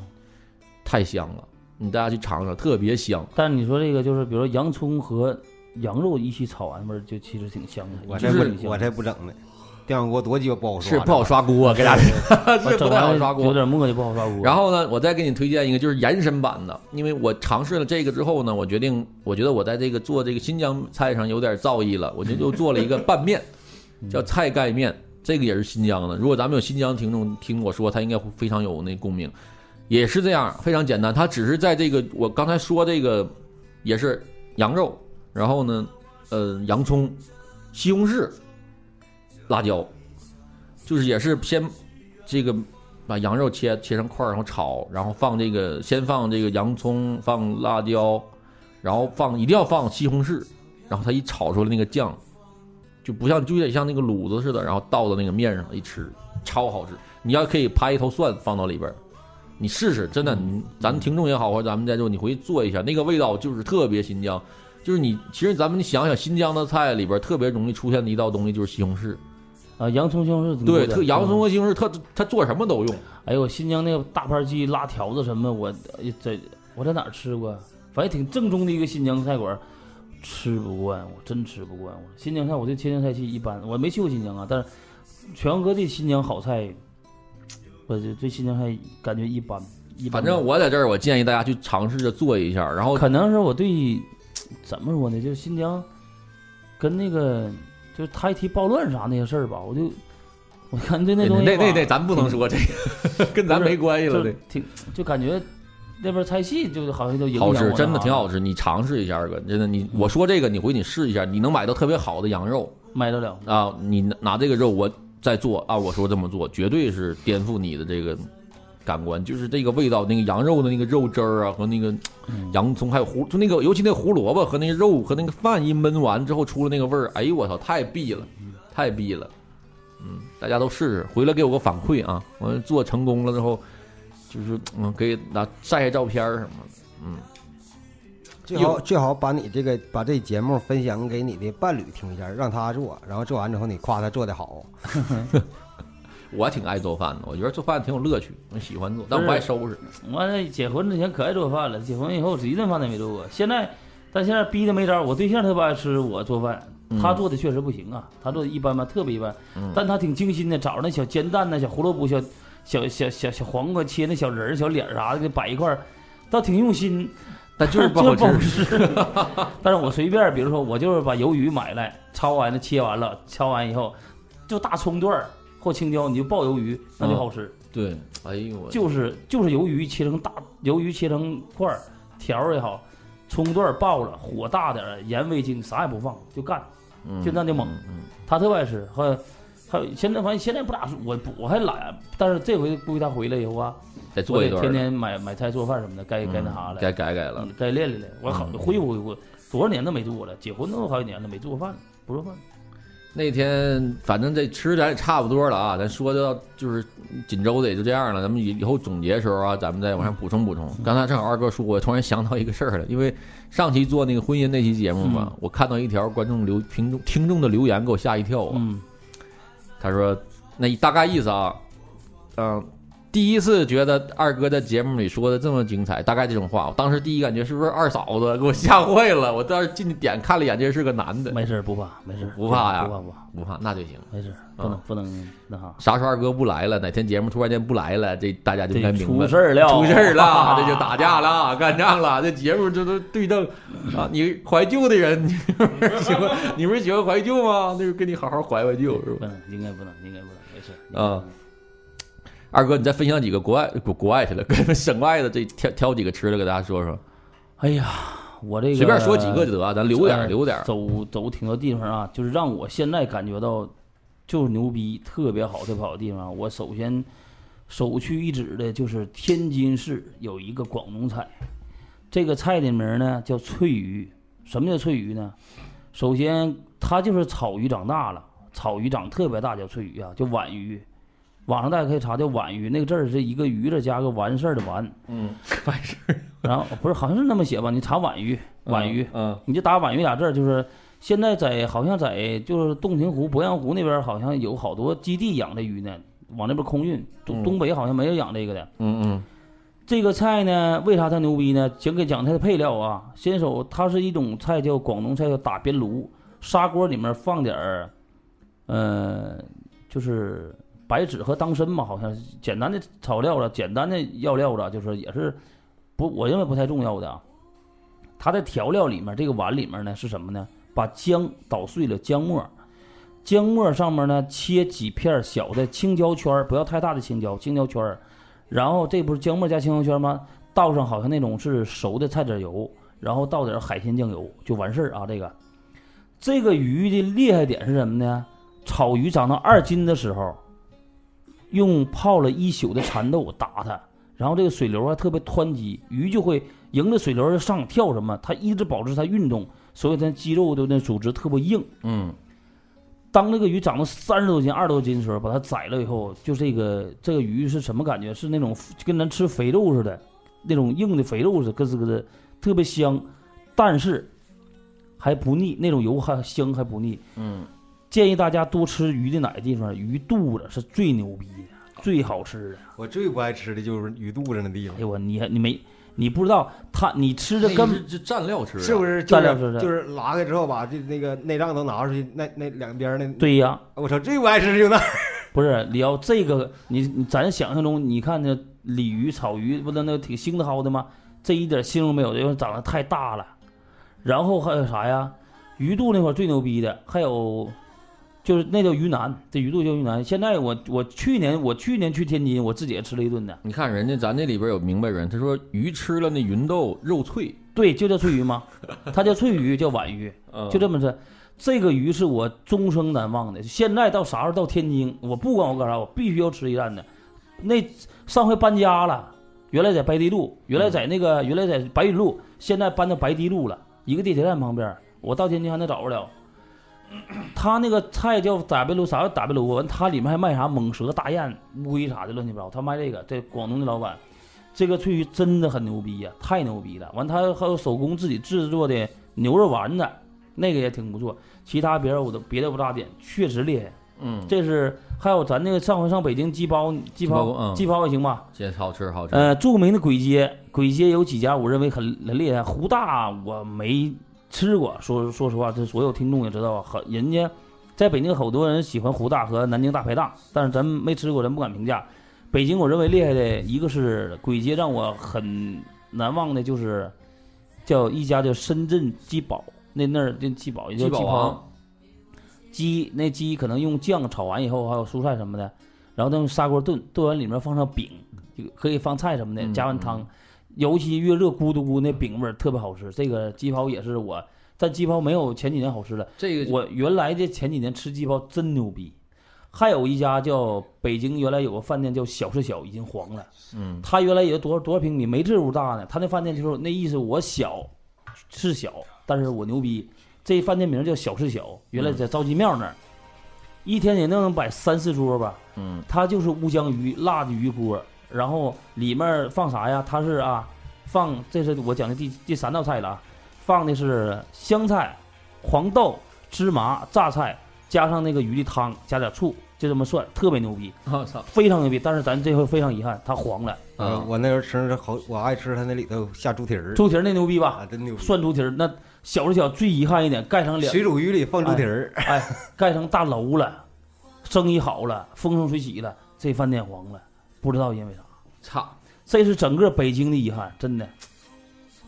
E: 太香了，你大家去尝尝，特别香。
D: 但你说这个就是，比如说洋葱和羊肉一起炒完味儿，就其实挺香的，
C: 我
E: 这
C: 这
E: 不
D: 挺香的
C: 我这不整的，电饭锅多鸡巴不好刷，
E: 是不好刷锅，给大家 <laughs>
D: 我
E: 是
D: 整
E: 不太好
D: 完
E: 刷
D: 有
E: 锅。
D: 点磨叽，不好刷锅。
E: 然后呢，我再给你推荐一个，就是延伸版的，因为我尝试了这个之后呢，我决定，我觉得我在这个做这个新疆菜上有点造诣了，我就又做了一个拌面，叫菜盖面，这个也是新疆的。如果咱们有新疆听众听我说，他应该会非常有那共鸣，也是这样，非常简单。它只是在这个我刚才说这个，也是羊肉，然后呢，呃，洋葱、西红柿、辣椒，就是也是先这个把羊肉切切成块儿，然后炒，然后放这个先放这个洋葱，放辣椒，然后放一定要放西红柿，然后它一炒出来那个酱，就不像就有点像那个卤子似的，然后倒到那个面上一吃，超好吃。你要可以拍一头蒜放到里边儿，你试试，真的，
D: 嗯
E: 你咱们听众也好，或者咱们在座你回去做一下，那个味道就是特别新疆。就是你，其实咱们想想，新疆的菜里边儿特别容易出现的一道东西就是西红柿，
D: 啊，洋葱、西红柿挺多
E: 对，
D: 的，
E: 特洋葱
D: 嗯。
E: 和西红柿，它它做什么都用。
D: 哎呦，新疆那个大盘鸡、辣条子什么，我哎在我在哪儿吃过？啊反正挺正宗的一个新疆菜馆，吃不惯，我真吃不惯。我新疆菜，我对新疆菜系一般，我没去过新疆啊，但是全国各地新疆好菜，我就对新疆菜感觉一般。一般
E: 反正我在这儿，我建议大家去尝试着做一下。然后
D: 可能是我对怎么说呢，就是新疆跟那个就是他一提暴乱啥那些事儿吧，我就我感觉对那东西
E: 那那
D: 吧
E: 那咱不能说这个，跟咱没关系了。
D: 就
E: 这
D: 挺就感觉那边菜系就好像就影响
E: 好
D: 我
E: 吃，
D: 了
E: 真的
D: 啊
E: 挺好吃，你尝试一下，二哥，真的你我说这个，你回去你试一下，你能买到特别好的羊肉
D: 买得了。
E: 啊！你拿拿这个肉，我再做啊，我说这么做，绝对是颠覆你的这个感官，就是这个味道，那个羊肉的那个肉汁儿啊，和那个
D: 嗯
E: 洋葱，还有胡，就那个尤其那胡萝卜和那个肉和那个饭一焖完之后出了那个味儿，哎呦我操，太逼了，太逼了。嗯，大家都试试，回来给我个反馈啊！我做成功了之后，就是嗯，可以拿晒晒照片儿什么的。嗯，
C: 最好最好把你这个把这节目分享给你的伴侣听一下，让他做，然后做完之后你夸他做的好。
E: 我还挺爱做饭的，我觉得做饭挺有乐趣，我喜欢做，但
D: 是
E: 我不爱收拾。
D: 完了，结婚之前可爱做饭了，结婚以后一顿饭都没做过。现在，但现在逼的没招儿。我对象特别爱吃我做饭，他做的确实不行啊，他做的一般般，特别一般。
E: 嗯
D: 但他挺精心的，找着那小煎蛋呐、小胡萝卜、小小小小小黄瓜切那小仁儿、小脸儿啥的，给摆一块儿，倒挺用心。
E: 但就是不
D: 不
E: 好吃。
D: 吃。 <laughs> 但是我随便，比如说我就是把鱿鱼买来，焯完了切完了，焯完以后就大葱段儿或青椒，你就爆鱿鱼，那就
E: 嗯
D: 好吃。
E: 对，哎呦我
D: 就是就是鱿鱼切成大，鱿鱼切成块儿，条儿也好，葱段儿爆了，火大点儿，盐味精啥也不放就干。
E: 嗯
D: 就那就猛
E: 嗯
D: 他特爱吃，还还有现在反正现在不咋，我不我还懒，但是这回估计他回来以后啊，
E: 嗯得
D: 我
E: 做
D: 得
E: 一段儿
D: 天
E: 了，
D: 天买买菜做饭什么的，该该那啥
E: 嗯
D: 了，
E: 该改改了
D: 嗯。该练练练。我好
E: 嗯
D: 恢复恢复，多少年都没做了，结婚都好几年了，没做过饭，不做饭。
E: 那天反正这吃咱也差不多了啊，咱说到就是锦州的也就这样了。咱们以以后总结的时候啊，咱们再往上补充补
D: 嗯
E: 充。刚才正好二哥说，我突然想到一个事儿了，因为上期做那个婚姻那期节目嘛，
D: 嗯
E: 我看到一条观众留听众听众的留言，给我吓一跳啊。
D: 嗯
E: 他说那大概意思啊，嗯、第一次觉得二哥在节目里说的这么精彩，大概这种话，我当时第一感觉是不是二嫂子给我吓坏了？我当时进去点看了一眼，这是个男的，
D: 没事儿不怕，没事儿
E: 不怕呀啊
D: 不怕不怕，
E: 不怕那就行。
D: 没事儿不能不能那啥。
E: 啥时候二哥不来了？哪天节目突然间不来了，这大家就应该
D: 这
E: 明白
D: 出事儿了，
E: 出事儿
D: <laughs>
E: 了，这就打架了，干仗了，这节目这都对瞪啊！你怀旧的人， <laughs> 你不是喜欢你不是喜欢怀旧吗？那就跟你好好怀怀旧是
D: 不
E: 吧？
D: 能，应该不能，应该不能，没事儿
E: 啊，二哥，你再分享几个国外国国外去了， <laughs> 跟省外的这挑挑几个吃的给大家说说，
D: 哎呀，我这个
E: 随便说几个就得啊，咱留点儿
D: 呃
E: 留点儿。
D: 走走挺多地方啊，就是让我现在感觉到就是牛逼，特别好特别好的地方。我首先首屈一指的就是天津市有一个广东菜，这个菜的名儿呢叫翠鱼。什么叫翠鱼呢？首先它就是草鱼长大了，草鱼长特别大叫翠鱼啊，叫皖鱼。网上大家可以查叫皖鱼，那个字儿是一个鱼字加个完事儿的完，
E: 嗯，完事儿，
D: 然后不是好像是那么写吧？你查皖鱼，皖鱼，
E: 嗯，
D: 你就打皖鱼俩字儿，就是现在在好像在就是洞庭湖、鄱阳湖那边儿好像有好多基地养这鱼呢，往那边空运。
E: 嗯
D: 东东北好像没人养这个的。
E: 嗯嗯
D: 这个菜呢，为啥它牛逼呢？先给讲它的配料啊，先手它是一种菜叫广东菜叫打边炉，砂锅里面放点儿，呃，就是白芷和当参吧，好像是简单的草料了，简单的药料了，就是也是不，我认为不太重要的啊。它在调料里面，这个碗里面呢是什么呢？把姜捣碎了，姜末，姜末上面呢切几片小的青椒圈儿，不要太大的青椒，青椒圈儿。然后这不是姜末加青椒圈吗？倒上好像那种是熟的菜籽油，然后倒点儿海鲜酱油就完事儿啊。这个，这个鱼的厉害点是什么呢？炒鱼长到二斤的时候，用泡了一宿的蚕豆打它，然后这个水流还啊特别湍急，鱼就会迎着水流上跳什么，它一直保持它运动，所以它肌肉的那组织特别硬。
E: 嗯
D: 当这个鱼长到三十多斤、二十多斤的时候，把它宰了以后，就这个这个鱼是什么感觉？是那种跟咱吃肥肉似的，那种硬的肥肉似的，咯吱咯吱，特别香，但是还不腻，那种油还香还不腻。
E: 嗯，
D: 建议大家多吃鱼的哪个地方？鱼肚子是最牛逼的，最好吃的。
C: 我最不爱吃的就是鱼肚子那地方
D: 哎，呦我，你还你没你不知道它，你吃
E: 这
D: 的
E: 这
D: 根
E: 跟这蘸料吃啊，
C: 是不是？就
D: 蘸料是
C: 是
D: 的
C: 就是拉开之后把这那个内脏都拿出去，那那两边儿那，
D: 对呀、
C: 我操，最不爱吃的就那。
D: 不是你要这个，你你咱想象中，你看那鲤鱼、草鱼，不都那挺腥的蒿的吗？这一点腥都没有，因为长得太大了。然后还有啥呀？鱼肚那块儿最牛逼的，还有就是那叫鱼腩，这鱼肚叫鱼腩。现在我我去年我去年去天津，我自己也吃了一顿呢。
E: 你看人家咱这里边有明白人，他说鱼吃了那芸豆肉脆，
D: 对，就叫翠鱼吗？它叫翠鱼，叫皖鱼，就这么着。这个鱼是我终生难忘的。现在到啥时候到天津，我不管我干啥，我必须要吃一站的。那上回搬家了，原来在白堤路，原来在那个、原来在白云路，现在搬到白堤路了，一个地铁站旁边。我到天津还能找着了。他那个菜叫打边炉，啥叫打边炉？完，它里面还卖啥猛蛇、大雁、乌龟啥的，乱七八糟。他卖这个，这广东的老板，这个翠鱼真的很牛逼呀、太牛逼了。完，他还有手工自己制作的牛肉丸子，那个也挺不错。其他别的我都别的不大点，确实厉害。
E: 嗯，
D: 这是还有咱那个上回上北京鸡包，鸡
E: 鸡包嗯
D: 包鸡包也行吧？
E: 这好吃好吃，
D: 呃，著名的簋街，簋街有几家我认为很很厉害。胡大我没吃过，说说实话，这所有听众也知道啊，很人家在北京好多人喜欢胡大和南京大排档，但是咱没吃过，咱不敢评价。北京我认为厉害的一个是簋街，让我很难忘的就是叫一家叫深圳鸡煲，那那儿那鸡煲也叫
E: 鸡煲
D: 煲，
E: 王，
D: 鸡那鸡可能用酱炒完以后，还有蔬菜什么的，然后再用砂锅炖，炖完里面放上饼，就可以放菜什么的，
E: 嗯
D: 加完汤，尤其越热咕嘟咕，那饼味儿特别好吃。这个鸡泡也是我，但鸡泡没有前几年好吃了。
E: 这个
D: 我原来的前几年吃鸡泡真牛逼，还有一家叫北京原来有个饭店叫小是小，已经黄了。
E: <laughs> 嗯
D: 他原来也多少多少平米，没这屋大呢。他那饭店就是那意思，我小是小，但是我牛逼。这饭店名叫小是小，原来在赵记庙那儿，一天也能摆三四桌吧。
E: 嗯
D: 它就是乌江鱼辣的鱼锅，然后里面放啥呀？它是啊，放这是我讲的第第三道菜了啊，放的是香菜、黄豆、芝麻、榨菜，加上那个鱼的汤，加点醋，就这么涮，特别牛逼，
E: 我哦操
D: 非常牛逼。但是咱这回非常遗憾，它黄了。
C: 呃
E: 啊
C: 我那时候吃好，我爱吃他那里头下猪蹄儿，
D: 猪蹄儿那牛逼吧？
C: 啊，真牛逼！
D: 涮猪蹄儿那小是小，最遗憾一点，盖成两
C: 水煮鱼里放猪蹄儿，
D: 哎，盖成大楼了，生意好了，风生水起了，这饭店黄了，不知道因为啥。
E: 操
D: 这是整个北京的遗憾，真的。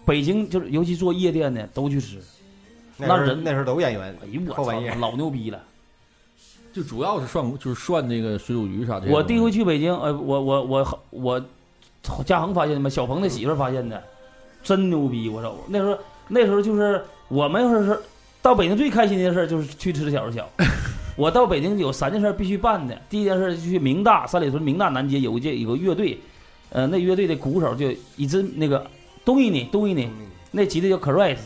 D: 北京就是尤其做夜店的都去吃，
C: <laughs> 那时候
D: 那人
C: 那时候都演员
D: 哎，呦我
C: 后半
D: 操，
C: 夜
D: 老牛逼了！
E: 就主要是涮就是涮那个水煮鱼啥的。
D: 我第一回去北京，呃，我我我我嘉恒发现的嘛，小鹏的媳妇儿发现的，真牛逼！我操，那时候那时候就是我们要是到北京最开心的事儿就是去吃小吃 <laughs> 小。我到北京有三件事儿必须办的，第一件事儿就去明大三里屯明大南街有一届有个乐队，呃，那乐队的鼓手就一直那个东一你东一你，那吉他叫 Crash，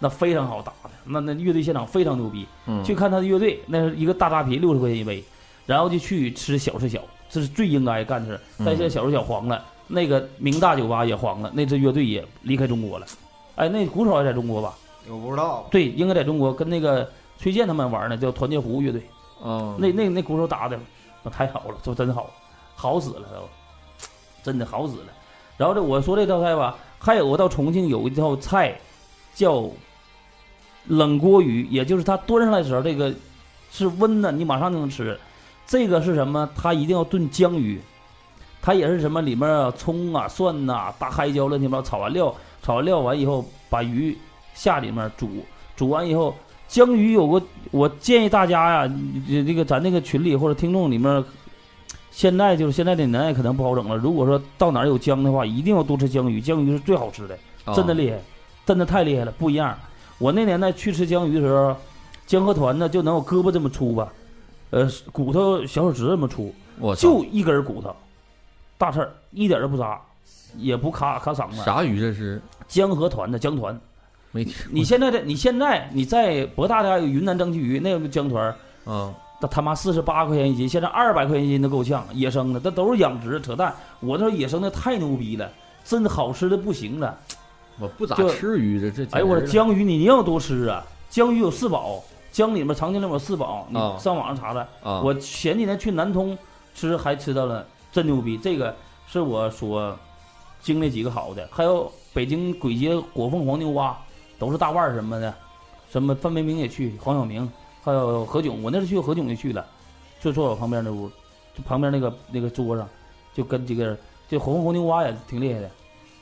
D: 那非常好打的，那那乐队现场非常牛逼。
E: 嗯
D: 去看他的乐队，那是一个大扎啤，六十块钱一杯，然后就去吃小吃小，这是最应该干的事儿。但现在小吃小黄了，那个明大酒吧也黄了，那支乐队也离开中国了。哎，那鼓手还在中国吧？
C: 我不知道，
D: 对，应该在中国跟那个崔健他们玩呢，叫团结湖乐队。
E: 啊
D: 那那那鼓手打的那太好了，说真好，好死了都，真的好死了。然后这我说这道菜吧，还有我到重庆有一道菜叫冷锅鱼，也就是它端上来的时候，这个是温的，你马上就能吃。这个是什么？它一定要炖江鱼，它也是什么里面啊葱啊、蒜呐、大海椒乱七八糟炒完料，炒完料完以后把鱼下里面煮，煮完以后江鱼有个我建议大家呀，你这个咱那个群里或者听众里面，现在就是现在的年代可能不好整了。如果说到哪儿有江的话，一定要多吃江鱼，江鱼是最好吃的，
E: 啊哦
D: 真的厉害，真的太厉害了，不一样。我那年代去吃江鱼的时候，江河团呢就能有胳膊这么粗吧，呃，骨头小手指这么粗，
E: 我操
D: 就一根骨头，大刺儿，一点儿都不扎，也不卡卡嗓子。
E: 啥鱼这是
D: 江河团的江团，
E: 没听
D: 你现在的你现在你在博大的还有云南蒸汽鱼那个江团儿，
E: 啊
D: 他他妈四十八块钱一斤，现在二百块钱一斤都够呛，野生的，这都是养殖，扯淡。我那野生的太牛逼了，真的好吃的不行了。
E: 我不咋
D: 就
E: 吃鱼的这
D: 哎呦我说
E: 的
D: 江鱼你一定要多吃啊，江鱼有四宝，江里面长江里面有四宝，你
E: 啊
D: 上网上查查。
E: 啊
D: 我前几年去南通吃还吃到了，真牛逼！这个是我所经历几个好的，还有北京簋街果凤黄牛蛙，都是大腕儿什么的，什么范冰冰也去，黄晓明，还有何炅，我那次去何炅也去了，就坐我旁边那屋，就旁边那个那个桌上，就跟几个人，这火凤黄牛蛙也挺厉害的。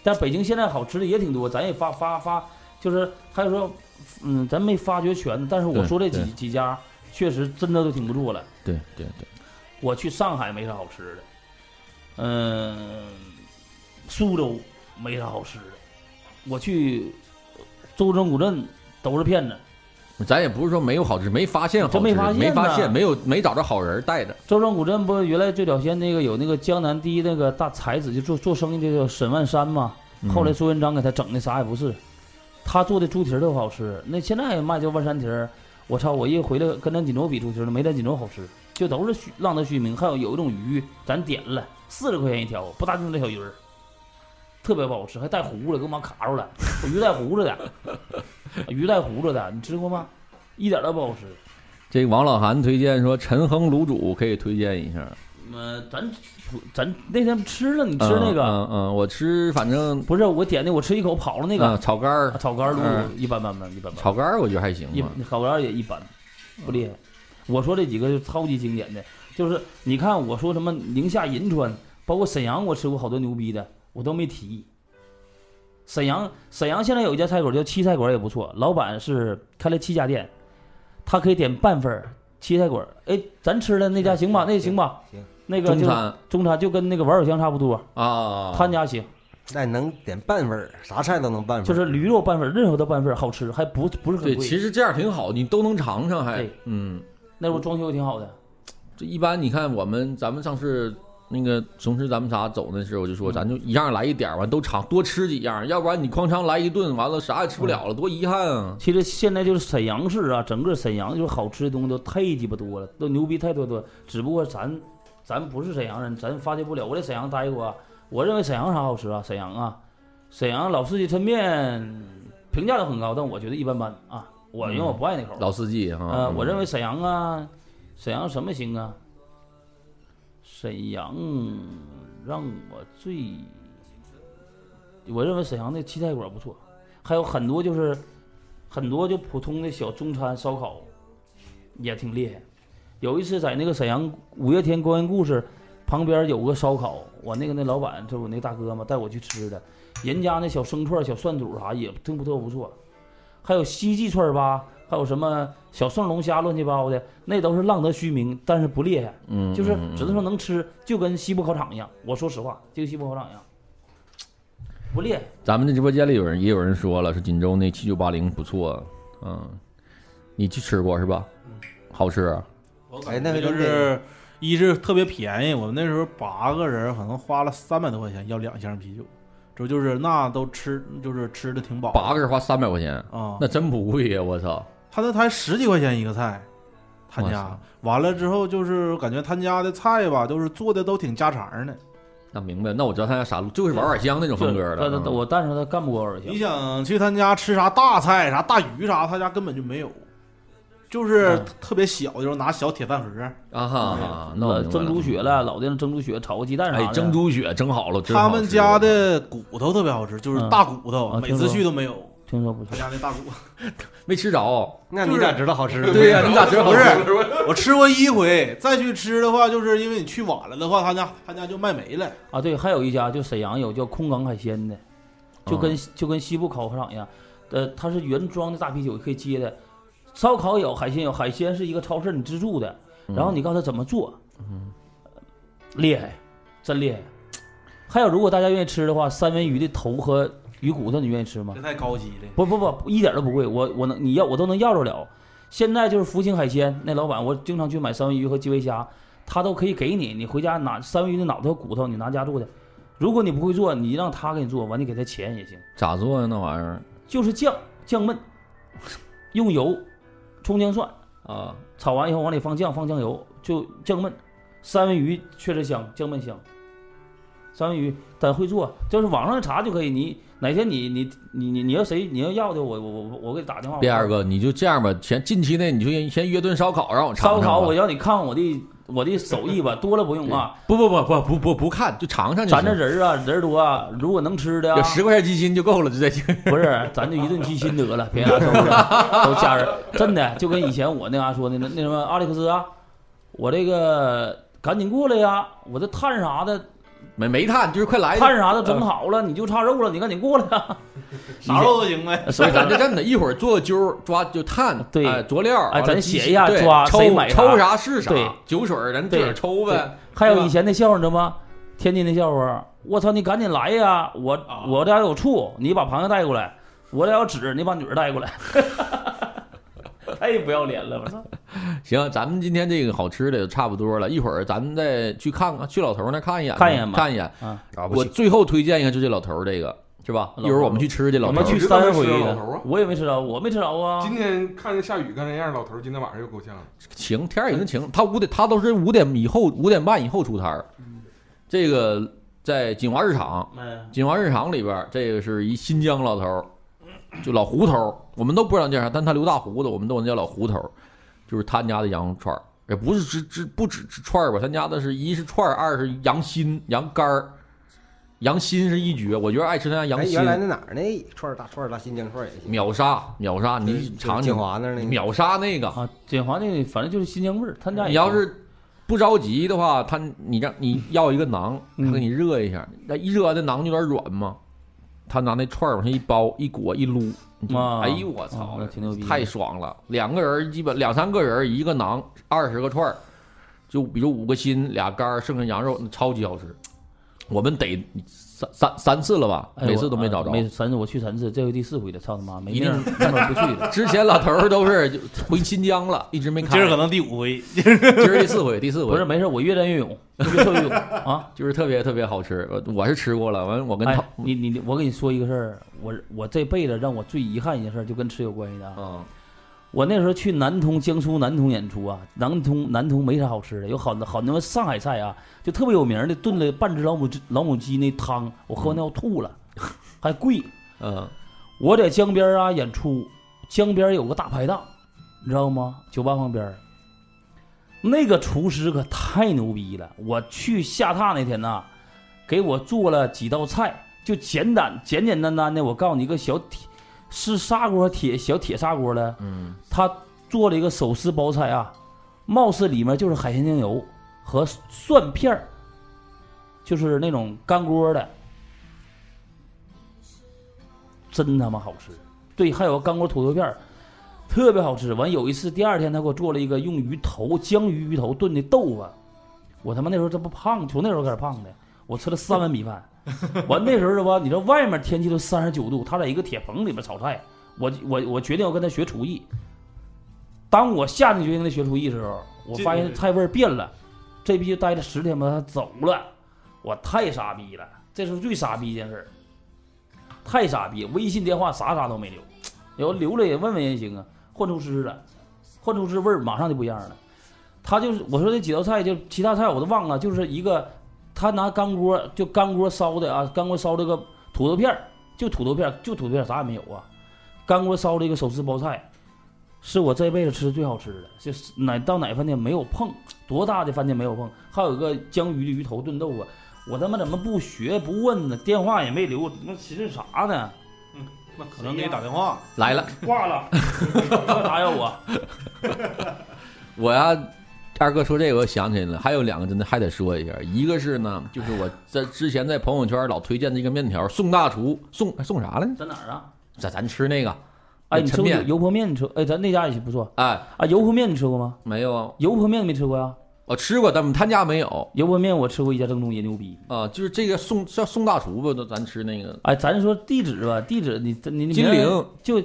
D: 但北京现在好吃的也挺多，咱也发发发，就是还有说，嗯，咱没发掘全，但是我
E: 对
D: 说这几
E: 对
D: 几家确实真的都挺不住了。
E: 对对对
D: 我去上海没啥好吃的，嗯、苏州没啥好吃的，我去周庄古镇都是骗子。
E: 咱也不是说没有好吃，没发现好吃，
D: 真没发现
E: 没
D: 呢
E: 现没有没找着好人带着。
D: 周庄古镇不原来最早先那个有那个江南第一那个大才子，就做做生意的叫沈万山嘛，
E: 嗯
D: 后来朱元璋给他整的啥也不是，他做的猪蹄儿都好吃，那现在卖叫万山蹄儿，我操，我一回来跟咱锦州比猪蹄儿，没咱锦州好吃，就都是虚浪得虚名。还有有一种鱼，咱点了四十块钱一条，不大丁的小鱼儿，特别不好吃，还带胡子，给我妈卡住了，鱼带胡子的，鱼带胡子的， <laughs> 你吃过吗？一点都不好吃。
E: 这个王老韩推荐说陈亨卤煮可以推荐一下，
D: 呃，咱咱那天吃了，你吃那个、
E: 嗯嗯嗯，我吃反正
D: 不是我点的，我吃一口跑了那个、
E: 啊炒肝儿，
D: 炒肝儿
E: 嗯
D: 卤，一般般般，一般般，
E: 炒肝儿我觉得还行
D: 一
E: 吧。
D: 炒肝儿也一般，不厉害。
E: 嗯
D: 我说这几个是超级经典的，就是你看我说什么宁夏、银川，包括沈阳，我吃过好多牛逼的，我都没提。沈阳，沈阳现在有一家菜馆叫七菜馆，也不错，老板是开了七家店，他可以点半份儿七菜馆儿，哎，咱吃的那家行吧？那行吧？
C: 行，
D: 那个
E: 中
D: 就
E: 餐
D: 中餐就跟那个玩儿小香差不多，
E: 啊，
D: 他家行，
C: 那能点半份儿，啥菜都能半份儿，
D: 就是驴肉拌粉，任何的拌粉好吃，还不不是很
E: 对，
D: 贵。
E: 其实这样挺好，你都能尝尝还
D: 对，
E: 嗯，
D: 那时候装修也挺好的，
E: 这一般你看我们咱们上次那个从时咱们仨走那时候，我就
D: 嗯
E: 说咱就一样来一点儿，完都尝多吃几样，要不然你哐当来一顿，完了啥也吃
D: 嗯
E: 不了了，多遗憾啊！
D: 其实现在就是沈阳市啊，整个沈阳就是好吃的东西都太鸡巴多了，都牛逼太多多了。只不过咱咱不是沈阳人，咱发掘不了。我在沈阳待过啊，我认为沈阳啥好吃啊？沈阳啊，沈阳老四季抻面评价都很高，但我觉得一般般啊。我因为我不爱那口儿。
E: 老司机哈，
D: 呃，
E: 嗯
D: 我认为沈阳啊，沈阳什么行啊？沈阳让我最，我认为沈阳的七菜馆不错，还有很多就是很多就普通的小中餐烧烤也挺厉害。有一次在那个沈阳五月天公园故事旁边有个烧烤，我那个那老板就是我那大哥嘛，带我去吃的，人家那小生串、小涮肚啥也真不都不错，还有西记串吧，还有什么小圣龙虾乱七八糟的，那都是浪得虚名，但是不厉害，
E: 嗯，
D: 就是
E: 嗯嗯
D: 只能说能吃，就跟西部烤肠一样。我说实话，就跟西部烤肠一样，不厉害。
E: 咱们的直播间里有人也有人说了，说锦州那七九八零不错，嗯，你去吃过是吧？
D: 嗯
E: 好吃，啊
C: 哎那个
A: 就
C: 真
A: 是一是特别便宜，我们那时候八个人可能花了三百多块钱要两箱啤酒，这就是那都吃就是吃的挺饱，
E: 八个人花三百块钱，
A: 啊，
E: 那真不贵呀！我操，
A: 他那才十几块钱一个菜，他
E: 哇
A: 家
E: 塞
A: 完了之后就是感觉他家的菜吧，就是做的都挺家常的。
E: 那明白，那我知道他家啥路，就是玩碗香那种风格
D: 就但
E: 的。嗯
D: 但我但是他干不过耳
A: 你
D: 行。
A: 想去他家吃啥大菜、啥大鱼啥，他家根本就没有，就是
D: 嗯
A: 特别小，就是拿小铁饭盒。
E: 啊哈
D: 哎
E: 哈，那我
D: 老
E: 明白
D: 蒸猪血了，老的蒸猪血炒个鸡蛋啥的。
E: 哎，蒸猪血蒸好了，真
A: 他
E: 好
A: 们
E: 吃啊
A: 家的骨头特别好吃，就是
D: 嗯
A: 大骨头，
D: 啊
A: 每
D: 听
A: 次
D: 说
A: 去都没有。
D: 听说不
A: 他
D: 错，
A: 家那大骨，
E: 没吃着，啊
C: 那你咋知道好吃？
E: 对呀，你咋知道
A: 不
E: 好吃？
A: 是 <laughs> 我吃过一回，再去吃的话，就是因为你去晚了的话，他家他家就卖没了。
D: 啊，对，还有一家就沈阳有叫空港海鲜的，就跟、就跟西部烤肠一样，呃，它是原装的大啤酒可以接的，烧烤有，海鲜有，海鲜是一个超市你自助的，然后你告诉他怎么做，嗯，厉害，真厉害。还有，如果大家愿意吃的话，三文鱼的头和鱼骨头，你愿意吃吗
A: 这？太高级了。
D: 不不不，一点都不贵，我我能你要我都能要着了。现在就是福清海鲜那老板，我经常去买三文鱼和基围虾，他都可以给你，你回家拿三文鱼的脑袋和骨头，你拿家做的。如果你不会做，你让他给你做，完你给他钱也行。
E: 咋做呀？那玩意儿
D: 就是酱酱焖，用油、葱姜蒜
E: 啊，
D: 炒完以后往里放酱，放酱油就酱焖。三文鱼确实香，酱焖香。三文鱼咱会做，就是网上查就可以。你哪天你你你你你要谁你要要的我我我我给你打电话。
E: 第二个你就这样吧，前近期内你就先先约顿烧烤让我尝
D: 烧
E: 尝吧。
D: 烤，我要你看我的我的手艺吧，多了不用啊。
E: 不不不不不不不看，就尝尝就行。
D: 咱这人儿啊，人儿多啊，如果能吃的啊
E: 有，十块钱鸡心就够了，就这些。
D: 不是，咱就一顿鸡心得了，别拿收拾了，都家人儿，真的就跟以前我那啥说的那那什么阿历克斯啊，我这个赶紧过来呀，我这炭啥的
E: <laughs> 没没炭，就是快来。
D: 炭啥的
E: 呃
D: 整好了，你就差肉了，你赶紧过来啊。
A: 啥肉都行呗。
E: <laughs> 所以咱这真的，一会儿做个揪儿抓就炭，
D: 对
E: 哎佐料，完
D: 哎
E: 了
D: 咱
E: 鸡心
D: 写一下
E: 对
D: 抓
E: 抽
D: 谁买啥
E: 抽啥是啥
D: 对，
E: 酒水儿咱自个儿
D: 对
E: 抽呗。
D: <laughs> 还有
E: 对吧
D: 以前那笑话，你知道吗？天津的笑话，我操，你赶紧来呀！我
A: 啊
D: 我这还有醋，你把螃蟹带过来；我这还有纸，你把女儿带
E: <laughs>
D: 过来。太不要脸了，我操！
E: 行，咱们今天这个好吃的差不多了，一会儿咱们再去看看，去老头儿那看一眼，
D: 看一眼吧
E: 看一眼。
D: 啊，
E: 我最后推荐一个，就这老头儿这个是吧？
D: 老头
E: 一
D: 儿
E: 会儿我们去吃去，老
D: 我
E: 头
D: 们
E: 儿
D: 去
B: 知道
D: 三
B: 吃
D: 回
B: 老头儿
D: 了
B: 啊，
D: 我也没吃着，我没吃着啊
B: 今。天看着下雨干那样，老头儿今天晚上又够呛。
E: 晴，天儿已经晴，他五点他都是五点以后五点半以后出摊儿。这个在锦华市场，
D: 嗯，
E: 锦华市场里边儿，这个是一新疆老头儿，就老胡头儿，我们都不知道叫啥，但他留大胡子，我们都管他叫老胡头儿。就是他家的羊肉串儿，也不是只只不只只串儿吧，他家的是一是串儿，二是羊心、羊肝儿，羊心是一绝，我觉得爱吃他家羊
C: 哎，
E: 心
C: 原，来那哪儿那串儿大串儿大新疆串儿也行，
E: 秒杀秒杀，你尝
C: 锦
E: 尝，
C: 华那儿那个
E: 秒杀那个，
D: 啊，锦华那反正就是新疆味儿，他家
E: 嗯
D: 也
E: 你要
D: 行啊
E: 是不着急的话，他你让
D: 嗯
E: 你要一个馕，他给你热一下，那一热那馕就有点软嘛，他拿那串儿往上一包一裹一撸，你就
D: 啊
E: 哎呦我操
D: 啊，挺牛逼的
E: 太爽了！两个人基本两三个人一个馕，二十个串儿，就比如五个心俩肝儿，剩下羊肉，超级好吃。我们逮三三三次了吧，
D: 哎
E: 每
D: 我
E: 次都没找着。
D: 没三次我去三次，这回第四回了，操他妈没
E: 一
D: 命
E: 定
D: 儿，根本不去
E: <laughs>
D: 了。
E: 之前老头儿都是就回新疆了，一直没
A: 今
E: 开。
A: 儿可能第五回，
E: 今儿第四回，第四回
D: 不是没事，我越战越勇，越战越勇啊！
E: 就是特别特别好吃，我我是吃过了。完，我跟他
D: 哎，你你我跟你说一个事儿，我我这辈子让我最遗憾一件事儿，就跟吃有关系的啊。
E: 嗯
D: 我那时候去南通，江苏南通演出啊，南通南通没啥好吃的，有好好多上海菜啊，就特别有名的炖了半只老母鸡老母鸡那汤，我喝完要吐了，还贵。
E: 嗯
D: 我在江边啊演出，江边有个大排档，你知道吗？酒吧旁边儿，那个厨师可太牛逼了。我去下榻那天呐、给我做了几道菜，就简单简简单单的。我告诉你，一个小铁是砂锅铁小铁砂锅的，
E: 嗯
D: 他做了一个手撕包菜啊，貌似里面就是海鲜酱油和蒜片儿，就是那种干锅的，真他妈好吃。对，还有个干锅土豆片儿，特别好吃。完有一次，第二天他给我做了一个用鱼头江鱼鱼头炖的豆腐，啊我他妈那时候这不胖，从那时候开始胖的，我吃了三碗米饭。 <laughs> 完那时候是吧，你知道外面天气都三十九度，他在一个铁棚里面炒菜，我我我决定要跟他学厨艺。当我下定决心跟他学厨艺的时候，我发现菜味儿变了，这逼就待了十天吧，他走了，我太傻逼了，这是最傻逼一件事儿，太傻逼，微信电话啥啥都没留，要留了也问问也行啊，换厨师了，换厨师味儿马上就不一样了。他就是我说这几道菜就其他菜我都忘了，就是一个他拿干锅就干锅烧的啊，干锅烧这个土豆片儿，就土豆片儿，就土豆片儿，啥也没有啊。干锅烧了一个手撕包菜，是我这辈子吃的最好吃的，就是哪到哪饭店没有碰，多大的饭店没有碰。还有一个江鱼的鱼头炖豆腐，我他妈怎么不学不问呢？电话也没留，他妈寻思啥呢？
A: 那可能给你打电话。
E: 来了，
D: 挂了，干啥呀我？
E: 我呀，二哥说这个我想起来了，还有两个真的还得说一下，一个是呢，就是我在之前在朋友圈老推荐的一个面条，宋大厨送送啥来着？
D: 在哪儿啊？
E: 咱咱吃那个，
D: 哎，你吃过
E: 抻面
D: 油泼面？你吃？哎，咱那家也不错
E: 哎，
D: 啊。油泼面你吃过吗？
E: 没有啊，
D: 油泼面没吃过呀、
E: 我吃过，但他家没有
D: 油泼面我吃过一家正宗也牛逼。
E: 啊，就是这个宋叫宋大厨吧，都咱吃那个
D: 哎，咱说地址吧，地址你你你
E: 金陵，
D: 就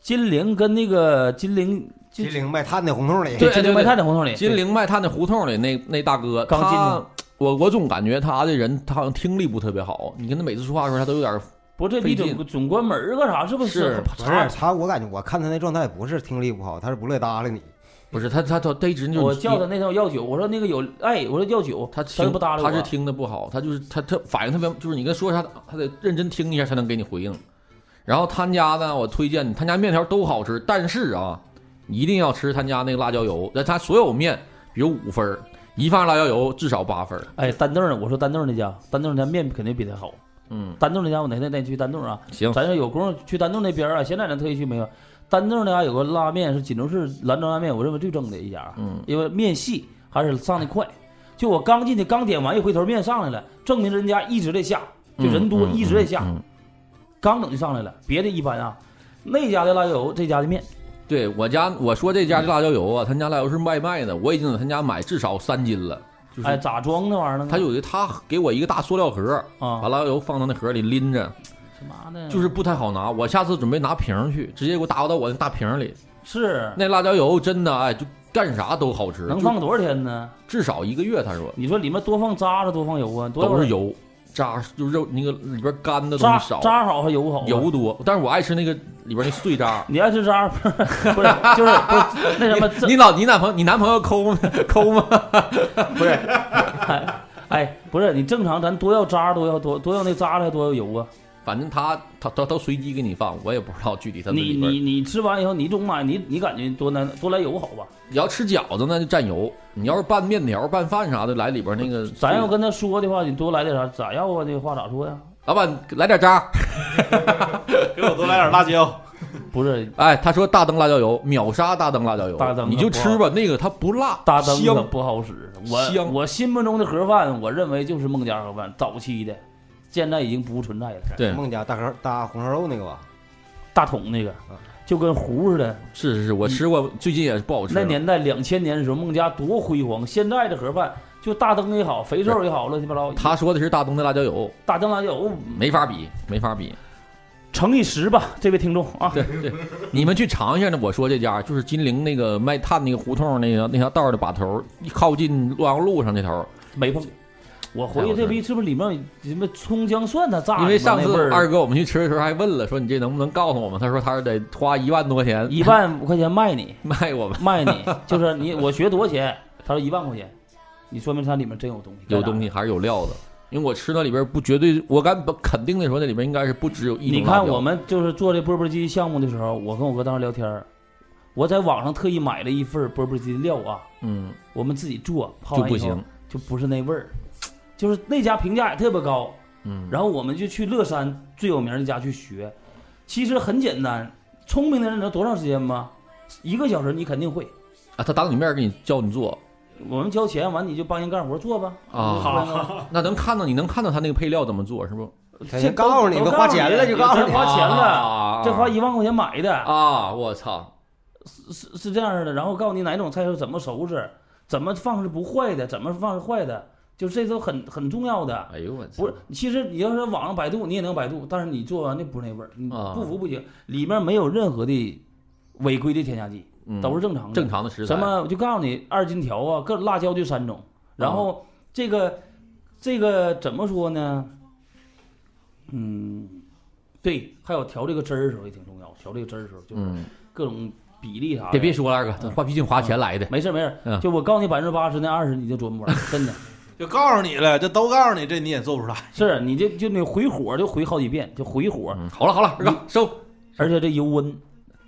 D: 金陵跟那个金陵就
C: 金陵卖炭的胡同里，
E: 对
D: 金陵卖炭的胡同里，
E: 金陵卖炭那胡同里那那大哥，
D: 刚进
E: 他
D: 的
E: 我我总感觉他的人他好像听力不特别好，你跟他每次说话的时候他都有点
D: 不是这
E: 费
D: 逼
E: 劲
D: 总总关门儿干啊啥？是不
E: 是
C: 不是他，我感觉我看他那状态不是听力不好，他是不乐意搭理你。
E: 不是他他他他一直就
D: 我叫他那天我要酒，我说那个有哎，我说要酒，
E: 他
D: 他
E: 听
D: 就不搭理我。
E: 他是听的不好，他就是他他反应特别，就是你跟他说啥，他得认真听一下才能给你回应。然后他家呢，我推荐你，他家面条都好吃，但是啊，你一定要吃他家那个辣椒油，那他所有面，比如五分儿，一放辣椒油至少八分儿。
D: 哎单凳儿，我说单凳儿那家，单凳儿那家面肯定比他好。
E: 嗯，
D: 单凳儿那家我哪天得去单凳儿啊？
E: 行，
D: 咱要有功夫去丹洞那边儿啊，现在咱特意去没有？丹洞那家有个拉面是锦州市兰州拉面，我认为最正的一家，
E: 嗯，
D: 因为面细还是上的快。就我刚进去，刚点完一回头面上来了，证明人家一直在下，就人多
E: 嗯
D: 一直在下，
E: 嗯嗯
D: 刚整就上来了。别的一般啊，那家的辣椒油，这家的面，
E: 对我家我说这家的辣椒油啊，他家辣椒油是外卖的，我已经在他家买至少三斤了。就是
D: 哎，咋装那玩意儿呢？
E: 嗯他有一个他给我一个大塑料盒，把
D: 啊，
E: 辣椒油放到那盒里拎着，
D: 他妈的，
E: 就是不太好拿。我下次准备拿瓶儿去，直接给我打到我那大瓶儿里。
D: 是
E: 那辣椒油真的，哎，就干啥都好吃，
D: 能
E: 就
D: 放多少天呢？
E: 至少一个月。他说
D: 你说里面多放渣子，多放油啊，多
E: 都是油渣，就肉那个里边干的东
D: 渣
E: 西少，
D: 渣好还油好啊？。
E: 油多。但是我爱吃那个里边那碎渣
D: 你爱吃渣儿不是不是就是不是 <laughs> 那什么这
E: 你老你男朋友你男朋友抠吗抠吗？ <laughs>
D: 哎不是你正常咱多要渣儿多要多多要那渣子还多要油啊！
E: 反正他他他他随机给你放，我也不知道具体他那
D: 你
E: 里边。
D: 你你吃完以后你总买你你感觉多难多来油好吧？
E: 你要吃饺子那就蘸油，你要是拌面条拌饭啥的来里边那个。
D: 咱要跟他说的话，你多来点啥？咋要啊？这话咋说呀？
E: 老板来点渣，
A: 给我多来点辣椒。
D: 不是
E: 哎，他说大灯辣椒油秒杀大灯辣椒油，
D: 大灯
E: 你就吃吧，那个它不辣，
D: 大灯
E: 香
D: 可不好使，我
E: 香
D: 我心目中的盒饭，我认为就是孟家盒饭早期的，现在已经不复存在了。
E: 对
C: 孟家大盒大红烧肉那个吧，
D: 大桶那个，
E: 啊
D: 就跟糊似的。
E: 是是是，我吃过，最近也不好吃了。
D: 嗯那年代两千年的时候，孟家多辉煌！现在的盒饭就大灯也好，肥瘦也好，乱七八糟。
E: 他说的是大东的辣椒油，
D: 大灯辣椒油
E: 没法比，没法
D: <laughs>
E: 比。
D: 乘以十吧，这位听众啊，
E: 对对，你们去尝一下呢。我说这家就是金陵那个卖炭那个胡同那个那条道的把头，一靠近洛阳路上那头。
D: 没碰。我回去
E: 太好吃
D: 这
E: 了
D: 逼是不是里面有什么葱姜蒜它炸的吗？
E: 因为上次
D: 那味儿
E: 二哥我们去吃的时候还问了，说你这能不能告诉我们？他说他是得花一万多块钱
D: 一万五块钱卖你，
E: <laughs> 卖我们，
D: 卖你就是你我学多少钱？他说一万块钱，你说明它里面真有东西，
E: 有东
D: 西。
E: 西还是有料的。因为我吃那里边不绝对，我敢肯定的说那里边应该是不只有一种
D: 你看
E: 辣椒
D: 我们就是做这钵钵鸡项目的时候，我跟我哥当时聊天儿，我在网上特意买了一份钵钵鸡料啊，
E: 嗯
D: 我们自己做，泡
E: 就
D: 完以
E: 不
D: 后
E: 行，
D: 就不是那味儿，就是那家评价也特别高。
E: 嗯，
D: 然后我们就去乐山最有名的家去学，其实很简单，聪明的人你知道多长时间吗？一个小时你肯定会。
E: 啊，他当你面给你叫你做，
D: 我们交钱完你就帮人干活做吧。
E: 啊
D: 好，
E: 那能看到你能看到他那个配料怎么做是不？
C: 他就告诉你
D: 都
C: 都花钱了就告诉你
D: 花钱了，
E: 啊
D: 这花一万块钱买的，
E: 啊！我操，
D: 是是这样的。然后告诉你哪种菜是怎么收拾，怎么放是不坏的，怎么放是坏的，就这都很很重要的。
E: 哎呦我操，
D: 不是，其实你要是网上百度，你也能百度，但是你做完那不是那味儿，你
E: 啊
D: 不服不行。里面没有任何的违规的添加剂，
E: 嗯
D: 都是正常的。
E: 正常的食材，
D: 什么？我就告诉你，二荆条啊，各辣椒就三种。然
E: 嗯
D: 后这个、这个怎么说呢？嗯，对，还有调这个汁儿的时候也挺重要。调这个汁儿的时候，就是
E: 嗯，
D: 各种比例啥的。
E: 别别说了，二哥，这花毕竟花钱来的，
D: 没事没事，
E: 嗯
D: 就我告诉你百分之八十那二十你就琢磨不完，
E: <laughs>
D: 真的
A: <laughs> 就告诉你了，这都告诉你，这你也做不出来。
D: 是啊你就就那回火就回好几遍，就回火，
E: 嗯好了好了，二哥收，
D: 而且这油温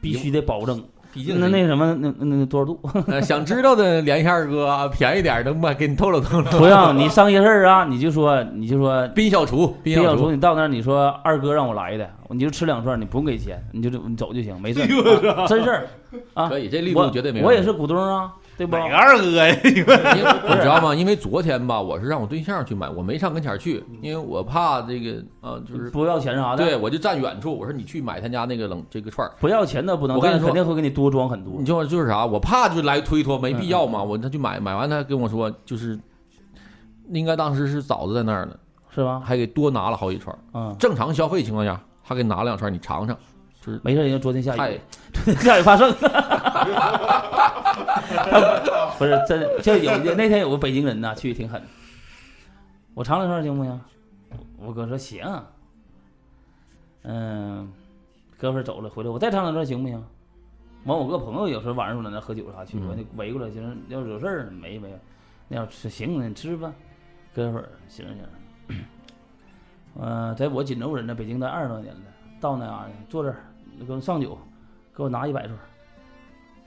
D: 必须得保证。
E: 毕竟
D: 那
E: 是
D: 那什么那那那
E: <laughs>
D: 多少度？
E: 呃想知道的联系二哥啊，便宜点儿能不能给你透露透露？
D: 不要你上夜市儿啊，你就说你就说
E: 斌小厨，斌
D: 别
E: 小
D: 小
E: 厨
D: 厨，，你到那儿你说二哥让我来的，你就吃两串，你不用给钱，你就你走就行，没事儿，啊真事儿。啊
E: 可以， <laughs> 这力
D: 我
E: 度绝对没问题。
D: 我也是股东啊，对不？
A: 哪个二哥呀？你们
E: 因为你知道吗？因为昨天吧，我是让我对象去买，我没上跟前儿去，因为我怕这个啊，就是
D: 不要钱啥的，
E: 对，我就站远处，我说你去买他家那个冷这个串儿。
D: 不要钱的不能，
E: 我跟你
D: 但是
E: 说
D: 肯定会给你多装很多
E: 你。就就是啥，我怕就来推脱，没
D: 嗯
E: 必要嘛。我他就买买完，他跟我说就是，应该当时是枣子在那儿呢，
D: 是吧？
E: 还给多拿了好几串儿。
D: 嗯，
E: 正常消费情况下，他给拿了两串儿，你尝尝，就是
D: 没事儿，因为昨天下
E: 太
D: 雨， <laughs> 下雨发生。 <laughs> 不是真的，就有那天有个北京人呐，去挺狠。我尝两串行不行？我哥说行。嗯，哥们儿走了，回来我再尝两串行不行？完，我哥朋友有时候晚上在那喝酒啥去，
E: 嗯
D: 我就围过来，寻思要惹事儿没没有，那要吃行，你吃吧。哥们儿行行， <coughs> 嗯、在我锦州人呢，北京待二十多年了，到那啊坐这儿给我上酒，给我拿一百串儿。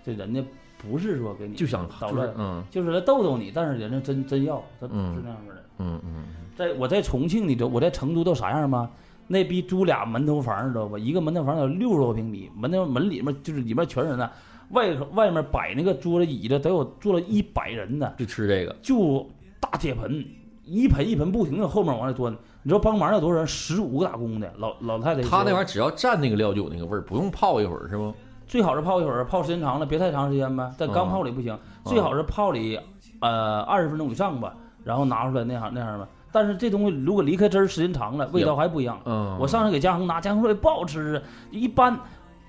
D: 这人家不是说给你
E: 就想
D: 捣
E: 就是
D: 乱，
E: 嗯
D: 就是来逗逗你，但是人家真真要，他
E: 嗯
D: 是那样式的。
E: 嗯嗯，
D: 在我在重庆，你知道我在成都都啥样吗？那逼租俩门头房，知道吧？一个门头房有六十多平米，门头门里面就是里面全人呢，外外面摆那个桌子椅子都有坐了一百人呢，
E: 就吃这个，
D: 就大铁盆，一盆一盆不停的后面往里端。你知道帮忙有多少人？十五个打工的老老太太一桌，
E: 他那玩意儿只要蘸那个料就有那个味儿，不用泡一会儿是不？
D: 最好是泡一会儿，泡时间长了，别太长时间
E: 嗯
D: 呗。但刚泡里不行，最好是泡里呃二十分钟以上吧，然后拿出来那样那样吧。但是这东西如果离开汁儿时间长了，味道还不一样。
E: 嗯，
D: 我上次给嘉恒拿，嘉恒说哎不好吃，一般。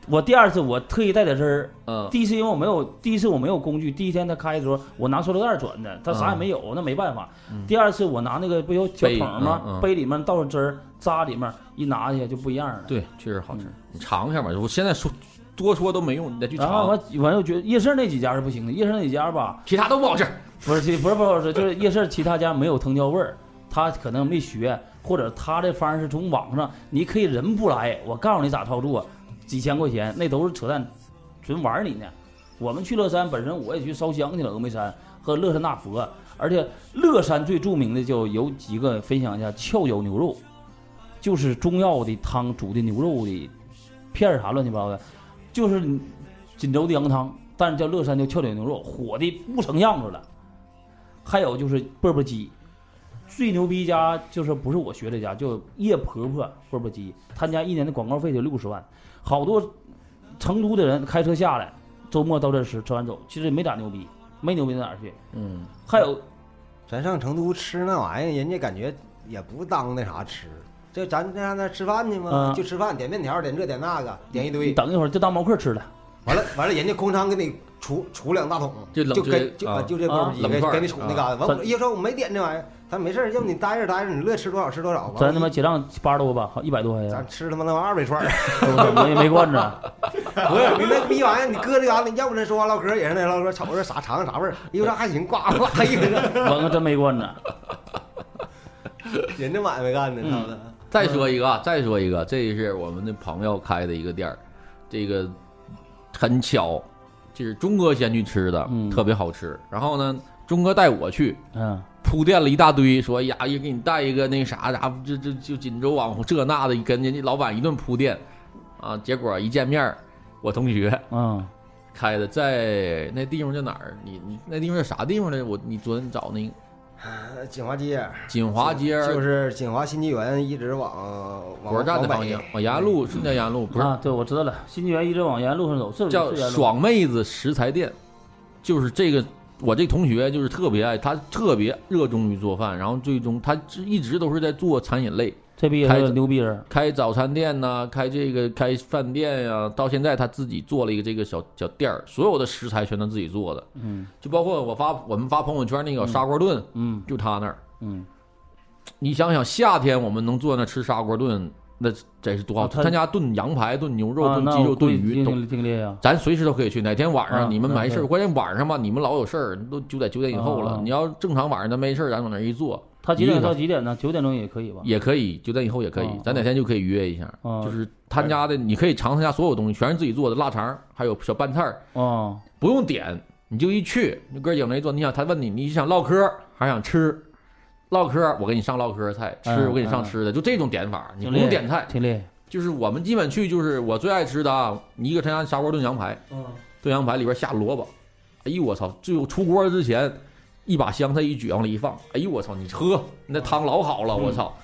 D: 我第二次我特意带点汁儿，
E: 嗯
D: 第一次因为我没有，第一次我没有工具，第一天他开的时候我拿塑料袋转的，他啥也
E: 嗯
D: 没有，那没办法。
E: 嗯
D: 第二次我拿那个不有小
E: 杯
D: 桶吗？
E: 嗯嗯
D: 杯里面倒上汁儿，扎里面一拿去就不一样了。
E: 对，确实好吃
D: 嗯，啊
E: 你尝一下吧。我现在说多说都没用，你得去
D: 然
E: 尝，
D: 后完完又觉得夜市那几家是不行的，夜市那几家吧，
E: 其他都不好吃。
D: 不是，其不是不好吃，就是夜市其他家没有藤椒味儿，他可能没学，或者他这方式从网上，你可以人不来，我告诉你咋操作，几千块钱那都是扯淡，纯玩你呢。我们去乐山，本身我也去烧香去了，峨眉山和乐山大佛，而且乐山最著名的就有几个分享一下，翘脚牛肉，就是中药的汤煮的牛肉的片儿啥乱七八糟的，就是锦州的羊汤，但是叫乐山叫翘脚牛肉，火的不成样子了。还有就是钵钵鸡，最牛逼一家就是不是我学这家，叫叶婆婆钵钵鸡，他家一年的广告费就六十万，好多成都的人开车下来，周末到这吃，吃完走，其实也没咋牛逼，没牛逼到哪儿去。
E: 嗯，
D: 还有
C: 咱上成都吃那玩意儿，人家感觉也不当那啥吃，这咱那那吃饭去嘛，
D: 嗯
C: 就吃饭，点面条，点这点那个，点一堆，
E: 嗯
D: 等一会儿就当毛客吃了。
C: 完了完了，人家空仓给你杵杵两大桶，
E: 就冷
C: 跟
E: 就
C: 就
E: 啊
C: 就这锅
E: 冷
C: 给
E: 块儿啊
C: 给你杵那嘎达，完
D: 咱
C: 我一说我没点这玩意儿，咱没事儿，要不你待着待着，你乐吃多少吃多少吧，
D: 咱他妈结账八十多吧，好一百多块钱
C: 咱，吃他妈那玩意儿二百
E: <laughs>
C: 串儿，
D: 对不对？我也没惯着，
C: 不是你那逼玩意儿，你搁这嘎达，要不然说完唠嗑也是那唠嗑，瞅着啥尝尝啥味儿，一说还行，呱呱一个，
D: 我可真没惯着。
C: 人家买卖干的，他们。
E: 再说一个啊，再说一个，这是我们的朋友开的一个店儿，这个很巧，就是钟哥先去吃的，
D: 嗯
E: 特别好吃。然后呢，钟哥带我去，
D: 嗯，
E: 铺垫了一大堆，说哎呀，也给你带一个那啥啥，这这就锦州网红这那的，跟人家老板一顿铺垫，啊，结果一见面儿，我同学
D: 嗯，
E: 开的，在那地方叫哪儿？你你那地方叫啥地方来着？我你昨天找那个
C: 呃锦华街，
E: 锦华街儿
C: 就是锦华新纪元，一直往往
E: 火车站
C: 往
E: 的方
C: 北
E: 向，往延安路是叫延安路，不是
D: 啊，对，我知道了，新纪元一直往沿路上走，是
E: 叫
D: 是沿路
E: 爽妹子食材店，就是这个。我这同学就是特别爱，他特别热衷于做饭，然后最终他一直都是在做餐饮类，
D: 这逼也
E: 开
D: 是
E: 着
D: 个牛逼人，
E: 开早餐店呐、开这个开饭店呀、到现在他自己做了一个这个小小店儿，所有的食材全他自己做的，
D: 嗯
E: 就包括我发我们发朋友圈那个砂锅炖，
D: 嗯
E: 就他那儿。
D: 嗯，
E: 你想想，夏天我们能坐那吃砂锅炖，那得是多好
D: 啊
E: 吃！
D: 他
E: 他家炖羊排、炖牛肉、
D: 啊
E: 炖
D: 那
E: 鸡
D: 我
E: 肉、
D: 估
E: 炖
D: 计
E: 鱼
D: 挺
E: 都，
D: 挺挺厉害啊，
E: 咱随时都可以去。哪天晚
D: 啊
E: 上你们
D: 那
E: 没事儿，
D: 对
E: 关键晚上嘛，你们老有事儿，都九点九点以后
D: 啊
E: 了
D: 啊。
E: 你要正常晚上咱没事儿，咱往那儿一坐
D: 他几点
E: 一个
D: 到几点呢？九点钟也可以吧？
E: 也可以，九点以后也可以
D: 啊，
E: 咱哪天就可以约一下。
D: 啊
E: 就是他家的，你可以尝他家所有东西，全是自己做的腊肠，还有小拌菜儿，
D: 哦，
E: 不用点，你就一去，那哥几个一坐，你想他问你，你想唠嗑还是想吃？唠嗑，我给你上唠嗑菜；吃，
D: 嗯
E: 我给你上
D: 嗯
E: 吃的，就这种点法，你
D: 挺
E: 不
D: 厉害
E: 用点菜。
D: 挺厉害，
E: 就是我们基本去，就是我最爱吃的啊，一个他家砂锅炖羊排，炖羊排里边下萝卜，哎呦我操！最后出锅之前，一把香菜一举往里一放，哎呦我操！你喝那汤老好了，我操！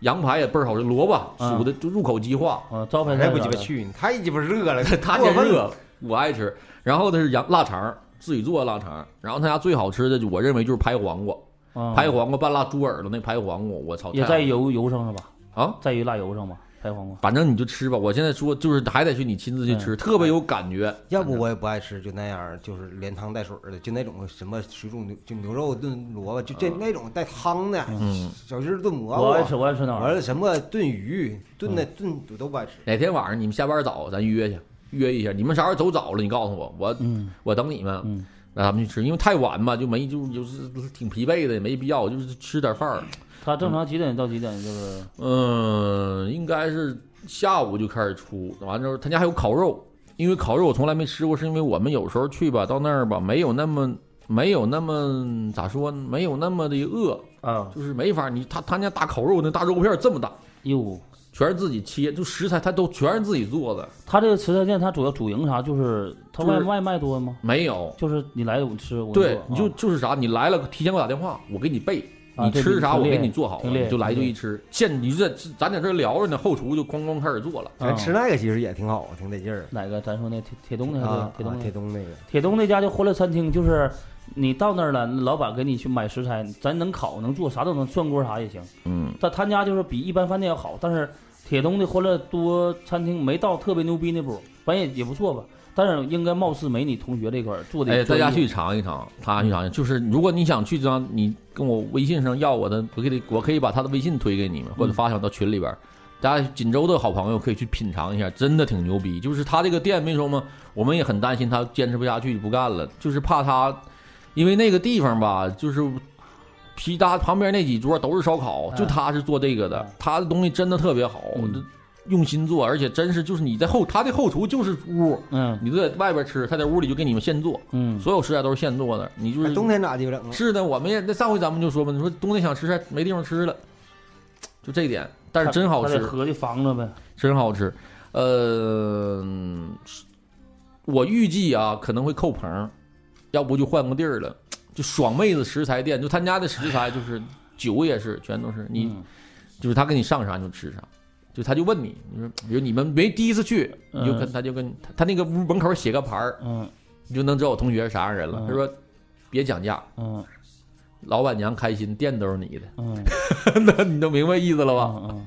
E: 羊排也倍儿好吃，萝卜
D: 嗯
E: 煮的就入口即化，，
D: 啊，招牌
C: 还
D: 菜
C: 不鸡
D: 啥
C: 巴
D: 的
C: 去呢，太鸡巴热了 <laughs>
E: 他
C: 过
E: 先
C: 分了。
E: 热，我爱吃。然后他是羊腊肠，自己做的腊肠。然后他家最好吃的，就我认为就是拍黄瓜，
D: 啊
E: 拍黄瓜拌辣猪耳朵那拍黄瓜，我操！
D: 也
E: 太好
D: 在油油上了吧，
E: 啊，
D: 在于辣油上吧，拍黄瓜。
E: 反正你就吃吧。我现在说就是还得去你亲自去吃，特别有感觉。
C: 要不我也不爱吃，就那样儿，就是连汤带水儿的，就那种什么水煮牛就牛肉炖萝卜，就这那种带汤的，
E: 嗯
C: 小鸡儿炖蘑
D: 我爱吃，
C: 菇，啊
D: 我爱吃哪
C: 完
D: 玩意
C: 了什么炖鱼、炖的炖我都不爱吃。
E: 哪天晚上你们下班早，咱约去约一下。你们啥时候走早了，你告诉我，我
D: 嗯
E: 我等你们。
D: 嗯
E: 那咱们去吃，因为太晚嘛，就没就就是挺疲惫的，也没必要，就是吃点饭儿。
D: 他正常几点到几点就是
E: 嗯，应该是下午就开始出，完之后他家还有烤肉，因为烤肉我从来没吃过，是因为我们有时候去吧，到那儿吧，没有那么没有那么咋说呢，没有那么的饿，
D: 啊
E: 就是没法你他他家大烤肉那大肉片儿这么大，
D: 哟，
E: 全是自己切，就食材他都全是自己做的，
D: 他这个食材店他主要主营啥？就是他
E: 就是
D: 外外卖多吗？
E: 没有。
D: 就是你来我吃，我
E: 对
D: 做，
E: 你就
D: 啊
E: 就是啥，你来了提前给我打电话，我给你备，
D: 啊
E: 你
D: 对
E: 吃
D: 挺
E: 啥
D: 挺
E: 我
D: 厉
E: 给
D: 害
E: 你做好了，
D: 挺厉害
E: 你就来就
D: 挺厉
E: 一吃。现你就在咱在这儿聊着呢，后厨就咣咣开始做了。
C: 咱吃
D: 啊
C: 那个其实也挺好，挺得劲儿
D: 哪个？咱说那铁铁东那个
C: 啊。
D: 铁东那
C: 啊
D: 个
C: 铁东那个，
D: 铁东那家叫欢乐餐厅，就是你到那儿了，老板给你去买食材，咱能烤能做啥都能，涮锅啥也行。
E: 嗯，
D: 但他家就是比一般饭店要好，但是铁东的欢乐多餐厅没到特别牛逼那步，反正也也不错吧。但是应该貌似没你同学这块儿做的。
E: 哎，大家去尝一尝，他去尝
D: 嗯
E: 一尝。就是如果你想去这样，你跟我微信上要我的，我可以我可以把他的微信推给你
D: 嗯
E: 们，或者发享到群里边儿。大家锦州的好朋友可以去品尝一下，真的挺牛逼。就是他这个店，没说吗？我们也很担心他坚持不下去不干了，就是怕他，因为那个地方吧，就是其他旁边那几桌都是烧烤，
D: 嗯
E: 就他是做这个的
D: 嗯，
E: 他的东西真的特别好，
D: 嗯
E: 这用心做，而且真是就是你在后他的后厨就是屋，
D: 嗯
E: 你都在外边吃，他在屋里就给你们现做。
D: 嗯，
E: 所有食材都是现做的，你就
C: 哎
E: 是
C: 冬天咋鸡巴整啊？
E: 是的，我们也那上回咱们就说嘛，你说冬天想吃菜没地方吃了，就这一点，但是真好
D: 他得
E: 吃，
D: 合计房子呗。
E: 真好吃。呃，我预计啊可能会扣棚，要不就换个地儿了。就爽妹子食材店，就他家的食材就是酒也是，全都是你、
D: 嗯
E: 就是他给你上啥你就吃啥，就他就问你，你说比如你们没第一次去，你就跟
D: 嗯
E: 他就跟他他那个屋门口写个牌儿，
D: 嗯
E: 你就能知道我同学是啥样人了。
D: 嗯
E: 他说别讲价，
D: 嗯
E: 老板娘开心，店都是你的，
D: 嗯，
E: 那 <laughs> 你都明白意思了吧？
D: 嗯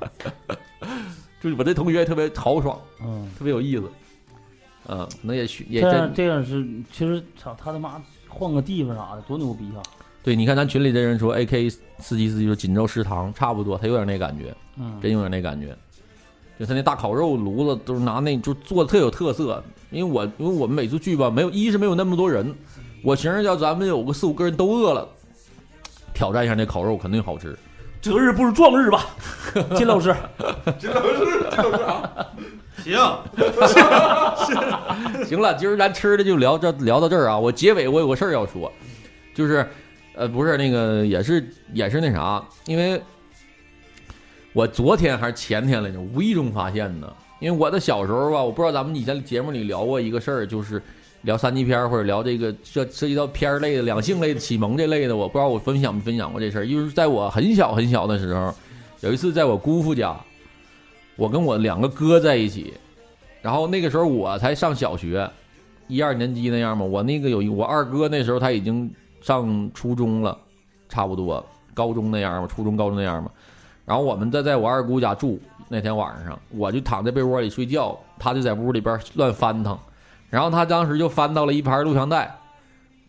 E: 就是我这同学特别豪爽，
D: 嗯
E: 特别有意思，嗯，可能也许
D: 嗯，
E: 也
D: 这
E: 真
D: 样这样是，其实操他他妈换个地方啥的多牛逼啊！
E: 对，你看咱群里的人说，A K 司机司机说锦州食堂差不多，他有点那感觉，
D: 嗯，
E: 真有点那感觉。就他那大烤肉炉子都是拿那，就做的特有特色。因为我因为我们每次去吧，没有一是没有那么多人，我寻思要咱们有个四五个人都饿了，挑战一下那烤肉肯定好吃。
D: 择日不如撞
E: <laughs>
D: 日吧，金老师，
B: 真的是真的是啊！
A: <laughs> 行，
E: <laughs> 行了，今儿咱吃的就聊这聊到这儿啊。我结尾我有个事儿要说，就是，呃，不是那个，也是也是那啥，因为我昨天还是前天来着，无意中发现的。因为我的小时候吧，我不知道咱们以前节目里聊过一个事儿，就是聊三级片儿或者聊这个这涉及到片儿类的、两性类的、启蒙这类的，我不知道我分享没分享过这事儿。就是在我很小很小的时候，有一次在我姑父家，我跟我两个哥在一起，然后那个时候我才上小学，一二年级那样嘛。我那个有一我二哥那时候他已经上初中了，差不多高中那样嘛，初中高中那样嘛。然后我们在在我二姑家住，那天晚上我就躺在被窝里睡觉，他就在屋里边乱翻腾，然后他当时就翻到了一盘录像带，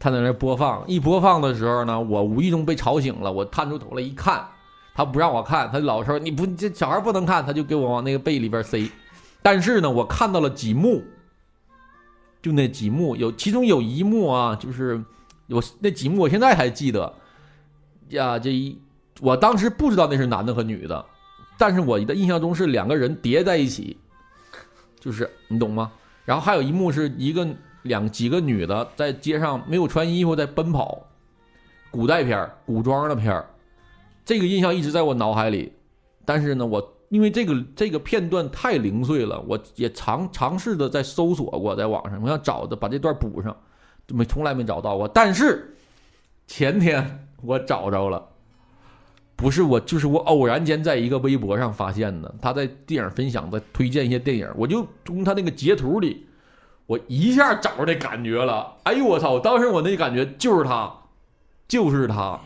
E: 他在那播放。一播放的时候呢，我无意中被吵醒了，我探出头来一看，他不让我看，他老说你不这小孩不能看，他就给我往那个被里边塞。但是呢，我看到了几幕，就那几幕有，其中有一幕啊，就是我那几幕我现在还记得呀，这一我当时不知道那是男的和女的，但是我的印象中是两个人叠在一起，就是你懂吗？然后还有一幕是一个两几个女的在街上没有穿衣服在奔跑，古代片儿、古装的片儿，这个印象一直在我脑海里。但是呢，我因为这个这个片段太零碎了，我也尝尝试的在搜索过，在网上我想找的把这段补上，就没从来没找到过。但是前天我找着了，不是我，就是我偶然间在一个微博上发现的，他在电影分享在推荐一些电影，我就从他那个截图里，我一下找着那感觉了。哎呦我操！当时我那感觉就是他，就是他。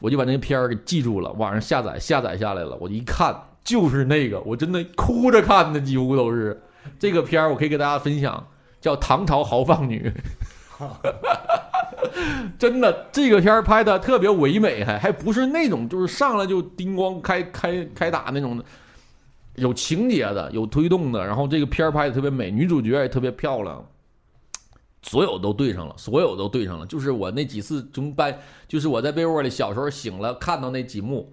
E: 我就把那个片儿给记住了，晚上下载下载下来了，我一看就是那个，我真的哭着看的，几乎都是这个片儿，我可以给大家分享，叫《唐朝豪放女》， <laughs> 真的这个片儿拍的特别唯美，还还不是那种就是上来就叮咣开开开打那种的，有情节的，有推动的，然后这个片儿拍的特别美，女主角也特别漂亮。所有都对上了，所有都对上了。就是我那几次中班就是我在被窝里小时候醒了，看到那几幕，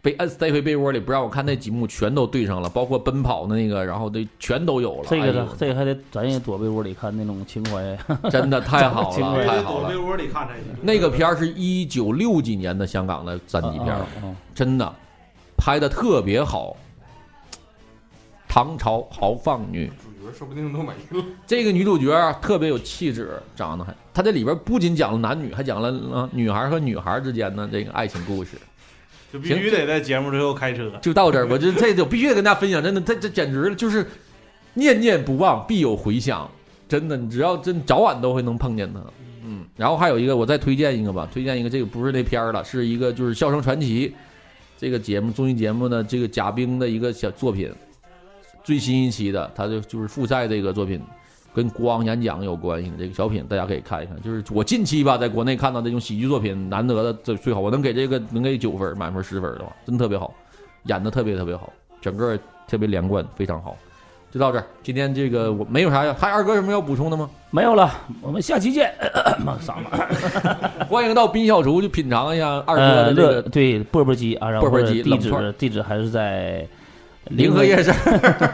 E: 被摁塞回被窝里不让我看那几幕，全都对上了，包括奔跑的那个，然后这全都有了。
D: 这个
E: 哎呦
D: 这个还得咱也躲被窝里看那种情怀，啊
E: <laughs> 真的太好
D: 情
E: 了，
D: 怀
E: 太好
A: 躲被
E: 了。
A: 窝里看这个。
E: 那个片儿是一九六几年的香港的三级片儿，
D: 嗯
E: 真的拍的特别好。唐朝豪放女，
B: 主角说不定都没了。
E: 这个女主角啊特别有气质，长得还，她这里边不仅讲了男女，还讲了、呃女孩和女孩之间的这个爱情故事。
A: 就必须得在节目最后开车。
E: 就到这儿，我这这就必须得跟大家分享，真的，这这简直了，就是念念不忘，必有回响，真的，你只要真早晚都会能碰见他。嗯，然后还有一个，我再推荐一个吧，推荐一个，这个不是那片儿了，是一个就是《笑声传奇》这个节目综艺节目的这个贾冰的一个小作品，最新一期的，他就就是复赛这个作品。跟光演讲有关系的这个小品，大家可以看一看。就是我近期吧，在国内看到这种喜剧作品，难得的最最好，我能给这个能给九分，满分十分的话，真特别好。演的特别特别好，整个特别连贯，非常好。就到这儿，今天这个我没有啥要，还有二哥有什么要补充的吗？
D: 没有了，我们下期见。 <coughs> 妈嗓子，
E: 欢迎到宾笑厨去品尝一下二哥
D: 呃，
E: 的这个
D: 乐对钵钵鸡啊，然后
E: 钵钵鸡
D: 地
E: 冷串
D: 址地址还是在
E: 临河夜市， <laughs>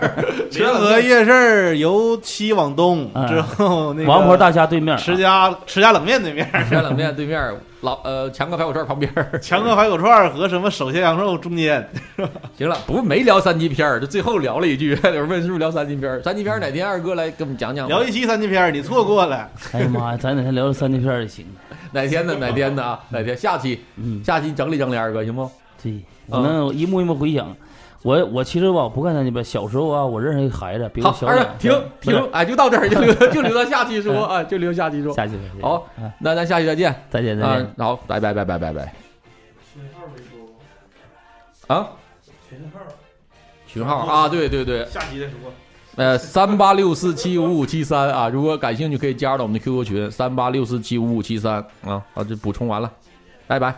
A: 联合夜市由西往东
D: 嗯
A: 之后，那个
D: 王婆大虾对面，啊
A: 池家池家冷面对面，
E: 山冷面对面老呃强哥排骨串旁边儿。
A: 强哥排骨串儿和什么手切羊肉中间，
E: 行了，不是没聊三级片儿，就最后聊了一句， <laughs> 有人问是不是聊三级片儿？三级片儿哪天二哥来给我们讲讲吧？
A: 聊一期三级片儿，你错过了。
D: 哎呀妈呀，咱哪天聊聊三级片儿也行。
E: 哪天呢？哪天呢？啊？哪天？下期
D: 嗯，
E: 下期整理整理二哥行不？
D: 对，我那一幕一幕回想，我我其实吧，我不看三级片，小时候啊，我认识一个孩子，比我
E: 好，
D: 小
E: 二
D: 两
E: 哥
D: 岁
E: 停停，哎，就到这儿，就留就留到下期说啊，就留下期说。
D: 下期吧，
E: 好，那咱下期再见
D: 再见再见
E: 啊。！好，拜拜拜拜拜拜
B: 群号没说过，
E: 啊！
B: 群号
E: 群号啊，对对对，
B: 下集再说。
E: 呃，三八六四七五五七三啊，如果感兴趣可以加入到我们的 QQ 群三八六四七五五七三啊。好，这补充完了，拜拜。